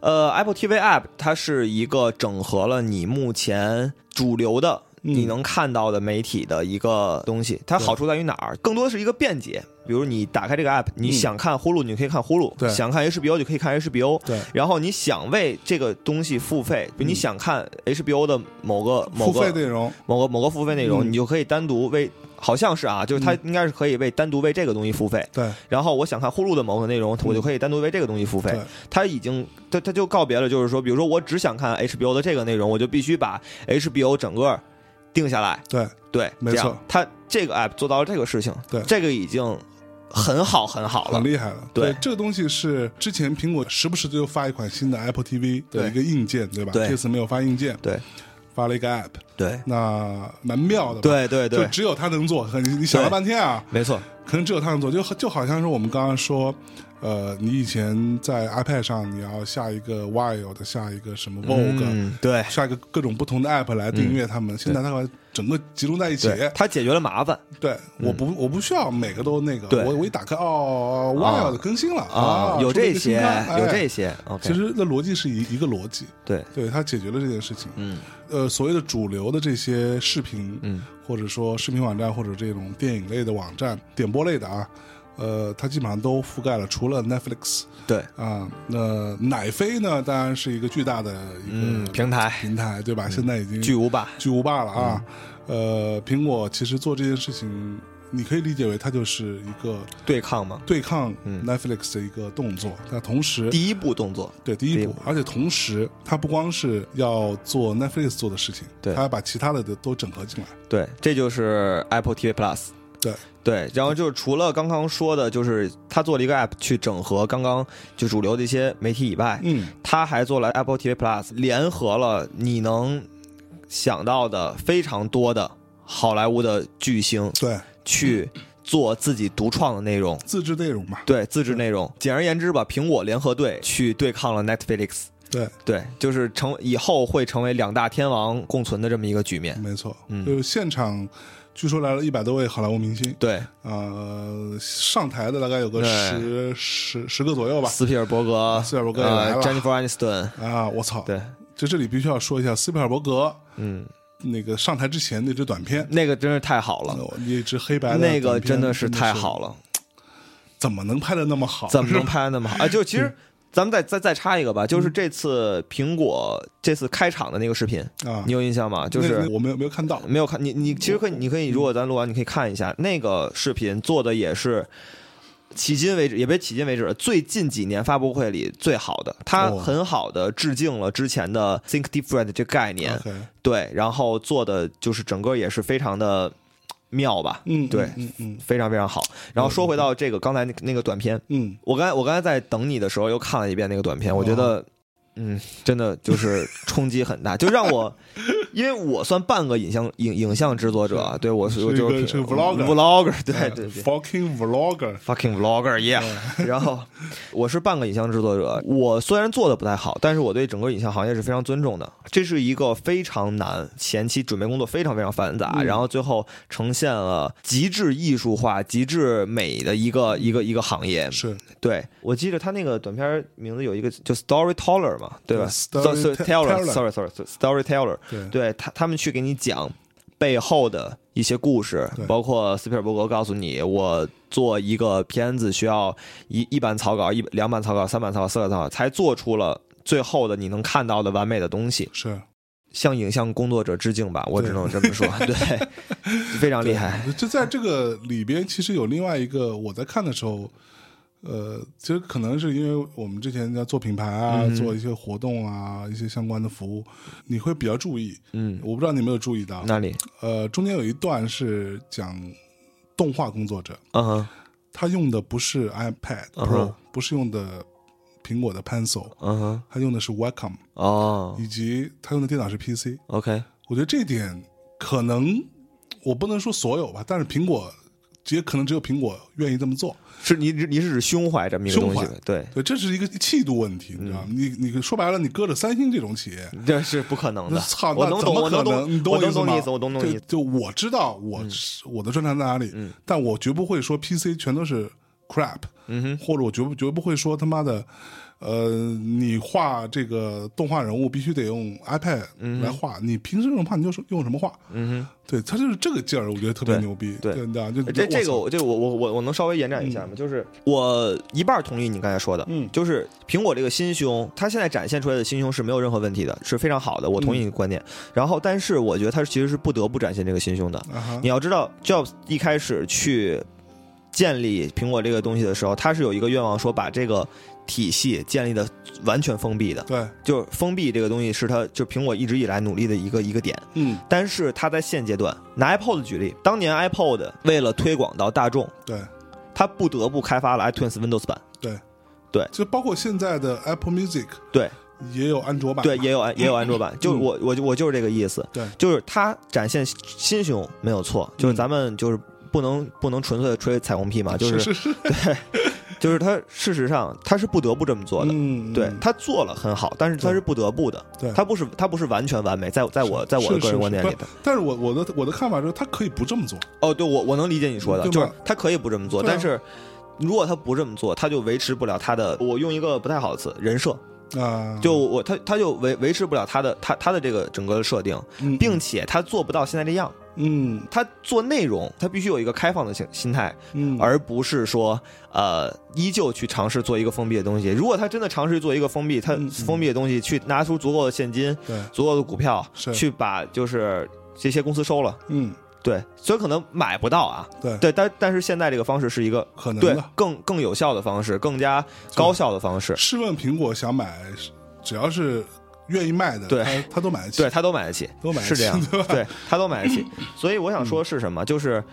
S4: 呃，Apple TV App 它是一个整合了你目前主流的、
S2: 嗯
S4: 你能看到的媒体的一个东西。它好处在于哪儿？更多是一个便捷。比如你打开这个 app，你想看呼噜，你可以看呼噜；
S2: 嗯对
S4: 想看 HBO 就可以看 HBO。
S2: 对
S4: 然后你想为这个东西付费，比如你想看 HBO 的某个某
S2: 嗯付
S4: 个
S2: 费内容，
S4: 某个某个付费内容，
S2: 嗯
S4: 你就可以单独为，好像是啊，就是它应该是可以为单独为这个东西付费。
S2: 对
S4: 然后我想看呼噜的某个内容，我就可以单独为这个东西付费
S2: 对。
S4: 它已经，它它就告别了，就是说，比如说我只想看 HBO 的这个内容，我就必须把 HBO 整个定下来。
S2: 对
S4: 对，
S2: 没
S4: 这样
S2: 错
S4: 它这个 app 做到了这个事情，
S2: 对
S4: 这个已经很好很好了
S2: 很。厉害了。
S4: 对
S2: 这个东西是之前苹果时不时就发一款新的 Apple TV 的
S4: 对
S2: 一个硬件，对吧？
S4: 对
S2: 这次没有发硬件，
S4: 对
S2: 发了一个 App，
S4: 对
S2: 那蛮妙的吧。
S4: 对对
S2: 就
S4: 对，
S2: 只有它能做，你你想了
S4: 对
S2: 半天啊，
S4: 没错，
S2: 可能只有他能做，就就好像是我们刚刚说，呃，你以前在 iPad 上你要下一个 Wild，下一个什么 Vogue，、
S4: 嗯，对
S2: 下一个各种不同的 App 来订阅他们，现在它把整个集中在一起。
S4: 对，它解决了麻烦。
S2: 对，我不我不需要每个都那个，
S4: 嗯对
S2: 我我一打开哦
S4: 啊
S2: ，Wild 更新了
S4: 啊，有这些，有这
S2: 些。
S4: 些。OK，
S2: 哎其实那逻辑是一一个逻辑，
S4: 对，
S2: 对它解决了这件事情。
S4: 嗯，
S2: 呃，所谓的主流的这些视频，
S4: 嗯，
S2: 或者说视频网站或者这种电影类的网站、点播类的啊，呃，它基本上都覆盖了，除了 Netflix
S4: 对，
S2: 啊，那奶飞呢，当然是一个巨大的一
S4: 嗯，
S2: 个
S4: 平台
S2: 平台，对吧？现在已经
S4: 巨无霸，
S2: 巨无霸了啊。呃，苹果其实做这件事情，你可以理解为它就是一个
S4: 对抗嘛，
S2: 对抗
S4: 嗯
S2: Netflix 的一个动作，但同时
S4: 第一步动作，
S2: 对，第一
S4: 第一
S2: 步
S4: 步，
S2: 而且同时，它不光是要做 Netflix 做的事情，
S4: 对
S2: 它要把其他的都都整合进来。
S4: 对，这就是 Apple TV Plus。
S2: 对
S4: 对，然后就是除了刚刚说的，就是他做了一个 app 去整合刚刚就主流的一些媒体以外，
S2: 嗯，
S4: 他还做了 Apple TV Plus，联合了你能想到的非常多的好莱坞的巨星
S2: 对，
S4: 去做自己独创的内容，
S2: 自制内容嘛，
S4: 对，自制内容。简而言之吧，苹果联合队去对抗了 Netflix。
S2: 对，
S4: 对，就是成以后会成为两大天王共存的这么一个局面。
S2: 没错，
S4: 嗯
S2: 就是现场，据说来了一百多位好莱坞明星，
S4: 对，
S2: 呃，上台的大概有个
S4: 对
S2: 十十十个左右吧。啊
S4: 斯皮尔伯格、
S2: 斯皮尔伯格也来
S4: 呃
S2: 了
S4: ，Jennifer Aniston，
S2: 啊，我操！
S4: 对，
S2: 就这里必须要说一下，斯皮尔伯格
S4: 嗯，
S2: 那个上台之前那支短片，
S4: 那个真是太好了，
S2: 呃一支黑白的
S4: 嗯那个
S2: 短片
S4: 真
S2: 真
S4: 的
S2: 的
S4: 是太好，了，
S2: 怎么能拍的那么好？
S4: 怎么
S2: 嗯
S4: 能
S2: 是吧？嗯
S4: 拍得那么好啊？就其实。咱们再再再插一个吧，就是这次苹果这次开场的那个视频，
S2: 啊
S4: 你有印象吗？就
S2: 那
S4: 是
S2: 那我没有没有看到，
S4: 没有看你你其实可以你可以，如果咱录完你可以看一下那个视频做的也是。迄今为止，也别迄今为止，最近几年发布会里最好的，它
S2: 哦
S4: 很好的致敬了之前的 “think different” 这概念，
S2: OK，嗯
S4: 对，然后做的就是整个也是非常的妙吧，
S2: 嗯，
S4: 对，
S2: 嗯嗯
S4: 非常非常好。然后说回到这个刚才那个那个短片，
S2: 嗯，
S4: 我刚才我刚才在等你的时候又看了一遍那个短片，我
S2: 哦
S4: 觉得，嗯，真的就是冲击很大，就让我，因为我算半个影像影影像制作者，啊对我
S2: 是
S4: 我就
S2: 一个是个 vlogger
S4: vlogger，对
S2: 哎
S4: 对嗯对。
S2: ，fucking vlogger，
S4: Fucking vlogger yeah，然
S2: 嗯
S4: 后我是半个影像制作者，我虽然做的不太好，但是我对整个影像行业是非常尊重的。这是一个非常难，前期准备工作非常非常繁杂，
S2: 嗯
S4: 然后最后呈现了极致艺术化、极致美的一个一个一个行业。
S2: 是
S4: 对，我记得他那个短片名字有一个就 storyteller 嘛，对吧
S2: 对，storyte- teller
S4: ？storyteller，sorry sorry，storyteller，
S2: 对
S4: 对他他们去给你讲背后的一些故事
S2: 对，
S4: 包括斯皮尔伯格告诉你，我做一个片子需要一一版草稿、一两版草稿、三版草稿、四个草稿，才做出了最后的你能看到的完美的东西。
S2: 是，
S4: 向影像工作者致敬吧，我
S2: 对
S4: 只能这 么说，对，非常厉害，
S2: 对。就在这个里边，其实有另外一个，我在看的时候，呃，其实可能是因为我们之前在做品牌啊，
S4: 嗯
S2: 做一些活动啊，一些相关的服务，你会比较注意。
S4: 嗯，
S2: 我不知道你有没有注意到，
S4: 那里，
S2: 呃，中间有一段是讲动画工作者，
S4: 嗯哼，
S2: 他用的不是 iPad
S4: 嗯
S2: Pro，、
S4: 哼
S2: 不是用的苹果的 Pencil，
S4: 嗯哼，
S2: 他用的是 Wacom，
S4: 哦
S2: 以及他用的电脑是 PC。
S4: ，OK，
S2: 我觉得这点可能我不能说所有吧，但是苹果也可能只有苹果愿意这么做。
S4: 是你你是指胸怀这么一个东西
S2: 胸怀
S4: 呗？对，
S2: 对，这是一个气度问题，你知道吗？
S4: 嗯
S2: 你你说白了，你搁着三星这种企业，
S4: 这是不可能
S2: 那
S4: 的。
S2: 操，
S4: 我
S2: 那
S4: 能
S2: 怎
S4: 懂，
S2: 么
S4: 我能
S2: 可能你
S4: 懂，
S2: 懂
S4: 我能
S2: 思
S4: 懂
S2: 吗？
S4: 你意思，我懂懂你意
S2: 对
S4: 思。
S2: 就我知道我是我的专长在哪里，
S4: 嗯
S2: 但我绝不会说 PC 全都是 crap，
S4: 嗯哼，
S2: 或者我绝不绝不会说他妈的，呃，你画这个动画人物必须得用 iPad 来画，你平时用画你就用什么画？
S4: 嗯
S2: 对他就是这个劲儿，我觉得特别
S4: 对
S2: 牛逼，
S4: 对
S2: 你知道就
S4: 哼，这这个
S2: 我操
S4: 我这个我我我我能稍微延展一下吗？就是我一半同意你刚才说的，
S2: 嗯
S4: 就是苹果这个新胸，它现在展现出来的新胸是没有任何问题的，是非常好的，我
S2: 嗯
S4: 同意你的观点。然后，但是我觉得它其实是不得不展现这个新胸的，
S2: 啊哈
S4: 你要知道，Jobs 一开始去建立苹果这个东西的时候，他是有一个愿望，说把这个体系建立的完全封闭的，
S2: 对，
S4: 就是封闭这个东西是他就苹果一直以来努力的一个一个点。
S2: 嗯，
S4: 但是他在现阶段，拿 iPod 举例，当年 iPod 为了推广到大众，
S2: 对
S4: 他不得不开发了 iTunes Windows 版，
S2: 对
S4: 对
S2: 就包括现在的 Apple Music
S4: 对
S2: 也有安卓版，
S4: 对，也有安也有安 卓版。就
S2: 嗯
S4: 我我就我就是这个意思，
S2: 对
S4: 就是他展现心胸没有错，就是
S2: 嗯
S4: 咱们就是不能不能纯粹的吹彩虹屁嘛，就是
S2: 是是
S4: 就是他，事实上他是不得不这么做的。
S2: 嗯，
S4: 对
S2: 嗯
S4: 他做了很好，但是他是不得不的
S2: 对，
S4: 他不是他不是完全完美，在在我在我的
S2: 是
S4: 个人
S2: 是
S4: 观点
S2: 是
S4: 里的。
S2: 但是我我的我的看法是，他可以不这么做，
S4: 哦，对我我能理解你说的，
S2: 嗯对吧
S4: 就是他可以不这么做，
S2: 对啊
S4: 但是如果他不这么做，他就维持不了他的。我用一个不太好的词，人设，
S2: 啊，
S4: 就我他他就维维持不了他的他他的这个整个设定，
S2: 嗯
S4: 并且他做不到现在这样。
S2: 嗯
S4: 他做内容，他必须有一个开放的心心态，
S2: 嗯，
S4: 而不是说呃依旧去尝试做一个封闭的东西。如果他真的尝试做一个封闭，他
S2: 嗯嗯
S4: 封闭的东西去拿出足够的现金、
S2: 对，
S4: 足够的股票，
S2: 是
S4: 去把就是这些公司收了。
S2: 嗯
S4: 对，所以可能买不到啊。
S2: 对
S4: 对，但但是现在这个方式是一个
S2: 可能
S4: 对
S2: 的。
S4: 更更有效的方式，更加高效的方式。
S2: 试问苹果想买，只要是愿意卖的，
S4: 对
S2: 他他都买得起，
S4: 对他都买得起，
S2: 都买得
S4: 是这样
S2: 起，对吧，嗯
S4: 对他都买得 起。所以我想说是什么，就是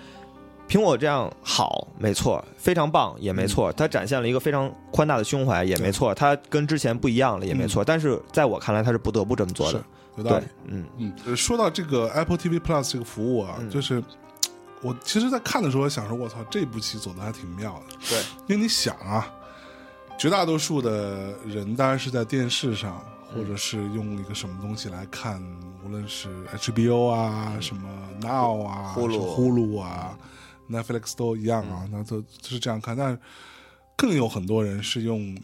S4: 苹果这样好，没错，非常棒也
S2: 嗯
S4: 没错，它展现了一个非常宽大的胸怀也没错，它跟之前不一样了也没错，但是在我看来，它是不得不这么做的
S2: 嗯是。有道
S4: 对
S2: 理。，
S4: 嗯，
S2: 嗯，呃说到这个 Apple TV Plus 这个服务啊，
S4: 嗯
S2: 就是我其实，在看的时候想说，我操，这部戏走的还挺妙的。
S4: 对，
S2: 因为你想啊，绝大多数的人当然是在电视上，或者是用一个什么东西来看，无论是 HBO 啊、什么 Now 啊、
S4: 呼噜
S2: 什么呼噜啊、Netflix 都一样啊，那都就是这样看。但是更有很多人是用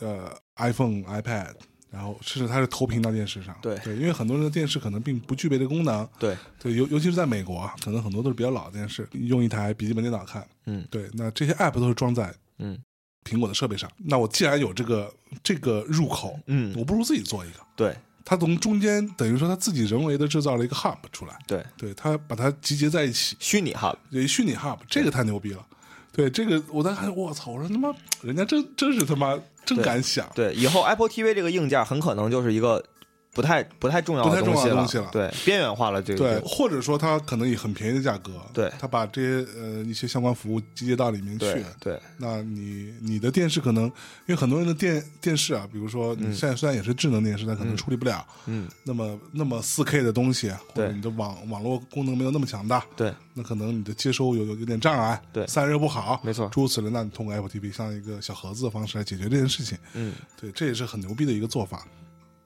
S2: 呃 iPhone、iPad。然后，甚至它是投屏到电视上，
S4: 对
S2: 对，因为很多人的电视可能并不具备这功能，
S4: 对，
S2: 对，尤尤其是在美国啊，可能很多都是比较老的电视，用一台笔记本电脑看。
S4: 嗯
S2: 对，那这些 app 都是装在
S4: 嗯
S2: 苹果的设备上。那我既然有这个这个入口，
S4: 嗯，
S2: 我不如自己做一个。
S4: 对
S2: 它从中间等于说它自己人为的制造了一个 hub 出来，
S4: 对，
S2: 对，它把它集结在一起，
S4: 虚拟哈，
S2: 有一虚拟 hub，这个太牛逼了。对，这个我当时看我操，我说他妈，人家真真是他妈真
S4: 对
S2: 敢想。
S4: 对，以后 Apple TV 这个硬件很可能就是一个不太不太重要
S2: 不
S4: 的
S2: 太重要的
S4: 了，
S2: 东西了
S4: 对，边缘化了这
S2: 对，
S4: 个，
S2: 或者说它可能以很便宜的价格，
S4: 对
S2: 它把这些呃一些相关服务集结到里面去，
S4: 对对
S2: 那你你的电视可能，因为很多人的电电视啊，比如说你现在虽然也是智能电视，但可能处理不了，
S4: 嗯，
S2: 那么那么四 K 的东西，啊或者
S4: 对
S2: 你的网网络功能没有那么强大，
S4: 对，
S2: 那可能你的接收有有有点障碍，
S4: 对
S2: 散热不好，
S4: 没错
S2: 诸如此类，那你通过 Apple TV 像一个小盒子的方式来解决这件事情，
S4: 嗯
S2: 对，这也是很牛逼的一个做法。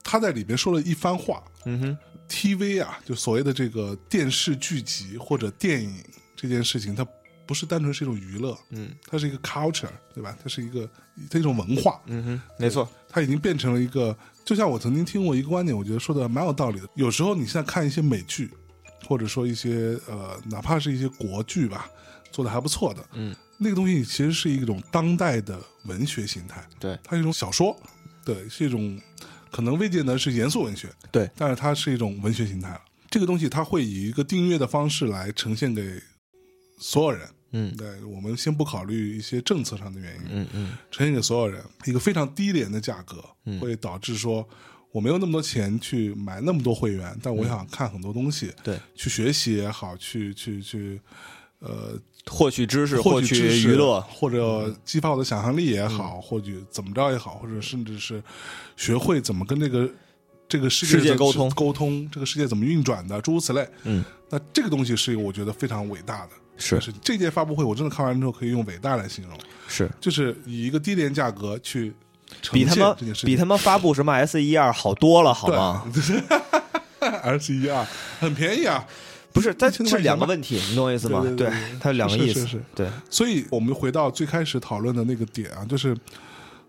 S2: 他在里边说了一番话
S4: 嗯哼，
S2: ，TV 啊，就所谓的这个电视剧集或者电影这件事情，它不是单纯是一种娱乐，
S4: 嗯
S2: 它是一个 culture，对吧？它是一个它一种文化，
S4: 嗯哼，没错，
S2: 它已经变成了一个。就像我曾经听过一个观点，我觉得说的蛮有道理的。有时候你现在看一些美剧，或者说一些呃，哪怕是一些国剧吧，做的还不错的，
S4: 嗯，
S2: 那个东西其实是一种当代的文学形态，
S4: 对，
S2: 它是一种小说，对，是一种可能未见得是严肃文学，
S4: 对，
S2: 但是它是一种文学形态了。这个东西它会以一个订阅的方式来呈现给所有人，
S4: 嗯
S2: 对，我们先不考虑一些政策上的原因，
S4: 嗯嗯
S2: 呈现给所有人一个非常低廉的价格，
S4: 嗯
S2: 会导致说我没有那么多钱去买那么多会员，但我想看很多东西，
S4: 对，
S2: 去学习也好，去去去，呃，
S4: 获取知识，
S2: 获
S4: 获
S2: 取知识
S4: 娱乐，嗯
S2: 或者激发我的想象力也好，或者怎么着也好，或者甚至是学会怎么跟这个这个世
S4: 世界
S2: 界
S4: 沟通
S2: 沟通这个世界怎么运转的，诸如此类。
S4: 嗯，
S2: 那这个东西是我觉得非常伟大的。
S4: 是
S2: 就是这届发布会，我真的看完之后可以用伟大来形容，
S4: 是，
S2: 就是以一个低廉价格去呈
S4: 比
S2: 现
S4: 他妈
S2: 这件事情，
S4: 比他妈发布什么 S 一二好多了，好吗？
S2: 二十一啊，很便宜啊。
S4: 不是，它
S2: 一千
S4: 是
S2: 块钱
S4: 两个
S2: 吧
S4: 问题，你懂我意思吗？
S2: 对对对对
S4: 它有两个
S2: 是
S4: 意
S2: 是
S4: 思，
S2: 是
S4: 对，
S2: 所以我们回到最开始讨论的那个点啊，就是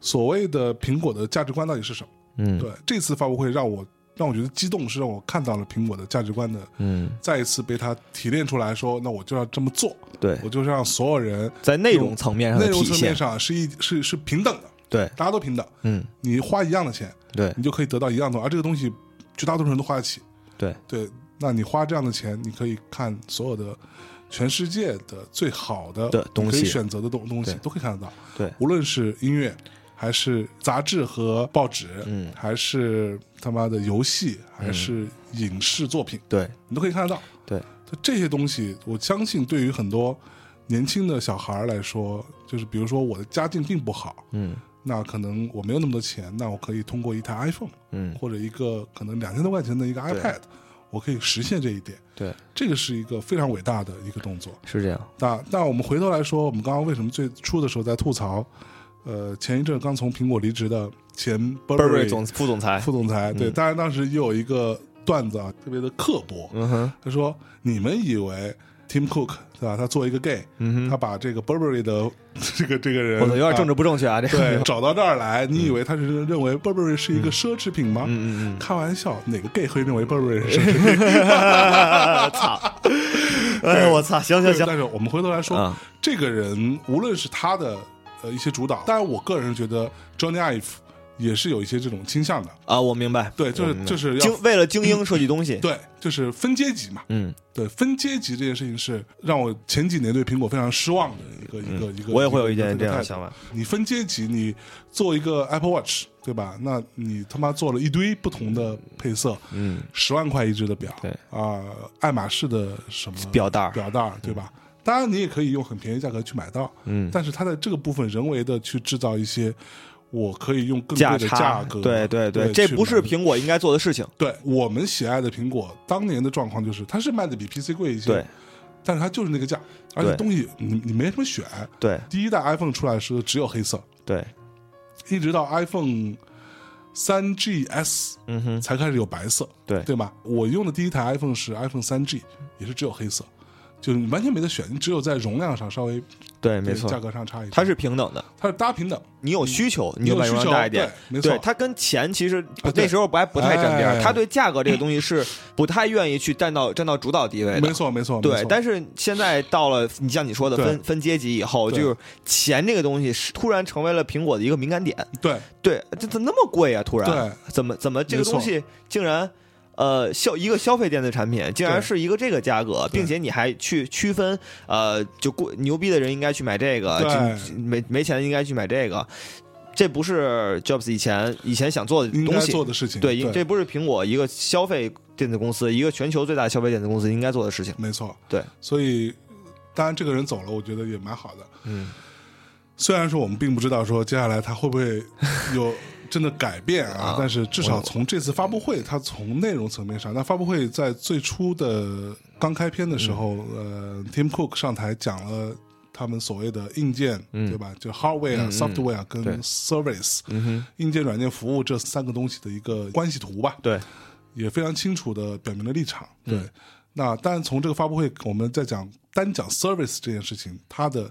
S2: 所谓的苹果的价值观到底是什么？
S4: 嗯
S2: 对，这次发布会让我让我觉得激动，是让我看到了苹果的价值观的
S4: 嗯，
S2: 再一次被它提炼出来说，那我就要这么做，
S4: 对，
S2: 我就是让所有人
S4: 在内容层面上
S2: 内
S4: 的
S2: 容
S4: 体
S2: 层面
S4: 现，
S2: 上是一是是平等的，
S4: 对，
S2: 大家都平等，
S4: 嗯，
S2: 你花一样的钱，
S4: 对，
S2: 你就可以得到一样的东西，而这个东西绝大多数人都花得起。
S4: 对，
S2: 对，那你花这样的钱，你可以看所有的全世界的最好的
S4: 的东西
S2: 你可以选择的东东西
S4: 对
S2: 都可以看得到。
S4: 对
S2: 无论是音乐，还是杂志和报纸，
S4: 嗯
S2: 还是他妈的游戏，还是影视作品，
S4: 对，
S2: 你都可以看得到。
S4: 对，
S2: 这些东西，我相信对于很多年轻的小孩儿来说，就是比如说我的家境并不好，
S4: 嗯
S2: 那可能我没有那么多钱，那我可以通过一台 iPhone。
S4: 嗯，
S2: 或者一个可能两千多块钱的一个 iPad，我可以实现这一点。
S4: 对，
S2: 这个是一个非常伟大的一个动作。
S4: 是这样，
S2: 那那我们回头来说，我们刚刚为什么最初的时候在吐槽，呃，前一阵刚从苹果离职的前 Burberry
S4: 总副总裁，
S2: 副总裁，对，
S4: 嗯
S2: 当然当时也有一个段子啊，特别的刻薄，
S4: 嗯哼，
S2: 他说：“你们以为 Tim Cook 对吧？他作为一个 gay，、
S4: 嗯
S2: 他
S4: 哼，
S2: 把这个 Burberry 的 这个这个人，
S4: 我操，有点政治
S2: 啊
S4: 不正确啊，这个
S2: 对，找到这儿来，你以为他是认为 Burberry 是一个奢侈品吗？
S4: 嗯嗯
S2: 开玩笑，哪个 gay 会认为 Burberry 是奢侈品？
S4: 嗯，操， 哎呦我操，行行
S2: 对
S4: 行，
S2: 但是我们回头来说，
S4: 啊
S2: 这个人无论是他的呃一些主导，当然我个人觉得 Johnny Ive 也是有一些这种倾向的。
S4: 啊，我明白，
S2: 对，就
S4: 我
S2: 是
S4: 明白
S2: 就是要
S4: 精为了精英设计东西，
S2: 对，就是分阶级嘛。
S4: 嗯，
S2: 对，分阶级这件事情是让我前几年对苹果非常失望的一个一个一个。
S4: 嗯我也会有一
S2: 个
S4: 点
S2: 个
S4: 这样的
S2: 态度
S4: 想法，
S2: 你分阶级，你做一个 Apple Watch，对吧？那你他妈做了一堆不同的配色，
S4: 嗯，
S2: 十万块一只的表，
S4: 对
S2: 啊、爱马仕的什么
S4: 表带儿
S2: 表带儿，对吧？当然，你也可以用很便宜价格去买到，
S4: 嗯
S2: 但是它在这个部分人为的去制造一些我可以用更贵
S4: 价
S2: 的
S4: 差
S2: 价，格，
S4: 对对
S2: 对，
S4: 这
S2: 去
S4: 不是
S2: 买
S4: 苹果应该做的事情，
S2: 对我们喜爱的苹果当年的状况就是，它是卖的比 PC 贵一些，
S4: 对，
S2: 但是它就是那个价，而且
S4: 对
S2: 东西你你没什么选。
S4: 对
S2: 第一代 iPhone 出来的时候只有黑色，
S4: 对，
S2: 一直到 iPhone 三 GS
S4: 嗯哼，
S2: 才开始有白色，
S4: 对
S2: 对吧？我用的第一台 iPhone 是 iPhone 三 G，也是只有黑色，就是你完全没得选，你只有在容量上稍微
S4: 对，没错
S2: 价，格上差一点。
S4: 它是平等的，
S2: 它是搭平等，
S4: 你有需求，
S2: 嗯
S4: 你
S2: 有
S4: 就把
S2: 需
S4: 容量
S2: 求
S4: 大一点。
S2: 对没错
S4: 对，它跟钱其实
S2: 啊对
S4: 那时候不还不太沾边儿，
S2: 哎
S4: 它对价格这个东西 是不太愿意去占到占到主导地位的
S2: 没。错没错，没
S4: 对，
S2: 错
S4: 但是现在到了你像你说的
S2: 对
S4: 分分阶级以后，
S2: 对
S4: 就是钱这个东西是突然成为了苹果的一个敏感点。
S2: 对
S4: 对，这怎么那么贵啊？突然，
S2: 对
S4: 怎么怎么这个
S2: 没错
S4: 东西竟然呃消一个消费电子产品竟然
S2: 对
S4: 是一个这个价格，
S2: 对
S4: 并且你还去区分呃就贵牛逼的人应该去买这个，
S2: 对
S4: 就没没钱的应该去买这个，这不是 Jobs 以前以前想做的
S2: 应
S4: 东
S2: 该
S4: 西
S2: 做。的事情，
S4: 对，
S2: 对
S4: 因这不是苹果一个消费电子公司，一个全球最大的消费电子公司应该做的事情。
S2: 没错，
S4: 对，
S2: 所以当然这个人走了，我觉得也蛮好的。
S4: 嗯，
S2: 虽然说我们并不知道说接下来他会不会有真的改变啊
S4: 啊，
S2: 但是至少从这次发布会，它从内容层面上，那发布会在最初的刚开篇的时候，
S4: 嗯
S2: 呃，Tim Cook 上台讲了。他们所谓的硬件，对吧？就 hardware、啊
S4: 嗯嗯
S2: software 跟
S4: 对
S2: service，、
S4: 嗯哼，
S2: 硬件、软件、服务这三个东西的一个关系图吧。
S4: 对，
S2: 也非常清楚的表明了立场。对，
S4: 嗯
S2: 那但从这个发布会，我们在讲单讲 service 这件事情，它的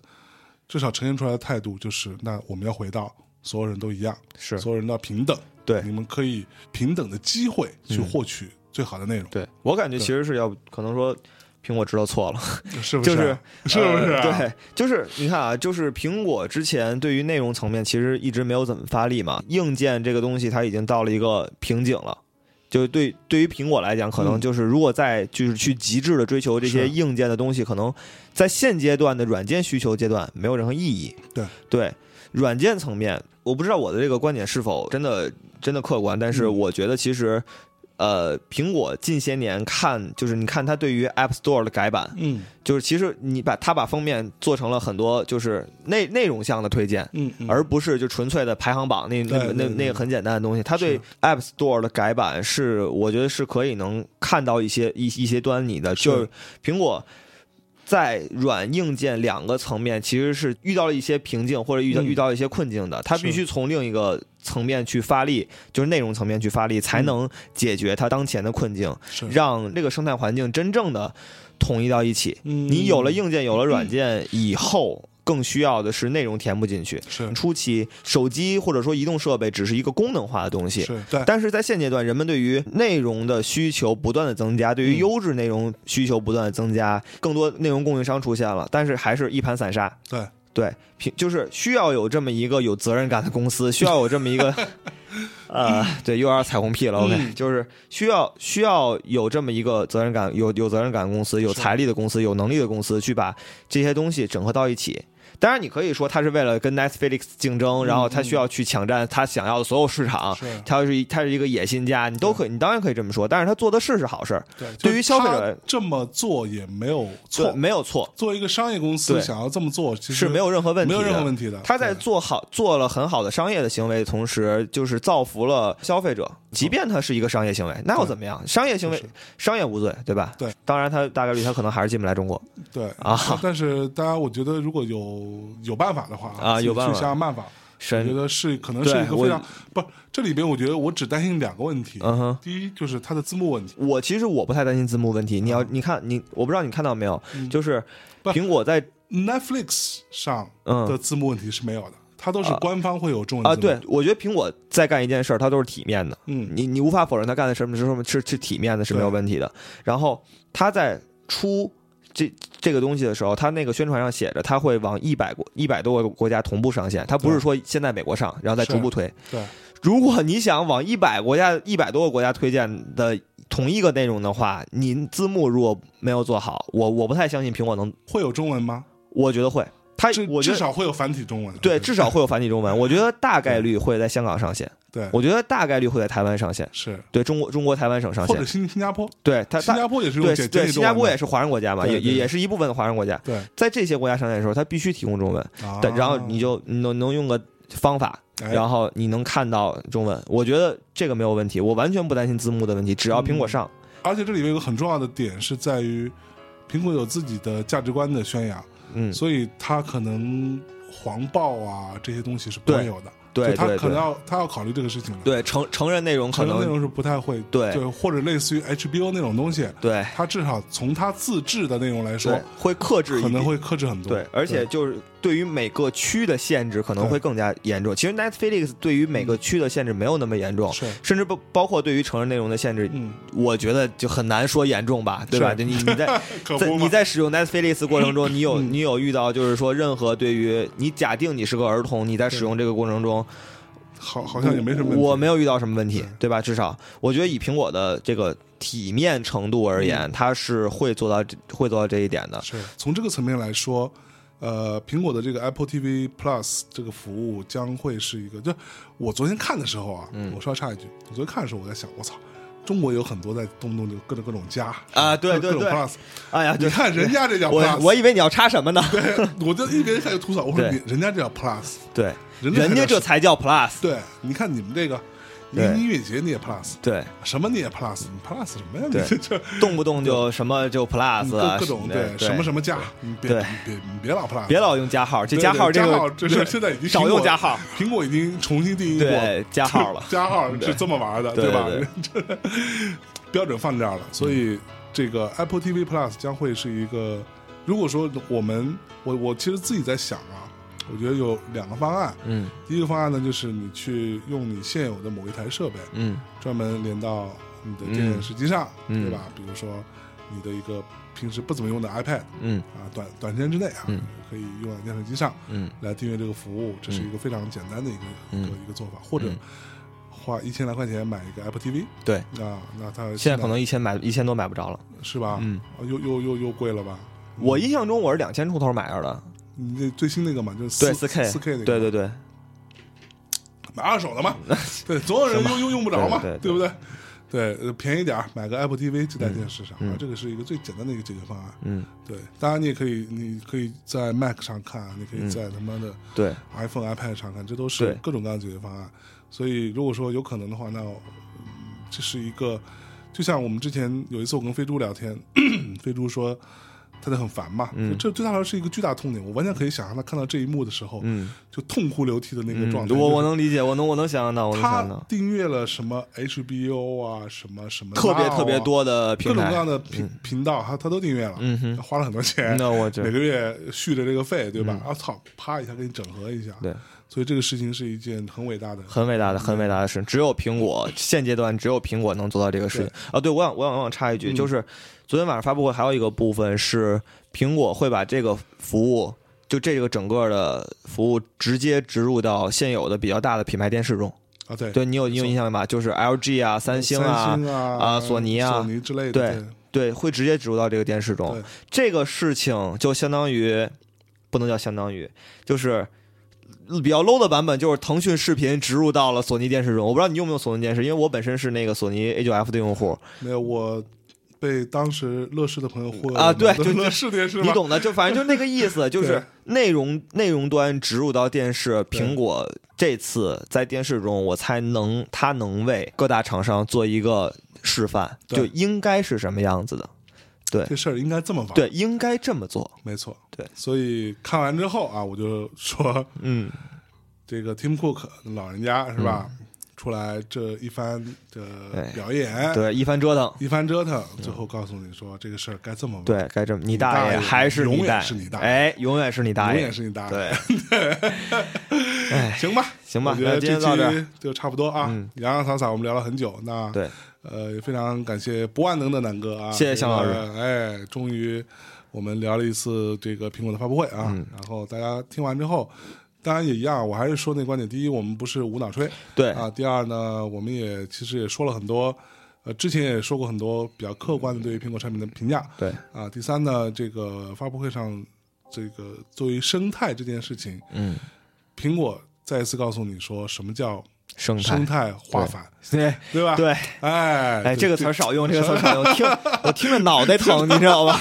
S2: 至少呈现出来的态度就是，那我们要回到所有人都一样，
S4: 是
S2: 所有人都要平等，
S4: 对
S2: 你们可以平等的机会去获取最好的内容，
S4: 对我感觉其实是要可能说苹果知道错了。
S2: 是不
S4: 就是
S2: 啊？ 是
S4: 是
S2: 不是啊、
S4: 呃对，就是你看啊，就是苹果之前对于内容层面其实一直没有怎么发力嘛，硬件这个东西它已经到了一个瓶颈了。就是对对于苹果来讲，可能
S2: 嗯
S4: 就是如果再就是去极致的追求这些
S2: 是
S4: 硬件的东西，可能在现阶段的软件需求阶段没有任何意义。
S2: 对
S4: 对，软件层面，我不知道我的这个观点是否真的真的客观，但是
S2: 嗯
S4: 我觉得其实呃，苹果近些年看，就是你看它对于 App Store 的改版，
S2: 嗯
S4: 就是其实你把它把封面做成了很多就是内内容向的推荐，
S2: 嗯嗯，
S4: 而不是就纯粹的排行榜那那
S2: 对
S4: 那
S2: 对
S4: 那个很简单的东西。它对
S2: 是
S4: App Store 的改版是，我觉得是可以能看到一些一一些端倪的。就是苹果在软硬件两个层面其实是遇到了一些瓶颈，或者遇到、
S2: 嗯
S4: 遇到一些困境的。它
S2: 是
S4: 必须从另一个层面去发力，就是内容层面去发力，
S2: 嗯
S4: 才能解决它当前的困境，
S2: 是
S4: 让这个生态环境真正的统一到一起。
S2: 嗯
S4: 你有了硬件，有了软件以后，更需要的是内容填不进去。
S2: 是
S4: 初期，手机或者说移动设备只是一个功能化的东西。
S2: 是对
S4: 但是在现阶段，人们对于内容的需求不断的增加，
S2: 嗯
S4: 对于优质内容需求不断的增加，更多内容供应商出现了，但是还是一盘散沙。
S2: 对
S4: 对，平就是需要有这么一个有责任感的公司，需要有这么 一个，呃，对，又要彩虹屁了，OK，、
S2: 嗯
S4: 就是需要需要有这么一个责任感，有有责任感的公司，有财力的公司，有能力的公司，去把这些东西整合到一起。当然，你可以说他是为了跟 Netflix 竞争，然后他需要去抢占他想要的所有市场，
S2: 嗯是
S4: 他是一他是一个野心家，你都可以，你当然可以这么说。但是他做的事是好事儿，
S2: 对，
S4: 对
S2: 就
S4: 于消费者
S2: 他这么做也没有
S4: 对，
S2: 错。
S4: 没有错，
S2: 作为一个商业公司，
S4: 对
S2: 想要这么做，其实
S4: 是没有任何问题
S2: 没
S4: 的，
S2: 有任何问题的。
S4: 他在
S2: 对
S4: 做好做了很好的商业的行为的同时，就是造福了消费者。即便它是一个商业行为，那又怎么样？商业行为
S2: 是，
S4: 商业无罪，对吧？
S2: 对。
S4: 当然，它大概率它可能还是进不来中国。
S2: 对
S4: 啊
S2: 但但是大家，我觉得如果有有办法的话
S4: 啊
S2: 自己
S4: 有办法
S2: 去想想办法。我觉
S4: 神，
S2: 得是可能是
S4: 对
S2: 一个
S4: 我
S2: 非常不，这里边我觉得我只担心两个问题。
S4: 嗯哼。
S2: 第一就是它的字幕问题，
S4: 我其实我不太担心字幕问题。你要你看你，我不知道你看到没有，就是
S2: 啊不
S4: 苹果在
S2: Netflix 上
S4: 嗯
S2: 的字幕问题是没有的，它都是官方会有中文
S4: 啊，
S2: 字幕
S4: 对我觉得苹果在干一件事儿，它都是体面的。
S2: 嗯
S4: 你你无法否认他干的什么是什么是是体面的是没有
S2: 对
S4: 问题的。然后他在出这这个东西的时候，他那个宣传上写着他会往一百国一百多个国家同步上线，他不是
S2: 对
S4: 说现在美国上，然后再
S2: 是
S4: 逐步推。
S2: 对，
S4: 如果你想往一百国家一百多个国家推荐的同一个内容的话，你字幕如果没有做好，我我不太相信苹果能，
S2: 会有中文吗？
S4: 我觉得会。他
S2: 至
S4: 哎我觉
S2: 至
S4: 得
S2: 少会有繁体中文。啊
S4: 对，至少会有繁体中文。我觉得大概率会在香港上线，
S2: 对
S4: 我觉得大概率会在台湾上线，
S2: 是，
S4: 对中国中国台湾省上
S2: 或
S4: 线
S2: 者。新新加坡，
S4: 对他，
S2: 新
S4: 他
S2: 加坡也是用
S4: 对
S2: 简
S4: 对，
S2: 简体
S4: 新
S2: 中
S4: 加
S2: 文
S4: 坡
S2: 的
S4: 也是华人国家嘛，
S2: 对
S4: 也也
S2: 对
S4: 也是一部分的华人国家，
S2: 对，
S4: 在这些国家上线的时候，它必须提供中文，
S2: 啊
S4: 但然后你就你能能用个方法，
S2: 哎
S4: 然后你能看到中文，我觉得这个没有问题，我完全不担心字幕的问题，只要
S2: 嗯
S4: 苹果上，
S2: 而且这里面有一个很重要的点是在于，苹果有自己的价值观的宣扬，
S4: 嗯，
S2: 所以它可能黄暴啊这些东西是不会有的，
S4: 对
S2: 就它
S4: 对
S2: 可能
S4: 对，
S2: 要它要考虑这个事情的。
S4: 对成成人内容可
S2: 成人内
S4: 能
S2: 容是不太会
S4: 对
S2: 对，或者类似于 HBO 那种东西，
S4: 对
S2: 它至少从它自制的内容来说
S4: 对，会克制一
S2: 可能
S4: 点
S2: 会克制很多。
S4: 对，而且就是对于每个区的限制可能
S2: 对嗯
S4: 会更加严重。其实 Netflix 对于每个区的限制没有那么严重，
S2: 是
S4: 甚至不包括对于成人内容的限制，
S2: 嗯，
S4: 我觉得就很难说严重吧，对吧？
S2: 是
S4: 就你 你在
S2: 可
S4: 在
S2: 不嘛嗯
S4: 你在使用 Netflix 过程中，你有你有遇到就是说任何对于你假定你是个儿童，你在使用这个过程中，
S2: 好好像也没什么问题。
S4: 我没有遇到什么问题，对吧？至少我觉得以苹果的这个体面程度而言，它是会做到这会做到这一点的。
S2: 是从这个层面来说，呃，苹果的这个 Apple TV Plus 这个服务将会是一个，就我昨天看的时候啊，
S4: 嗯
S2: 我说要插一句，我昨天看的时候我在想，我操，中国有很多在动不动就各种各种加
S4: 啊对
S2: 各种
S4: 对对
S2: Plus，
S4: 哎呀，
S2: 你
S4: 对，
S2: 看人家这叫
S4: 我
S2: Plus，
S4: 我以为你要插什么呢？
S2: 我就一边开始吐槽，我说
S4: 对
S2: 你人家这叫 Plus，
S4: 对，
S2: 人家
S4: 人家
S2: 这
S4: 这
S2: 叫
S4: 才叫 Plus。
S2: 对，你看你们这个。你
S4: 对
S2: 音乐节你也 plus，
S4: 对，
S2: 什么你也 plus，你 plus 什么呀？
S4: 对
S2: 你这
S4: 动不动就什么就 Plus
S2: 各
S4: 啊，
S2: 各种
S4: 对
S2: 什么什
S4: 么，
S2: 么价，你别
S4: 对
S2: 你别你别老 plus，
S4: 别老用加号，这
S2: 对
S4: 加
S2: 对
S4: 号这
S2: 加号
S4: 个
S2: 这事儿现在已经
S4: 少
S2: 苹
S4: 用
S2: 果
S4: 加号，
S2: 苹果已经重新定义过
S4: 对加号了
S2: 加号是这么玩的，
S4: 对
S2: 吧
S4: 对？嗯
S2: 这 标准放这儿了，所以这个 Apple TV Plus 将会是一个，如果说我们我我其实自己在想啊，我觉得有两个方案，
S4: 嗯
S2: 第一个方案呢就是你去用你现有的某一台设备，
S4: 嗯
S2: 专门连到你的电视机上，
S4: 嗯
S2: 对吧？比如说你的一个平时不怎么用的 iPad
S4: 嗯
S2: 啊，短短时间之内啊，
S4: 嗯
S2: 可以用在电视机上。
S4: 嗯
S2: 来订阅这个服务，这是一个非常简单的一个、
S4: 嗯
S2: 一个一个做法，或者
S4: 嗯
S2: 花一千来块钱买一个 Apple TV，
S4: 对，
S2: 啊，那它
S4: 现在可能一千买一千多买不着了。
S2: 是吧？
S4: 嗯
S2: 啊，又又又又贵了吧？
S4: 我印象中我是两千出头买着的，
S2: 你那最新那个嘛，就是
S4: 对
S2: 四
S4: 四 K
S2: 四 K 那个，
S4: 对对对，
S2: 买二手的嘛，对，总有人用用用不着嘛，
S4: 对对对
S2: 不对？对，呃便宜点儿买个 Apple TV 就在电视上，啊这个是一个最简单的一个解决方案。
S4: 嗯，
S2: 对，当然你也可以，你可以在 Mac 上看，啊你可
S4: 嗯
S2: 以在他妈的
S4: 对，
S2: iPhone、iPad 上看，这都是
S4: 对
S2: 各种各样的解决方案。所以如果说有可能的话，那我嗯这是一个，就像我们之前有一次我跟飞猪聊天， 飞猪说。他就很烦嘛，
S4: 嗯
S2: 这对他来说是一个巨大痛点。我完全可以想象他看到这一幕的时候，
S4: 嗯，
S2: 就痛哭流涕的那个
S4: 嗯
S2: 状态。
S4: 我我
S2: 就是
S4: 能理解，我能我能想象到，我能
S2: 他
S4: 想到，
S2: 订阅了什么 HBO 啊，什么什么
S4: 特别
S2: Now 啊
S4: 特别多
S2: 各
S4: 的平
S2: 种各样
S4: 台，
S2: 的频频道，他他都订阅了，
S4: 嗯哼，
S2: 花了很多钱，
S4: 那我觉
S2: 每
S4: 得
S2: 个月续着这个费，对吧？啊操，啪一下给你整合一下，
S4: 嗯对，
S2: 所以这个事情是一件很伟大的，
S4: 很伟大的，很伟大的事，
S2: 嗯
S4: 只有苹果现阶段只有苹果能做到这个事情啊！对，我想我想我想插一句，
S2: 嗯
S4: 就是昨天晚上发布会还有一个部分是苹果会把这个服务。就这个整个的服务直接植入到现有的比较大的品牌电视中，
S2: 啊，对，
S4: 对你有你有印象吧？就是 LG 啊、三星啊、
S2: 三星啊
S4: 啊索尼啊
S2: 索尼之类的，
S4: 对
S2: 对
S4: 对，会直接植入到这个电视中
S2: 对。
S4: 这个事情就相当于，不能叫相当于，就是比较 low 的版本，就是腾讯视频植入到了索尼电视中。我不知道你用没用索尼电视，因为我本身是那个索尼 A9F 的用户，
S2: 没有我被当时乐视的朋友忽悠
S4: 啊对
S2: 了
S4: 就
S2: 乐视电视
S4: 你
S2: 吧，
S4: 懂的，就反正就那个意思，就是
S2: 对
S4: 内容内容端植入到电视，
S2: 对
S4: 苹果这次在电视中，我才能它能为各大厂商做一个示范，
S2: 对
S4: 就应该是什么样子的。
S2: 这事儿应该这么玩，
S4: 对，应该这么做。
S2: 没错，
S4: 对，
S2: 所以看完之后啊，我就说。
S4: 嗯，
S2: 这个 Tim Cook 老人家是吧？出来这一番的
S4: 对
S2: 表演，
S4: 对，一番折腾。
S2: 一番折腾，最后告诉你说这个事儿该这么玩，，
S4: 对，该这么，你
S2: 大
S4: 大
S2: 爷
S4: 爷还是
S2: 永远
S4: 大
S2: 是你
S4: 爷，
S2: 大爷
S4: 哎，永远是你大
S2: 永
S4: 爷
S2: 远，是你大爷。
S4: 对，
S2: 行吧，
S4: 行吧
S2: 我觉得
S4: 那今天到
S2: 这
S4: 这嗯
S2: 期就差不多啊。洋洋洒洒我们聊了很久，那
S4: 对，
S2: 呃，也非常感谢不万能的南哥啊，
S4: 谢谢向老师
S2: 这个哎，终于我们聊了一次这个苹果的发布会啊，
S4: 嗯
S2: 然后大家听完之后。当然也一样，我还是说那观点：第一，我们不是无脑吹，
S4: 对
S2: 啊；第二呢，我们也其实也说了很多，呃，之前也说过很多比较客观的对于苹果产品的评价，
S4: 对，
S2: 啊，第三呢，这个发布会上，这个作为生态这件事情，
S4: 嗯，
S2: 苹果再一次告诉你说什么叫
S4: 生态
S2: 生，态化反，
S4: 对
S2: 对吧？，
S4: 对，
S2: 哎，
S4: 哎，这个词儿
S2: 儿
S4: 少用，这个词儿少用，听我听着脑 袋疼，你知道吧？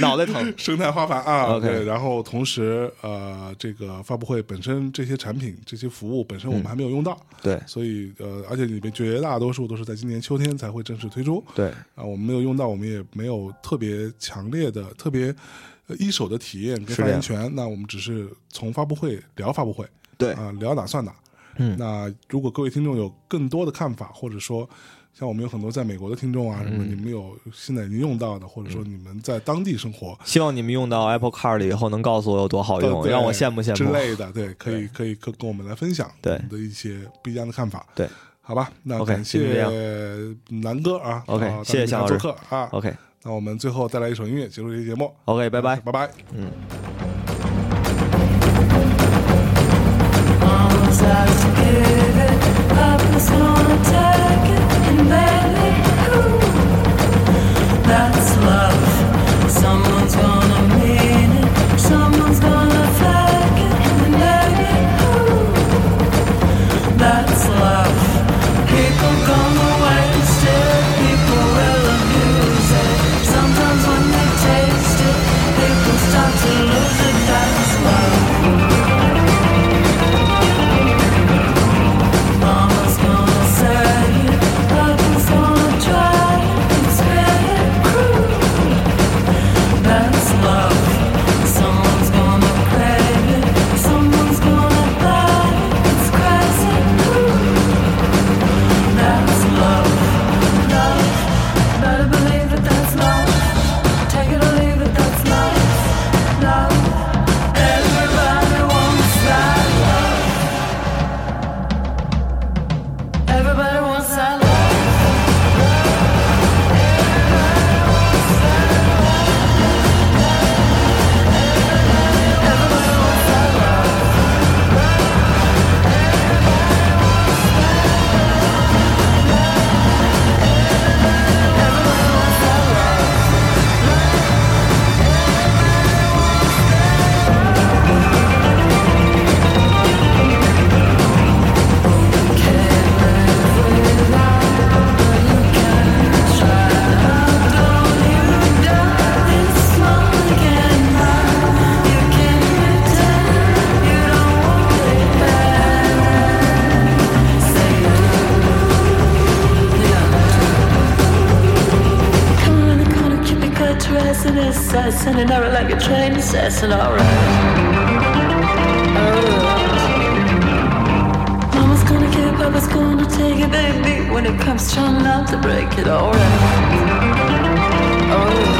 S4: 脑袋疼，
S2: 生态化反啊
S4: OK
S2: 对，然后同时呃，这个发布会本身这些产品、这些服务本身我们还没有用到，
S4: 对
S2: 所以呃，而且里面绝大多数都是在今年秋天才会正式推出，
S4: 对，
S2: 啊，我们没有用到，我们也没有特别强烈的、特别呃一手的体验跟发
S4: 是这
S2: 言
S4: 样
S2: 权。那我们只是从发布会聊发布会，
S4: 对
S2: 啊、聊哪算哪。
S4: 嗯
S2: 那如果各位听众有更多的看法，或者说像我们有很多在美国的听众啊，什
S4: 嗯
S2: 么、你们有现在已经用到的，或者说你们在当地生活，
S4: 希望你们用到 Apple Car 了以后能告诉我有多好
S2: 对
S4: 用，
S2: 对
S4: 哎让我羡慕羡
S2: 之
S4: 慕。
S2: 类的，对，可以可以跟跟我们来分享
S4: 对
S2: 你的一些不一样的看法，
S4: 对，
S2: 好吧，那
S4: OK，
S2: 感
S4: 今天这
S2: 谢
S4: 样
S2: 南哥啊
S4: OK，
S2: 到
S4: 谢谢
S2: 咱们
S4: 向老
S2: 做
S4: 师
S2: 客啊
S4: OK
S2: 那我们最后带来一首音乐结束这期节目，
S4: OK，拜拜。
S2: 拜拜。
S5: Someone's gonna mean it, someone's gonna fake it, and maybe ooh that's love. People gonna waste it, people will abuse it. Sometimes when they taste it, people start to lose it, that's love. Mama's gonna say sets and it never like a train sets and alright. Mama's gonna care, Papa's gonna take it, baby. When it comes, try not to break it, alright. Oh.